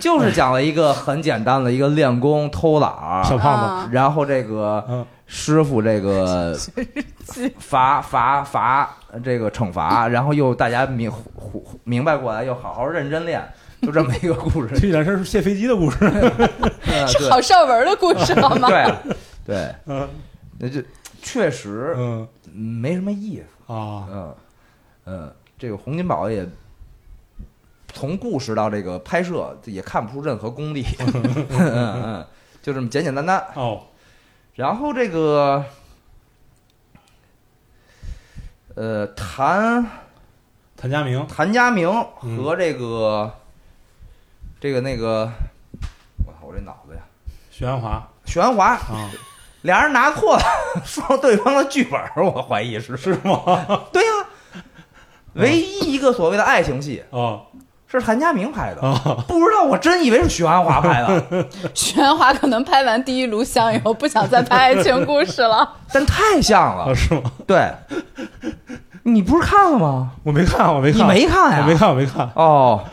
S1: 就是讲了一个很简单的一个练功偷懒儿，
S3: 小胖子
S2: 啊
S1: 然后这个
S3: 嗯
S1: 师傅这个罚罚罚这个惩 罚，然后又大家明明白过来，又好好认真练，就这么一个故事。
S3: 听起来像是卸飞机的故事。
S1: 嗯
S2: 是郝邵文的故事好吗？
S1: 对对对，
S3: 嗯
S1: 那就确实
S3: 嗯
S1: 没什么意思。
S3: 啊
S1: 嗯嗯，这个洪金宝也从故事到这个拍摄也看不出任何功 力。嗯嗯，就这么简简单单。
S3: 哦
S1: 然后这个，呃，谭
S3: 谭家明
S1: 谭家明
S3: 嗯
S1: 和这个、这个那个，我操，我这脑子呀，
S3: 徐安华
S1: 许鞍华
S3: 啊
S1: 俩人拿错了 说对方的剧本儿，我怀疑是
S3: 是吗？
S1: 对呀、唯一一个所谓的爱情戏
S3: 哦
S1: 是谭家明拍的，
S3: 啊
S1: 不知道我真以为是许鞍华拍 的，
S2: 许鞍华可能拍完《第一炉香》以后，不想再拍爱情故事了。
S1: 但太像
S3: 啊
S1: 了。
S3: 是吗？
S1: 对，你不是看了吗？
S3: 我没看，我没看，
S1: 你没看呀
S3: 我没看，我没看，
S1: 哦，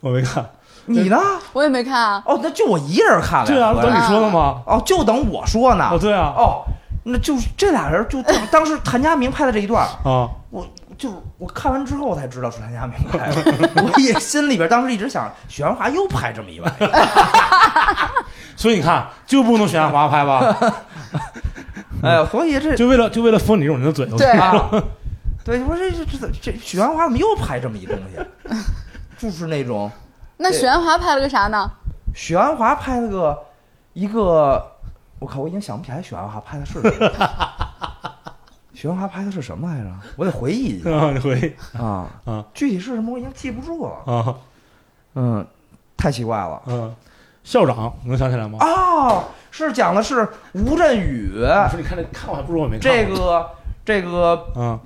S3: 我没看。
S1: 你呢？
S2: 我也没看啊，
S1: 哦，那就我一人看了。
S3: 对啊，
S1: 合
S3: 不
S1: 着
S3: 是你说的吗？
S1: 哦，就等我说呢。
S3: 哦，对啊，
S1: 哦，那就是这俩人就当当时谭家明拍的这一段，
S3: 啊，
S1: 我就是我看完之后才知道是谭家明拍的， 我也心里边当时一直想，许鞍华又拍这么一 玩意儿，
S3: 所以你看，就不能选安华拍 吧？
S1: 哎呦，所以这
S3: 就为了就为了封你这种人的嘴，我
S2: 对
S1: 啊，对，我说这这这这许鞍华怎么又拍这么一东西？就是那种
S2: 那许鞍华拍了个啥呢？
S1: 许鞍华拍了个一个，我靠，我已经想不起来许鞍华拍的是什么。 许鞍华拍的是什么来着？我得回忆一下
S3: 啊，你回
S1: 啊！
S3: 啊
S1: 具体是什么我已经记不住了。
S3: 啊
S1: 嗯，太奇怪了。
S3: 嗯，校长能想起来吗？
S1: 哦，是讲的是吴镇宇
S3: 我说你看这看我还不如我没看
S1: 这个这个
S3: 啊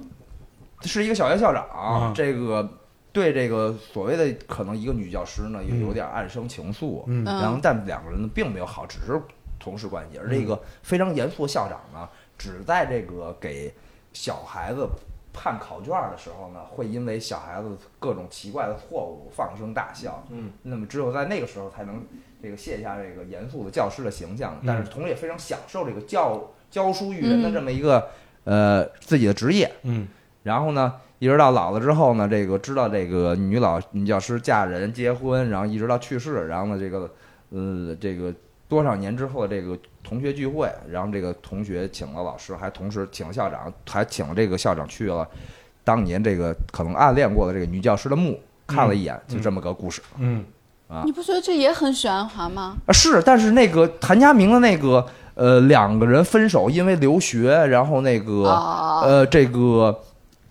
S1: 是一个小学校长，
S3: 嗯
S1: 这个对这个所谓的可能一个女教师呢，也
S3: 嗯
S1: 有点暗生情愫。
S3: 嗯
S2: 嗯
S1: 然后但两个人呢并没有好，只是同事关系。而这个非常严肃的校长呢，只在这个给小孩子判考卷的时候呢，会因为小孩子各种奇怪的错误放声大笑。
S3: 嗯，
S1: 那么只有在那个时候才能这个卸下这个严肃的教师的形象
S3: 嗯，
S1: 但是同时也非常享受这个教教书育人的这么一个呃自己的职业，
S3: 嗯
S1: 然后呢，一直到老了之后呢，这个知道这个女老女教师嫁人结婚，然后一直到去世，然后呢，这个呃，这个多少年之后的这个同学聚会，然后这个同学请了老师，还同时请了校长，还请了这个校长去了当年这个可能暗恋过的这个女教师的墓，看了一眼，就这么个故事。
S3: 嗯
S2: 你不觉得这也很玄幻 吗？
S1: 啊，是，但是那个谭家明的那个，呃，两个人分手，因为留学，然后那个，
S2: 哦
S1: 呃，这个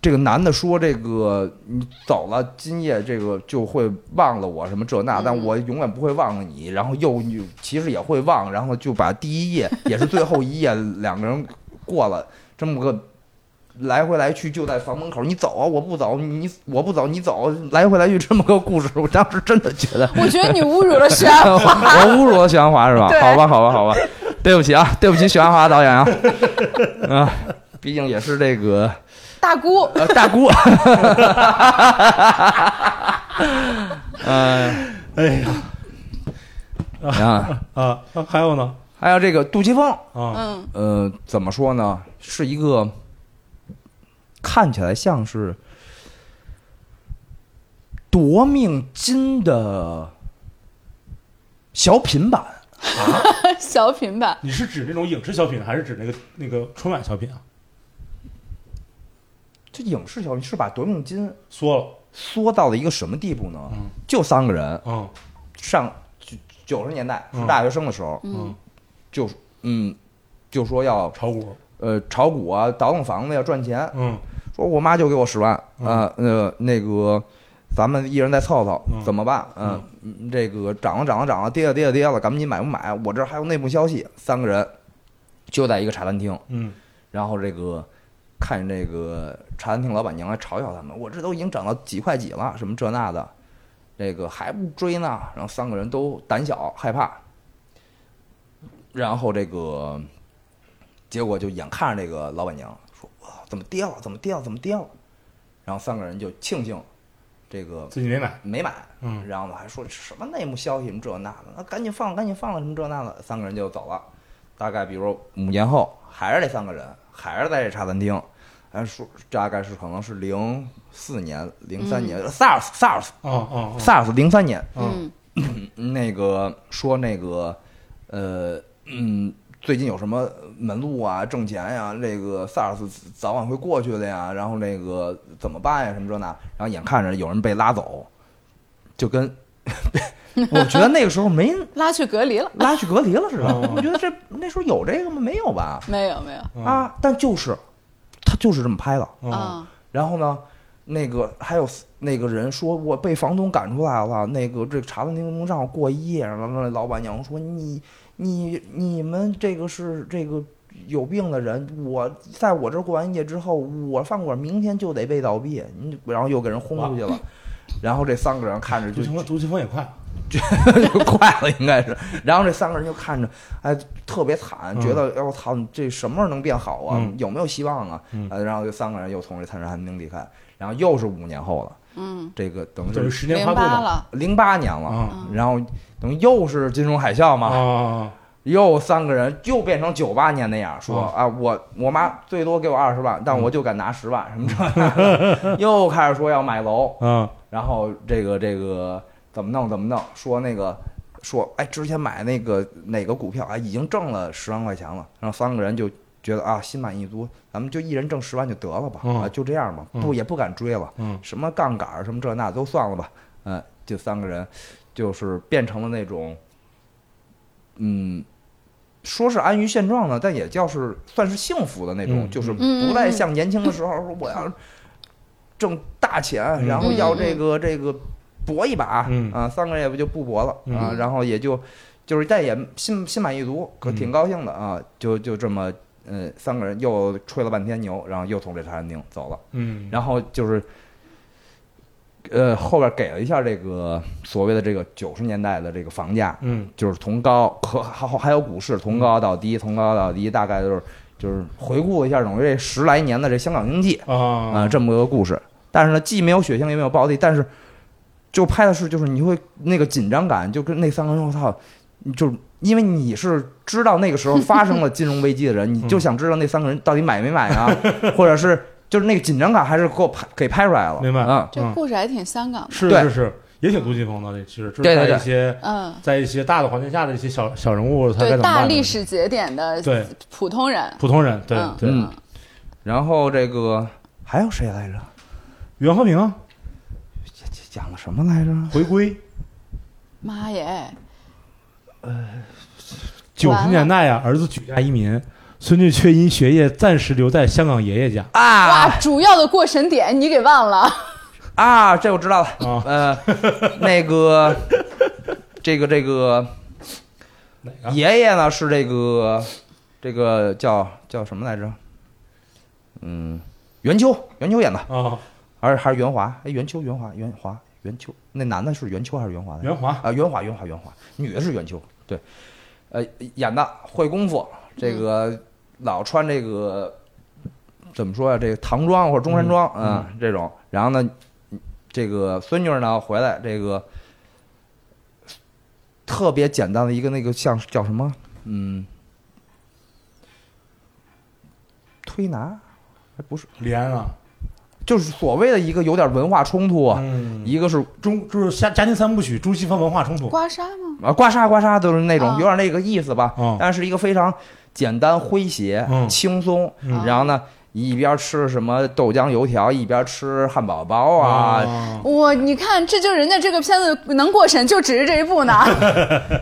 S1: 这个男的说，这个你走了，今夜这个就会忘了我什么这那，但
S2: 嗯
S1: 我永远不会忘了你。然后又你其实也会忘，然后就把第一夜也是最后一夜两个人过了这么个。来回来去就在房门口，你走啊，我不走，你我不走，你走，来回来去这么个故事，我当时真的觉得
S2: 我觉得你侮辱了玄幻。
S1: 我侮辱了许鞍华是吧
S2: 对？
S1: 好吧，好吧，好吧，对不起啊，对不起许鞍华导演啊，啊，毕竟也是这个
S2: 大姑，
S1: 呃大姑，嗯
S3: 哎呀
S1: 啊，
S3: 啊，啊还有呢
S1: 还有这个杜琪峰，
S3: 啊
S2: 嗯，
S1: 呃，怎么说呢？是一个看起来像是夺命金的小品版。
S2: 小品版
S3: 你是指那种影视小品，还是指那个那个春晚小品啊？
S1: 这影视小品是把夺命金
S3: 缩了，
S1: 缩到了一个什么地步呢
S3: 嗯？
S1: 就三个人，
S3: 嗯
S1: 上九九十年代
S3: 嗯
S1: 是大学生的时候，
S3: 嗯，
S1: 就嗯，就说要
S3: 炒股，
S1: 呃炒股啊，倒腾房子要赚钱。
S3: 嗯
S1: 说我妈就给我十万啊，呃那个咱们一人再凑凑
S3: 嗯，
S1: 怎么办？嗯，嗯这个涨了涨了涨了，跌了跌了跌了，赶紧买不买？我这儿还有内幕消息。三个人就在一个茶餐厅，
S3: 嗯
S1: 然后这个看这个茶餐厅老板娘来嘲笑他们，我这都已经涨到几块几了，什么这那的，这个还不追呢？然后三个人都胆小害怕，然后这个结果就眼看着这个老板娘说哇怎么跌了怎么跌了怎么跌了，然后三个人就庆幸这个
S3: 自己没买，
S1: 没买，
S3: 嗯
S1: 然后呢还说什么内幕消息什么这那的，那赶紧放赶紧放了什么这那的，三个人就走了。大概比如五年后，还是这三个人，还是在这茶餐厅，哎说大概是可能是零四年、零三年、SARS SARS
S3: 哦哦
S1: SARS 零三年，
S3: 嗯
S1: 那个说那个呃嗯，最近有什么门路啊、挣钱呀、这个 SARS 早晚会过去的呀，然后那个怎么办呀，什么这那，然后眼看着有人被拉走，就跟 我觉得那个时候没人
S2: 拉去隔离了，
S1: 拉去隔离了似的
S3: 哦，
S1: 我觉得这那时候有这个吗？没有吧？
S2: 没有没有
S3: 嗯
S1: 啊，但就是他就是这么拍的，
S3: 哦
S2: 啊，
S1: 然后呢，那个还有那个人说，我被房东赶出来了，那个这茶餐厅能让我过一夜。然后那老板娘说，你你你们这个是这个有病的人，我在我这儿过完夜之后，我饭馆明天就得被倒闭，你然后又给人轰出去了。然后这三个人看着
S2: 嗯
S3: 杜
S1: 就
S3: 琪峰，杜琪峰也快，
S1: 就快了，应该是。然后这三个人就看着，哎，特别惨，
S3: 嗯
S1: 觉得哎我操，你这什么时候能变好啊？
S3: 嗯
S1: 有没有希望啊？
S3: 嗯
S1: 呃然后这三个人又从这餐餐厅离开，然后又是五年后了，
S2: 嗯，
S1: 这个等于
S3: 就是
S1: 是
S3: 十年
S2: 零
S3: 发布
S2: 八
S3: 嘛，
S2: 了，
S1: 零八年了，
S3: 啊
S1: 然后等于又是金融海啸嘛，
S3: 啊
S1: 又三个人又变成九八年那样说
S3: 啊
S1: 啊，我我妈最多给我二十万，
S3: 嗯
S1: 但我就敢拿十万什么这 那的，又开始说要买楼，
S3: 啊
S1: 然后这个这个怎么弄怎么弄，说那个说哎，之前买那个哪个股票啊，已经挣了十万块钱了，然后三个人就觉得啊，心满意足，咱们就一人挣十万就得了吧，
S3: 嗯
S1: 啊，就这样吧，
S3: 嗯
S1: 不也不敢追了，
S3: 嗯
S1: 什么杠杆儿什么这那都算了吧，嗯、就三个人就是变成了那种，嗯。说是安于现状呢，但也叫是算是幸福的那种，
S3: 嗯
S1: 就是
S2: 嗯
S1: 不再像年轻的时候说我要挣大钱，
S3: 嗯
S1: 然后要这个这个搏一把，
S3: 嗯
S1: 啊，三个人也不就不搏了啊
S2: 嗯，
S1: 然后也就就是但也心心满意足，可
S3: 嗯
S1: 挺高兴的啊，就就这么呃三个人又吹了半天牛，然后又从这茶餐厅走了，
S3: 嗯，
S1: 然后就是。呃，后边给了一下这个所谓的这个九十年代的这个房价，
S3: 嗯
S1: 就是从高和还还有股市从高到低，从高到低，大概就是就是回顾一下，等于这十来年的这香港经济啊、
S3: 啊
S1: 这么个故事。但是呢，既没有血腥，也没有暴力，但是就拍的是就是你会那个紧张感，就跟那三个人我操，就是因为你是知道那个时候发生了金融危机的 人，
S3: 嗯
S1: 你就想知道那三个人到底买没买啊，或者是就是那个紧张感还是给我拍给拍出来了，
S3: 明白
S1: 啊？
S2: 这故事还挺香港的。
S3: 是
S1: 对
S3: 是是，也挺杜近风的，其实就是
S1: 对对
S3: 在
S1: 对
S3: 一些
S2: 嗯，
S3: 在一些大的环境下的一些小小人物，他该
S2: 对
S3: 怎么
S2: 大
S3: 办
S2: 历
S3: 呢？
S2: 史节点的
S3: 对
S2: 普通人，
S3: 普通人，对
S2: 嗯
S3: 对，啊
S1: 嗯然后这个还有谁来着？
S3: 袁和平啊
S1: 这这讲了什么来着？
S3: 回归
S2: 妈耶，
S3: 九十年代啊，儿子举家移民，孙女却因学业暂时留在香港爷爷家。
S1: 啊
S2: 哇，主要的过审点你给忘了，
S1: 啊，这我知道了。
S3: 啊
S1: 呃，那 个，这个这个
S3: 个
S1: 爷爷呢是这个这个叫叫什么来着？嗯，袁秋，袁秋演的，
S3: 啊，
S1: 还是还是袁华？哎，袁秋，袁华，袁华，袁秋，那男的是袁秋还是袁华的？
S3: 袁华
S1: 啊，袁华，袁华，袁华，女的是袁秋，对，呃，演的会功夫，这个老穿这个怎么说呀、这个唐装或者中山装，嗯，这种。然后呢，这个孙女儿呢回来，这个特别简单的一个那个像是叫什么，嗯，推拿，还不是，
S3: 李安啊，
S1: 就是所谓的一个有点文化冲突，啊
S3: 嗯，
S1: 一个是
S3: 中就是家家庭三部曲，中西方文化冲突。
S2: 刮痧吗？
S1: 啊，刮痧刮痧都是那种
S2: 啊
S1: 有点那个意思吧
S3: 嗯，
S1: 但是一个非常简单诙谐
S3: 嗯、
S1: 轻松
S3: 嗯，
S2: 啊
S1: 然后呢一边吃什么豆浆油条，一边吃汉堡包啊，
S3: 啊，
S2: 我你看，这就是人家这个片子能过审，就只是这一 部呢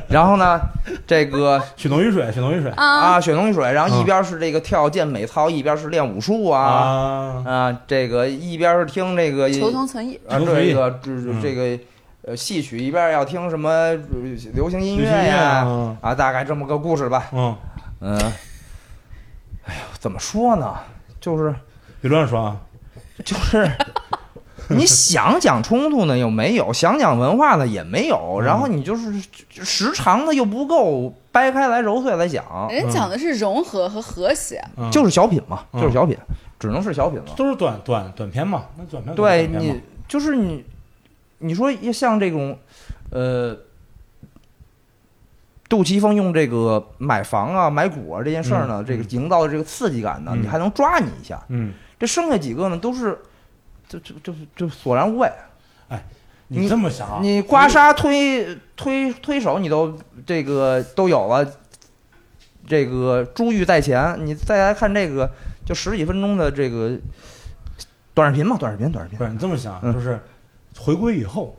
S1: 然后呢这个
S3: 血浓于水，血浓于水
S2: 啊！
S1: 啊血浓于水，然后一
S3: 嗯
S1: 边是这个跳健美操，一边是练武术啊
S3: 啊，
S1: 啊，这个一边是听这个
S2: 求同存异，
S1: 啊
S3: 求同存异
S1: 这个这
S3: 嗯
S1: 这个呃戏曲，一边要听什么呃流行音乐
S3: 流行音乐
S1: 呀
S3: 啊
S1: 啊，大概这么个故事吧，
S3: 嗯，
S1: 嗯，哎呦怎么说呢，就是。
S3: 别乱说啊，
S1: 就是你想讲冲突呢又没有，想讲文化呢也没有，
S3: 嗯
S1: 然后你就是就时长呢又不够，掰开来揉碎来讲，
S3: 哎
S2: 人哎讲的是融合和和谐，
S3: 嗯
S1: 就是小品嘛，
S3: 嗯
S1: 就是小品，只能是小品了。
S3: 都是短短短片嘛，那短片
S1: 对
S3: 短片嘛
S1: 你，就是你，你说要像这种，呃。杜琪峰用这个买房啊、买股啊这件事儿呢，
S3: 嗯
S1: 这个营造的这个刺激感呢，
S3: 嗯
S1: 你还能抓你一下。
S3: 嗯，
S1: 这剩下几个呢，都是，就就就就索然无味。
S3: 你这么想啊，
S1: 你刮痧推推推手，你都这个都有了，这个珠玉在前，你再来看这个就十几分钟的这个短视频嘛，短视频，短视
S3: 不
S1: 频，
S3: 是你这么想，
S1: 嗯
S3: 就是回归以后，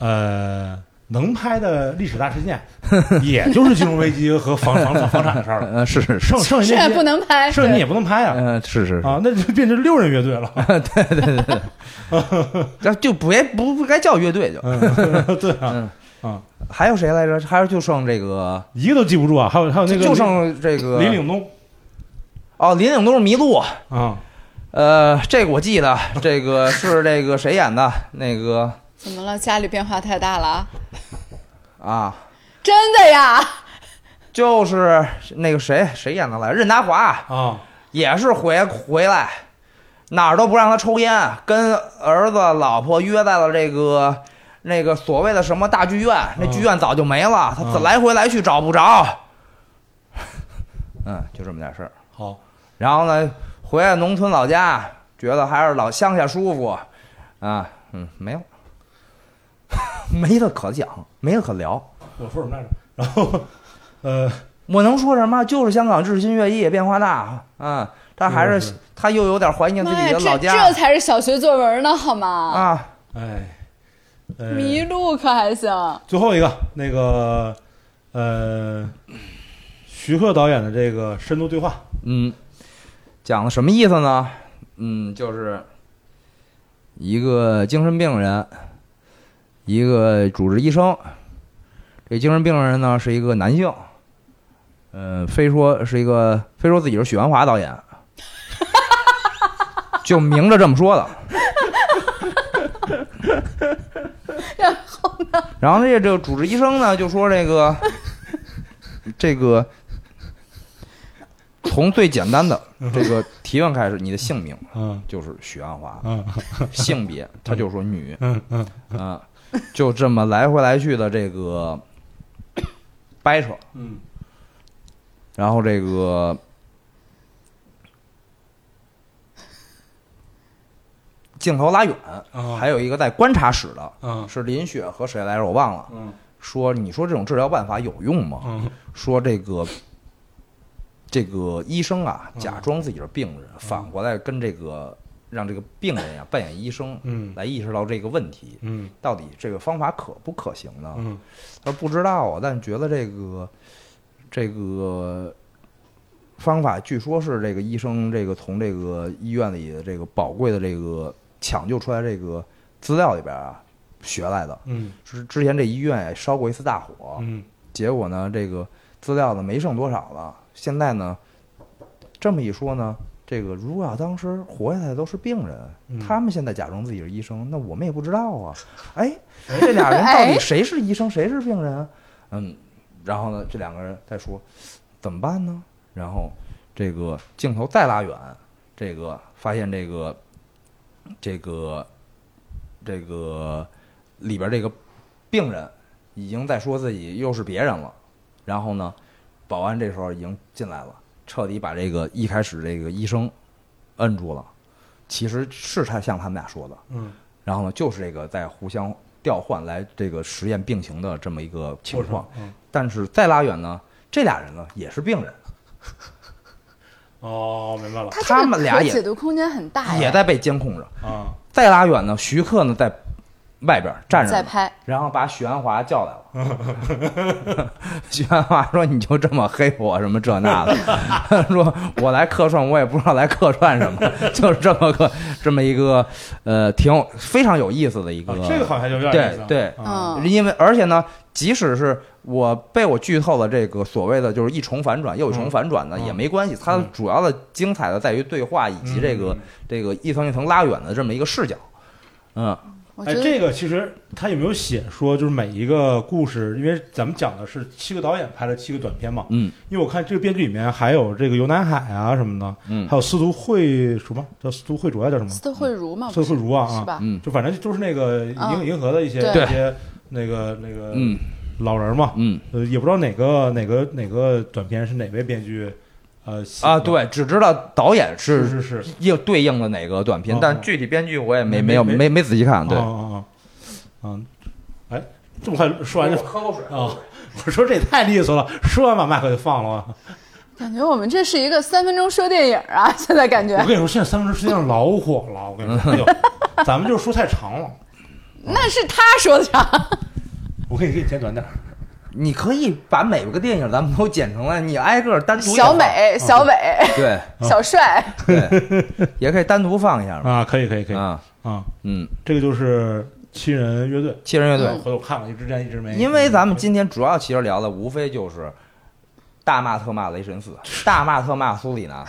S3: 呃，能拍的历史大事件，也就是金融危机和房房房房产的事儿了，
S1: 呃，是是是，
S3: 剩剩
S2: 这也啊
S3: 下那
S2: 不
S3: 些，
S2: 能拍。
S3: 剩下你也
S2: 对
S3: 不能拍啊
S1: 呃，是 是是，
S3: 啊，那就变成六人乐队了，
S1: 那 就别不不该叫乐队就，
S3: 嗯 对啊，啊，
S1: 还有谁来着？还有就剩这个，
S3: 一个都记不住啊，还有还有那个
S1: 就剩这个
S3: 林岭东
S1: 哦，林岭东是迷路，
S3: 啊，
S1: 呃，这个我记得，这个是这个谁演的？那个
S2: 怎么了？家里变化太大了啊？
S1: 啊，
S2: 真的呀？
S1: 就是那个谁谁演的来着？任达华。
S3: 啊，
S1: 也是回回来，哪儿都不让他抽烟，跟儿子、老婆约在了这个那个所谓的什么大剧院，那剧院早就没了，他
S3: 嗯
S1: 来回来去找不着。 嗯，就这么点事儿。
S3: 好，
S1: 然后呢，回来农村老家，觉得还是老乡下舒服，啊，嗯，没了， 没得可讲，没得可聊。
S3: 我说什么来着？然后，呃，
S1: 我能说什么？就是香港日新月异，变化大，嗯，但还
S3: 是是
S1: 是他又有点怀念自
S2: 妈
S1: 己
S2: 呀，
S1: 的老
S2: 这
S1: 家。
S2: 这才是小学作文呢，好吗？
S1: 啊，
S3: 哎，呃
S2: 迷路可还行？
S3: 最后一个那个呃，徐克导演的这个深度对话，
S1: 嗯，讲的什么意思呢？嗯，就是一个精神病人，一个主治医生。这精神病人呢是一个男性，嗯、非说是一个，非说自己是许鞍华导 演，就明着这么说的。
S2: 然
S1: 后呢？然后这这个主治医生呢就说这个，这个从最简单的这个提问开始，你的姓名
S3: 嗯
S1: 就是许鞍华，
S3: 嗯
S1: 性别他就说女
S3: 嗯嗯
S1: 啊，就这么来回来去的这个掰扯，
S3: 嗯
S1: 然后这个镜头拉远，
S3: 啊
S1: 还有一个在观察室的，
S3: 嗯
S1: 是林雪和谁来着？我忘了。
S3: 嗯
S1: 说你说这种治疗办法有用吗？
S3: 嗯
S1: 说这个这个医生啊，
S3: 嗯
S1: 假装自己是病人，反过来跟这个让这个病人呀、扮演医生，
S3: 嗯
S1: 来意识到这个问题，
S3: 嗯
S1: 到底这个方法可不可行呢？
S3: 嗯
S1: 他说不知道啊，但觉得这个这个方法，据说是这个医生这个从这个医院里的这个宝贵的这个抢救出来这个资料里边啊学来的。
S3: 嗯
S1: 之之前这医院也烧过一次大火，
S3: 嗯
S1: 结果呢，这个资料呢没剩多少了。现在呢，这么一说呢，这个如果要当时活下来的都是病人，
S3: 嗯
S1: 他们现在假装自己是医生，那我们也不知道啊。哎，这俩人到底谁是医生，谁是病人啊？嗯，然后呢，这两个人再说怎么办呢？然后这个镜头再拉远，这个发现这个这个这个里边这个病人已经在说自己又是别人了，然后呢，保安这时候已经进来了，彻底把这个一开始这个医生摁住了。其实是他像他们俩说的，
S3: 嗯，
S1: 然后呢，就是这个在互相调换来这个实验病情的这么一个情况。
S3: 嗯
S1: 但是再拉远呢，这俩人呢也是病人，
S3: 哦，明白了
S2: 他这
S1: 他
S2: 个
S1: 们俩
S2: 可
S1: 也
S2: 解读空间很大哎呀，
S1: 也在被监控着。
S3: 啊，
S1: 再拉远呢，徐克呢在外边站着呢，
S2: 在拍，
S1: 然后把许鞍华叫来了。 许鞍华说：“你就这么黑我什么这那的？” 说：“我来客串，我也不知道来客串什么， 就是这么个这么一个呃，挺有非常有意思的一个。
S3: 啊这个好像有点意思啊，
S1: 对对
S3: 啊
S2: 嗯
S1: 因为而且呢，即使是我被我剧透了这个所谓的就是一重反转又一重反转呢，
S3: 嗯
S1: 也没关系。它
S3: 嗯
S1: 主要的精彩的在于对话以及这个、
S3: 嗯
S1: 这个一层一层拉远的这么一个视角。嗯，
S2: 我觉
S3: 哎，
S2: 得
S3: 这个其实他有没有写说，就是每一个故事，因为咱们讲的是七个导演拍了七个短片嘛，
S1: 嗯，
S3: 因为我看这个编剧里面还有这个游南海啊什么的，
S1: 嗯
S3: 还有司徒慧什么叫司徒慧卓呀，叫什么？
S2: 斯特惠如嘛，
S3: 司徒慧茹啊
S2: 哦是
S3: 啊，
S2: 吧？
S1: 嗯
S3: 就反正就是那个
S2: 啊
S3: 银银河的一些
S2: 对
S3: 一些那个那个
S1: 嗯
S3: 老人嘛，
S1: 嗯。
S3: 呃，也不知道哪个哪个哪个短片是哪位编剧，呃写
S1: 啊，
S3: 的，
S1: 对，只知道导演
S3: 是
S1: 是
S3: 是是，
S1: 应对应的哪个短
S3: 哦
S1: 片，但具体编剧我也没
S3: 没
S1: 没有哦
S3: 没
S1: 没没仔细看。嗯对
S3: 啊，啊啊，啊哎，这么快说完就
S6: 喝口水
S3: 啊！我说这也太利索了，说完把麦克就放了啊。
S2: 感觉我们这是一个三分钟说电影啊， 现在感觉
S3: 我跟你说，现在三分钟时间老火了，我跟你说，哎呦，咱们就是说太长了，
S2: 那是他说的啊啥？
S3: 我可以给你剪短点儿。
S1: 你可以把每个电影咱们都剪成了，你挨个单独
S2: 小
S1: 也放
S2: 美、小伟、
S1: 对
S2: 小帅，
S1: 对， 也可以单独放一下嘛。
S3: 啊，可以可以可以
S1: 啊，
S3: 啊，
S1: 嗯，
S3: 这个就是七人乐队。
S1: 七人乐
S3: 我
S1: 队，
S3: 回头看了，一直之前一直没。嗯
S1: 因为咱们今天主要其实聊的无非就是。大骂特骂雷神四，大骂特骂苏里南，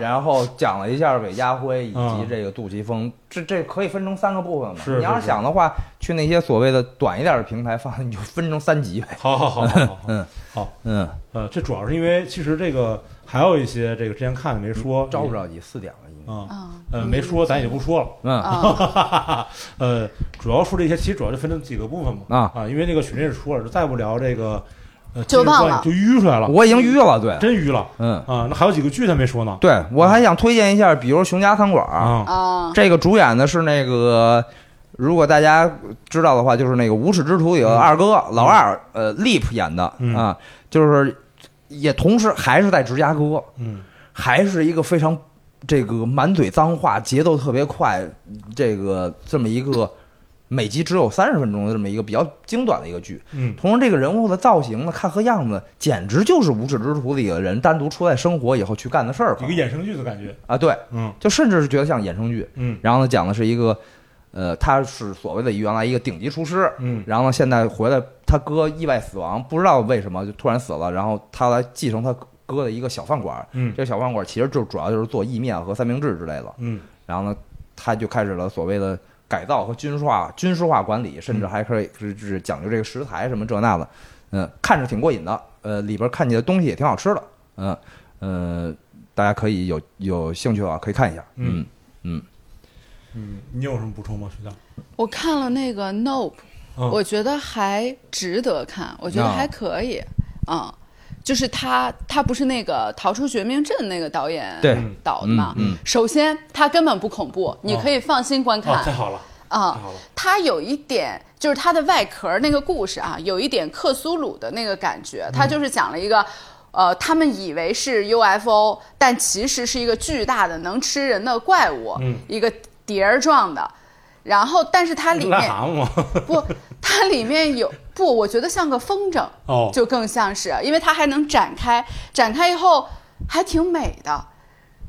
S1: 然后讲了一下韦家辉以及
S3: 嗯
S1: 这个杜琪峰，这这可以分成三个部分嘛？
S3: 是
S1: 你要
S3: 是
S1: 是
S3: 是
S1: 想的话，去那些所谓的短一点的平台放，你就分成三集呗。
S3: 好好好好好，
S1: 嗯
S3: 好，
S1: 嗯，
S3: 呃，这主要是因为其实这个还有一些这个之前看的没说，
S6: 嗯
S1: 着不着急？四点了已经。
S3: 啊？
S2: 嗯
S3: 呃，没说咱也就不说了。
S1: 嗯
S2: 啊，
S3: 呃，主要说这些，其实主要就分成几个部分嘛。
S1: 啊
S3: 因为那个许晨也说了，就再不聊这个，呃，
S2: 就忘了
S3: 就淤出来了，
S1: 嗯我已经约了，对，
S3: 真淤了。
S1: 嗯，
S3: 啊，那还有几个剧他没说呢。
S1: 对我还想推荐一下，比如《熊家餐馆》，
S3: 啊，
S2: 啊，
S1: 这个主演的是那个，如果大家知道的话，就是那个《无耻之徒》里的二哥、老二，呃，Leap 演的
S3: 嗯
S1: 啊，就是也同时还是在芝加哥，
S3: 嗯
S1: 还是一个非常这个满嘴脏话、节奏特别快，这个这么一个每集只有三十分钟的这么一个比较精短的一个剧。
S3: 嗯
S1: 同时，这个人物的造型呢，看和样子，简直就是《无耻之徒》里的人单独出来生活以后去干的事儿吧
S3: 一个衍生剧的感觉。
S1: 啊，对，
S3: 嗯
S1: 就甚至是觉得像衍生剧。
S3: 嗯
S1: 然后呢，讲的是一个，呃，他是所谓的原来一个顶级厨师，
S3: 嗯
S1: 然后呢现在回来，他哥意外死亡，不知道为什么就突然死了，然后他来继承他哥的一个小饭馆儿。
S3: 嗯
S1: 这个小饭馆儿其实就主要就是做意面和三明治之类的。
S3: 嗯
S1: 然后呢，他就开始了所谓的改造和军事化、军事化管理，甚至还可以是是讲究这个食材什么这那的，嗯，看着挺过瘾的，呃，里边看见的东西也挺好吃的，嗯呃，大家可以有有兴趣的话可以看一下，
S3: 嗯
S1: 嗯
S3: 嗯，你有什么补充吗，徐亮？
S2: 我看了那个 Nope，
S3: 嗯
S2: 我觉得还值得看，我觉得
S1: 啊
S2: 还可以，嗯，就是他他不是那个逃出绝命镇那个导演
S1: 对
S2: 导的嘛，
S1: 嗯嗯
S2: 首先他根本不恐怖，你可以放心观看
S3: 哦，太好了，
S2: 啊、
S3: 太好了
S2: 它有一点就是它的外壳儿那个故事啊，有一点克苏鲁的那个感觉，它就是讲了一个。呃，他们以为是 UFO，但其实是一个巨大的能吃人的怪物，
S3: 嗯
S2: 一个碟儿状的。然后，但是它里
S3: 癞
S2: 面
S3: 蛤蟆吗？
S2: 不，它里面有不，我觉得像个风筝，
S3: 哦，
S2: 就更像是，因为它还能展开，展开以后还挺美的，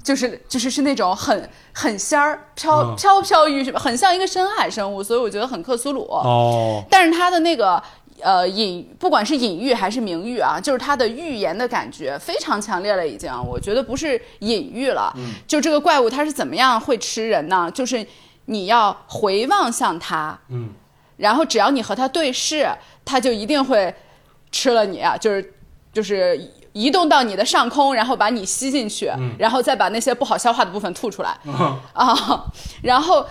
S2: 就是就是是那种很很仙儿飘
S3: 嗯
S2: 飘飘欲仙，很像一个深海生物，所以我觉得很克苏鲁。
S3: 哦，
S2: 但是它的那个呃隐，不管是隐喻还是明喻啊，就是它的预言的感觉非常强烈了，已经，我觉得不是隐喻了。
S3: 嗯
S2: 就这个怪物它是怎么样会吃人呢？就是你要回望向它，
S3: 嗯，
S2: 然后只要你和它对视，它就一定会吃了你啊，就是就是移动到你的上空，然后把你吸进去，
S3: 嗯
S2: 然后再把那些不好消化的部分吐出来、啊。 然后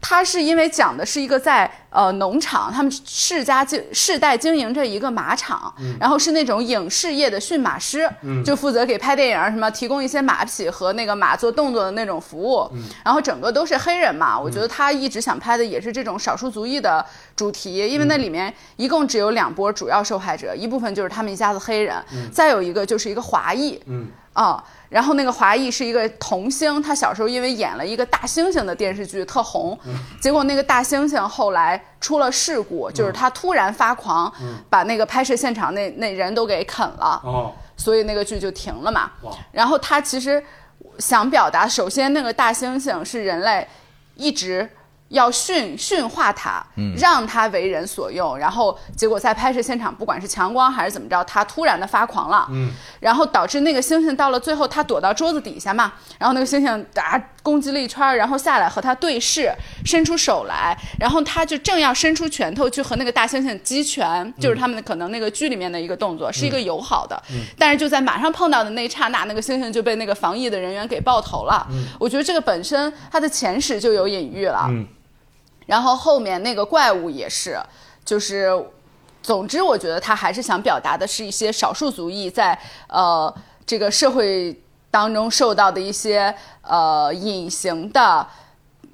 S2: 它是因为讲的是一个在呃农场，他们世家经世代经营着一个马场，然后是那种影视业的驯马师，就负责给拍电影儿什么提供一些马匹和那个马做动作的那种服务。然后整个都是黑人嘛，我觉得他一直想拍的也是这种少数族裔的主题，因为那里面一共只有两波主要受害者，一部分就是他们一家子黑人，再有一个就是一个华裔，
S3: 嗯
S2: 啊，然后那个华裔是一个童星，他小时候因为演了一个大猩猩的电视剧特红，结果那个大猩猩后来出了事故，就是他突然发狂，把那个拍摄现场那那人都给啃了，
S3: 哦，
S2: 所以那个剧就停了嘛
S3: 哇。
S2: 然后他其实想表达，首先那个大猩猩是人类一直要驯驯化它，
S3: 嗯
S2: 让它为人所用。然后结果在拍摄现场，不管是强光还是怎么着，它突然的发狂了，
S3: 嗯
S2: 然后导致那个猩猩到了最后，它躲到桌子底下嘛，然后那个猩猩啊攻击了一圈儿，然后下来和它对视，伸出手来，然后它就正要伸出拳头去和那个大猩猩击拳，就是他们可能那个剧里面的一个动作，是一个友好的，但是就在马上碰到的那一刹那，那个猩猩就被那个防疫的人员给爆头了。我觉得这个本身它的前史就有隐喻了，
S3: 嗯
S2: 然后后面那个怪物也是，就是，总之我觉得他还是想表达的是一些少数族裔在呃这个社会当中受到的一些呃隐形的，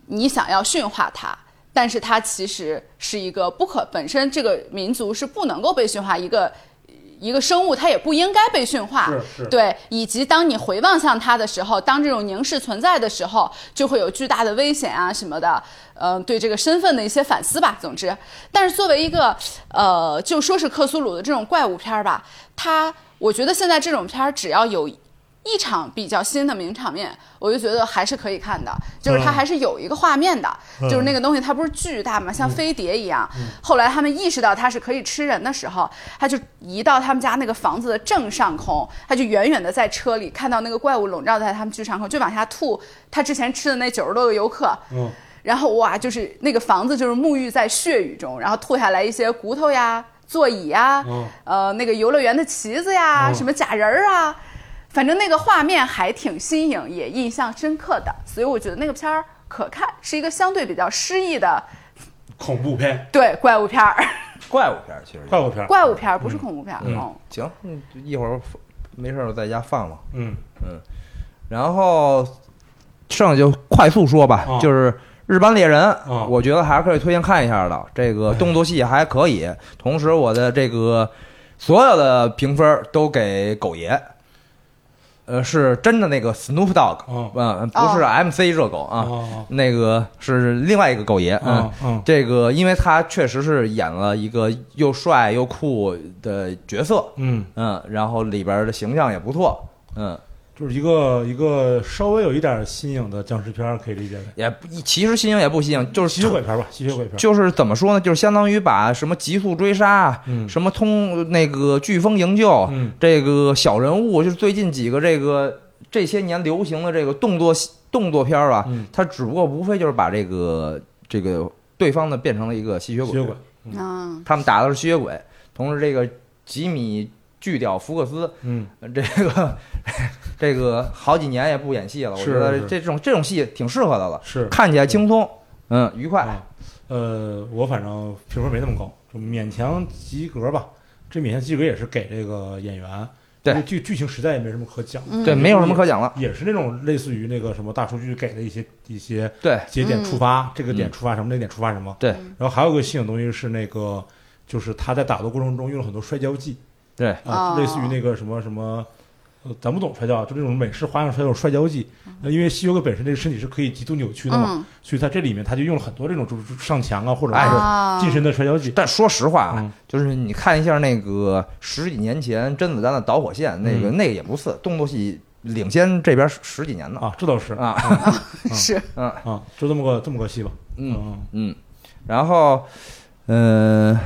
S2: 你想要驯化它，但是它其实是一个不可本身这个民族是不能够被驯化一个。一个生物它也不应该被驯化，
S3: 是是
S2: 对，以及当你回望向它的时候，当这种凝视存在的时候，就会有巨大的危险啊什么的，嗯、对这个身份的一些反思吧。总之，但是作为一个呃，就说是克苏鲁的这种怪物片儿吧，它我觉得现在这种片儿只要有一场比较新的名场面，我就觉得还是可以看的，就是它
S3: 嗯
S2: 还是有一个画面的，就是那个东西它不是巨大嘛，像飞碟一样。后来他们意识到它是可以吃人的时候，他就移到他们家那个房子的正上空，他就远远的在车里看到那个怪物笼罩在他们居上空，就往下吐他之前吃的那九十多个游客。
S3: 嗯，
S2: 然后哇，就是那个房子就是沐浴在血雨中，然后吐下来一些骨头呀、座椅呀、
S3: 嗯
S2: 呃那个游乐园的旗子呀、
S3: 嗯
S2: 什么假人儿啊，反正那个画面还挺新颖，也印象深刻的，所以我觉得那个片儿可看，是一个相对比较诗意的
S3: 恐怖片，
S2: 对怪物片 儿，
S1: 怪物片儿其实
S3: 怪物片，
S2: 怪物片儿不是恐怖片儿，嗯
S1: 行，嗯一会儿没事儿我在家放放。
S3: 嗯，
S1: 然后剩下就快速说吧，
S3: 嗯
S1: 就是《日版猎人》
S3: 嗯
S1: 我觉得还是可以推荐看一下的。这个动作戏还可以，同时我的这个所有的评分都给狗爷。呃，是真的那个 Snoop Dogg，
S3: 嗯
S1: 嗯，不是
S2: 哦
S1: MC 热狗啊，
S3: 哦
S1: 那个是另外一个狗爷，嗯
S3: 嗯嗯
S1: 这个因为他确实是演了一个又帅又酷的角色，
S3: 嗯，
S1: 嗯，然后里边的形象也不错，嗯，
S3: 就是一个一个稍微有一点新颖的僵尸片儿，可以理解为
S1: 也不其实新颖也不新颖，就是
S3: 吸血鬼片儿吧，吸血鬼片儿，
S1: 就是怎么说呢？就是相当于把什么极速追杀，啊
S3: 嗯
S1: 什么通那个飓风营救，
S3: 嗯
S1: 这个小人物，就是最近几个这个这些年流行的这个动作戏动作片儿啊，
S3: 嗯
S1: 它只不过无非就是把这个这个对方呢变成了一个吸血
S3: 吸
S1: 鬼，
S3: 血鬼，
S2: 嗯
S1: 他们打的是吸血鬼，同时这个吉米锯掉福克斯，
S3: 嗯
S1: 呃这个这个好几年也不演戏了，我觉
S3: 是
S1: 得
S3: 是
S1: 这种这种戏挺适合他的了，
S3: 是
S1: 看起来轻松，嗯，愉快。
S3: 啊呃，我反正评分没那么高，就勉强及格吧。这勉强及格也是给这个演员，
S1: 对
S3: 因为剧剧情实在也没什么可讲，
S2: 嗯
S1: 对，没有什么可讲了。
S3: 也是那种类似于那个什么大数据给的一些一些
S1: 对，
S3: 节点触发，这个点
S1: 嗯
S3: 触发什么，那个点触发什么。
S1: 对
S3: 然后还有一个新颖东西是那个，就是他在打斗过程中用了很多摔跤技，
S1: 对
S2: 哦
S3: 啊，类似于那个什么什么。呃，咱不懂摔跤，就这种美式花样摔跤、摔跤技。那因为西游哥本身这个身体是可以极度扭曲的嘛，
S2: 嗯
S3: 所以在这里面他就用了很多这种就是上墙啊，或者
S1: 哎
S2: 啊
S3: 是近身的摔跤技。
S1: 但说实话啊，
S3: 嗯
S1: 就是你看一下那个十几年前甄子丹的《导火线》，那个、
S3: 嗯
S1: 那个也不次，动作戏领先这边十十几年呢。
S3: 啊，这倒是
S1: 啊
S2: 是
S1: 嗯
S3: 啊，就这么个这么个戏吧。
S1: 嗯嗯，然后，呃，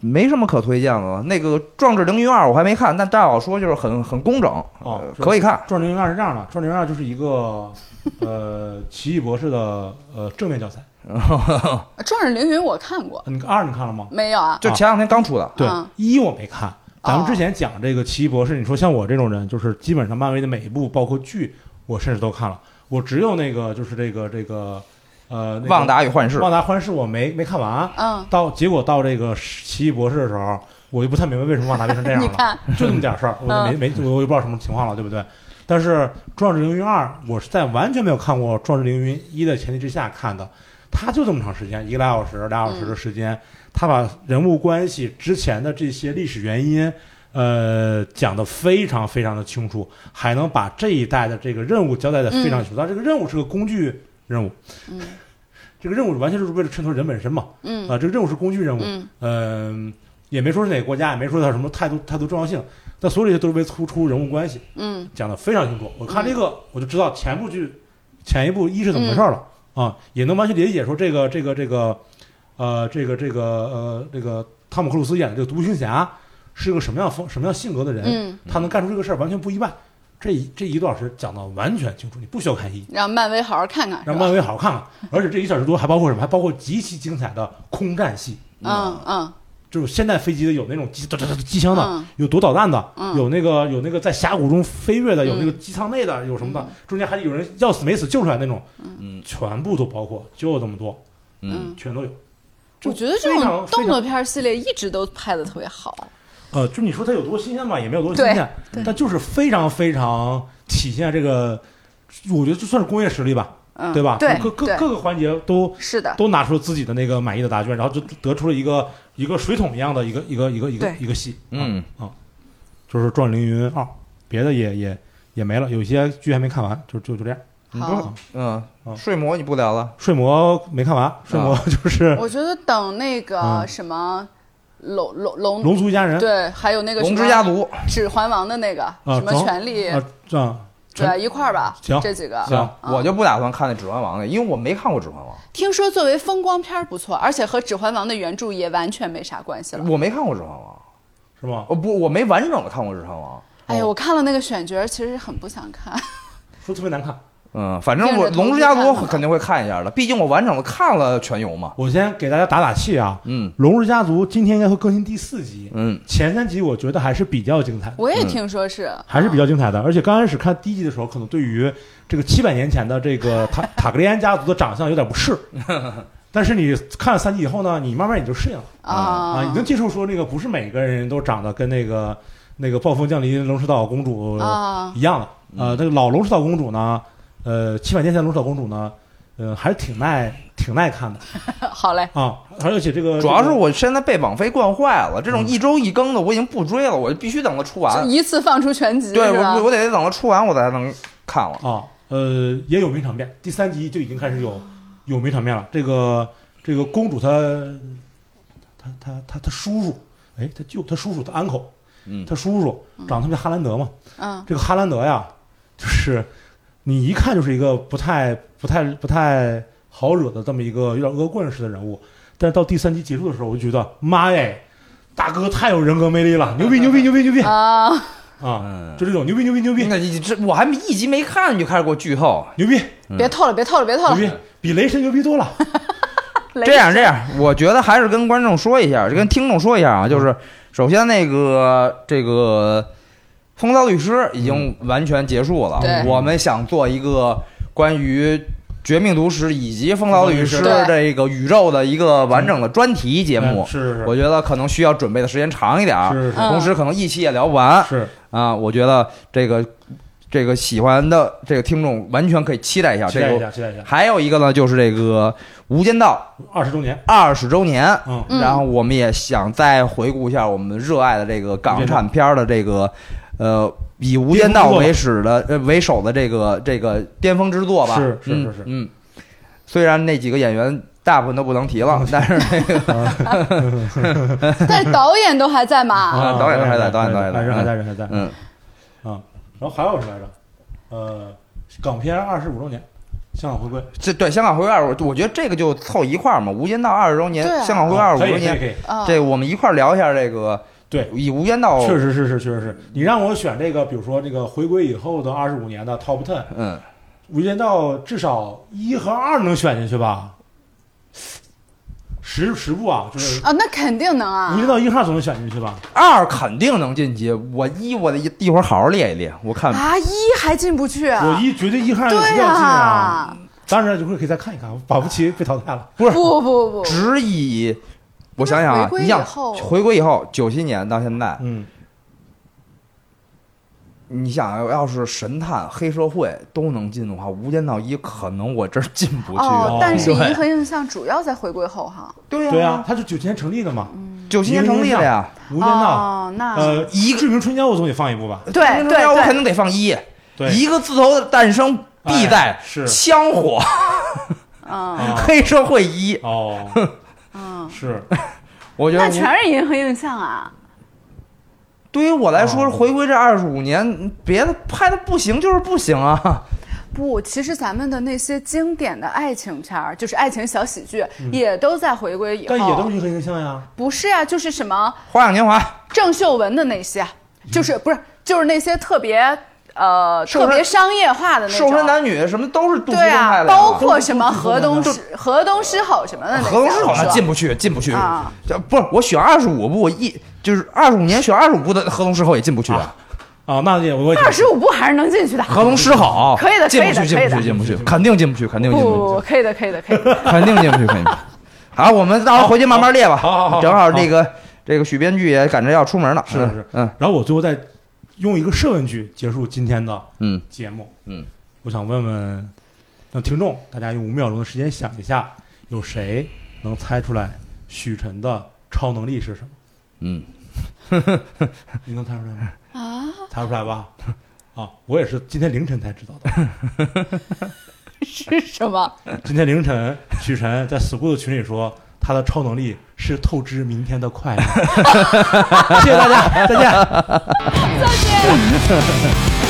S1: 没什么可推荐的了。那个《壮志凌云二》我还没看，但大伙说就是很很工整，
S3: 哦
S1: 呃
S3: 是
S1: 可以看。
S3: 壮志凌云二》是这样的，《壮志凌云二》就是一个呃奇异博士的呃正面教材。呃
S2: 《壮啊志凌云》我看过，
S3: 你二你看了吗？
S2: 没有啊？
S1: 就前两天刚出的，
S3: 对
S2: 嗯，
S3: 一我没看。咱们之前讲这个奇异博士，你说像我这种人，就是基本上漫威的每一部，包括剧，我甚至都看了。我只有那个就是这个这个呃，那个
S1: 旺达与幻视》
S3: 旺达幻视我没没看完。啊
S2: 嗯，
S3: 到结果到这个奇异博士的时候，我就不太明白为什么旺达变成这样
S2: 你
S3: 了。
S2: 看，
S3: 就这么点事儿，我就没没我也不知道什么情况了，对不对？但是《壮志凌云二》，我是在完全没有看过《壮志凌云一》的前提之下看的，它就这么长时间，一个来小时、俩小时的时间，他把人物关系之前的这些历史原因，呃，讲得非常非常的清楚，还能把这一代的这个任务交代得非常清楚。但这个任务是个工具任务，
S2: 嗯
S3: 这个任务完全就是为了衬托人本身嘛，啊、
S2: 嗯
S3: 这个任务是工具任务，
S2: 嗯
S3: 嗯，也没说是哪个国家，也没说它什么态度态度重要性，但所有这些都是为突出人物关系，
S2: 嗯
S3: 讲的非常清楚。我看这个，我就知道前部剧前一部一是怎么回事了、啊，也能完全理解说这个这个这个呃这个这个呃这个汤姆克鲁斯演的这个独行侠是个什么样风什么样性格的人，
S2: 嗯，
S3: 他能干出这个事儿完全不意外。这一这一个多小时讲的完全清楚，你不需要看一，
S2: 让漫威好好看看，
S3: 让
S2: 是
S3: 漫
S2: 吧？
S3: 威好好看看。而且这一小时多还包括什么？还包括极其精彩的空战戏。
S2: 嗯嗯
S3: 就是现代飞机的有那种机哒哒哒机枪的，
S2: 嗯
S3: 有躲导弹的，
S2: 嗯
S3: 有那个有那个在峡谷中飞跃的，有那个
S2: 嗯
S3: 机舱内的，有什么的，中间还有人要死没死救出来那种，
S1: 嗯
S3: 全部都包括，就这么多，
S2: 嗯，
S3: 全都有。就
S2: 我觉得这
S3: 非
S2: 种动
S3: 常
S2: 作
S3: 非常
S2: 片儿系列一直都拍的特别好。
S3: 呃，就你说它有多新鲜吧，也没有多新鲜，
S2: 对对
S3: 但就是非常非常体现这个，我觉得就算是工业实力吧，
S2: 嗯，
S3: 对吧？
S2: 对，
S3: 各各
S2: 对
S3: 各个环节都
S2: 是的，
S3: 都拿出了自己的那个满意的答卷，然后就得出了一个一个水桶一样的一个一个一个一个
S2: 对
S3: 一个戏，
S1: 嗯
S3: 就是《壮志凌云二》，别的也也也没了，有些剧还没看完，就就就这样。
S2: 好。
S1: 嗯，
S3: 哦
S1: 睡魔你不聊了？
S3: 睡魔没看完，睡魔 就是
S2: 我觉得等那个
S3: 嗯
S2: 什么龙龙
S3: 《
S2: 龙，
S3: 龙族一家人》
S2: 对，还有那个
S1: 龙
S2: 什
S1: 之
S2: 么
S1: 家族，
S2: 指环王的那个
S3: 啊
S2: 什么
S3: 装
S2: 权力，
S3: 啊，这样
S2: 对，一块儿吧。
S3: 行
S2: 这几个
S3: 行
S2: 啊
S1: 我就不打算看那《指环王》了，因为我没看过《指环王
S2: 听说作为风光片儿不错，而且和《指环王》的原著也完全没啥关系》，
S3: 嗯
S2: 了。
S1: 我没看过《指环王》，
S3: 是吗？
S1: 哦不，我没完整的看过《指环王》。
S2: 哎呀，我看了那个选角儿，其实很不想看。
S3: 说特别难看。
S1: 嗯，反正
S2: 这
S1: 我
S2: 个
S1: 《
S2: 是同
S1: 龙之
S2: 时
S1: 家族
S2: 看的》吗
S1: 肯定会看一下的，毕竟我完整的看了全游嘛。
S3: 我先给大家打打气啊，
S1: 嗯
S3: 《龙之家族》今天应该会更新第四集，
S1: 嗯
S3: 前三集我觉得还是比较精彩的。
S2: 我也听说是，
S3: 还是比较精彩的，而且刚开始看第一集的时候，可能对于这个七百年前的这个塔 塔格利安家族的长相有点不适，但是你看了三集以后呢，你慢慢你就适应了。
S2: 啊
S3: 啊，你能接受说那个不是每个人都长得跟那个那个暴风降临龙之岛公主
S2: 啊
S3: 一样的？
S1: 嗯
S3: 呃，那个老龙之岛公主呢，呃，七百年前的龙之岛公主呢，呃，还是挺耐挺耐看的
S2: 好嘞，
S3: 啊，而且这个
S1: 主要是
S3: 这个
S1: 我现在被网飞惯坏了，这种一周一更的我已经不追了，我就必须等它出
S2: 就
S1: 完。
S2: 一次放出全集，
S1: 对
S2: 是吧
S1: 我，我得等它出完我才能看 了。
S3: 啊，呃，也有名场面，第三集就已经开始有有名场面了。这个这个公主她她她她她叔叔，哎，她舅她叔叔她 uncle，
S1: 嗯
S3: 她叔叔长得特别哈兰德嘛，
S2: 嗯
S3: 这个哈兰德呀，就是你一看就是一个不太、不太、不太好惹的这么一个有点恶棍似的人物。但是到第三集结束的时候，我就觉得妈耶，大哥太有人格魅力了，牛逼牛逼牛逼牛逼
S2: 啊，
S3: 啊！就这种牛逼牛逼牛逼
S1: 那你这我还一集没看你就开始给我剧透，
S3: 牛逼
S1: 嗯
S2: 别透了，别透了，别透
S3: 牛
S2: 了，
S3: 逼，比雷神牛逼多了。
S2: 雷
S1: 这样这样，我觉得还是跟观众说一下，就跟听众说一下啊，就是首先那个这个风骚律师已经完全结束了。
S2: 对
S1: 我们想做一个关于《绝命毒师》以及风骚律师
S2: 风骚律师
S1: 这个宇宙的一个完整的专题节目。
S3: 嗯是是
S1: 我觉得可能需要准备的时间长一点儿，
S3: 是是
S1: 同时可能一期也聊不完
S3: 是
S1: 啊。我觉得这个这个喜欢的这个听众完全可以期待一下
S3: 是，
S1: 这
S3: 期待一
S1: 个。
S3: 下，期待一下，
S1: 还有一个呢，就是这个《无间道
S3: 二十周年》，
S1: 二十周年，
S3: 嗯，
S2: 嗯
S1: 然后我们也想再回顾一下我们热爱的这个港
S3: 无间道
S1: 产片儿的这个，呃，以《无间道》为始的呃为首的这个这个巅峰之作吧。
S3: 是是
S1: 嗯
S3: 是是
S1: 嗯。虽然那几个演员大部分都不能提
S3: 嗯
S1: 了，但是那个
S2: 但是导演都还在嘛？
S1: 啊
S3: 啊，
S1: 导演还在导演
S3: 还
S1: 导演
S3: 人还
S1: 还
S3: 在，人还在，
S1: 嗯，
S3: 然后还有什么来着？呃，港片二十五周年，香港回归，
S1: 这对香港回归二十五，我觉得这个就凑一块儿嘛，《无间道》二十周年，
S2: 对啊
S1: 香港回归二十
S3: 哦可
S1: 五
S3: 以
S1: 周
S3: 可以
S1: 年，
S3: 可以，
S2: 啊，
S1: 这个我们一块儿聊一下这个
S3: 对
S1: 以《无间道》
S3: 确实是是确实是你让我选这个，比如说这个回归以后的二十五年的 Top Ten，《
S1: 嗯。
S3: 无间道》至少一和二能选进去吧？十十部啊，就是《
S2: 啊，那肯定能啊
S3: 无。间道》一和二总能选进去吧？
S1: 二肯定能晋级，我一我得一一会儿好好列一列，我看
S2: 啊，一还进不去啊？
S3: 我一绝对一和二一定要
S2: 对
S3: 进啊！
S2: 啊，
S3: 当然，一会儿可以再看一看，保不齐被淘汰了。
S1: 不是
S2: 不不不，
S1: 只以我想想
S2: 回
S1: 啊，
S2: 归
S1: 你想
S2: 以后
S1: 回归以后九七年到现在，
S3: 嗯，
S1: 你想要是神探、黑社会都能进的话，《无间道一》可能我真儿进不去。
S2: 哦，但是
S1: 对
S2: 银河印象主要在回归后哈。
S1: 对嗯呀
S3: 对啊，，它是九七年成立的嘛，
S1: 九七年成立了呀，
S3: 《无间道》
S2: 哦，那
S3: 呃，一个《志明春娇》我总得放一部吧？
S2: 对
S1: 中
S2: 对
S1: 间我肯
S2: 对，
S1: 定得放一，
S3: 对，
S1: 一个字头的诞生必在
S3: 哎是
S1: 枪火、
S2: 嗯
S3: 啊
S1: 黑社会一，
S3: 哦，
S2: 嗯，
S3: 是
S1: 我觉得
S2: 那
S1: 无
S2: 全是银河印象啊。
S1: 对于我来说，
S3: 哦
S1: 回归这二十五年，别的拍的不行就是不行啊。
S2: 不，其实咱们的那些经典的爱情片儿，就是爱情小喜剧，也都在回归以后。
S3: 但也都是银河印象呀。
S2: 不是啊，就是什么
S1: 花样年华，
S2: 郑秀文的那些，就是不是就是那些特别呃
S1: 瘦身
S2: 特别商业化的那
S1: 瘦身
S2: 种。
S1: 男女什么都是杜琪
S2: 对
S1: 峰拍
S2: 啊，
S1: 的呀，
S2: 包括什么河东
S1: 都
S2: 狮河东狮吼什么的那些，
S1: 河东狮吼
S2: 我
S1: 那
S2: 说
S1: 进不去，进不去
S2: 啊。
S1: 这不是我选二十五部，我一就是二十五年选二十五部的河东狮吼也进不去，
S3: 啊啊，那也我也
S2: 二十五步还是能进去的。
S1: 河东狮吼
S2: 可以的
S1: 进不
S2: 可
S1: 去，
S2: 以
S1: 进不
S2: 的可以
S1: 去，
S2: 的
S1: 进不去，肯定进不去，肯定
S2: 不
S1: 进
S2: 不
S1: 不
S2: 不，可以的，可以的，可以的。
S1: 去，肯定进不去，肯定进不去。好，我们到时候回去慢慢列吧。
S3: 好好好好
S1: 正好这个这个许编剧也赶着要出门了，
S3: 是是是
S1: 嗯
S3: 然后我最后再用一个设问句结束今天的
S1: 嗯
S3: 节目。
S1: 嗯，
S3: 我想问问让听众，大家用五秒钟的时间想一下，有谁能猜出来许晨的超能力是什么？
S1: 嗯，
S3: 你能猜出来吗？
S2: 啊，
S3: 猜不出来吧？啊，我也是今天凌晨才知道的。
S2: 是什么？
S3: 今天凌晨，许晨在 school 的群里说。他的超能力是透支明天的快乐。谢谢大家，再见。
S2: 再
S7: Dame
S2: 见。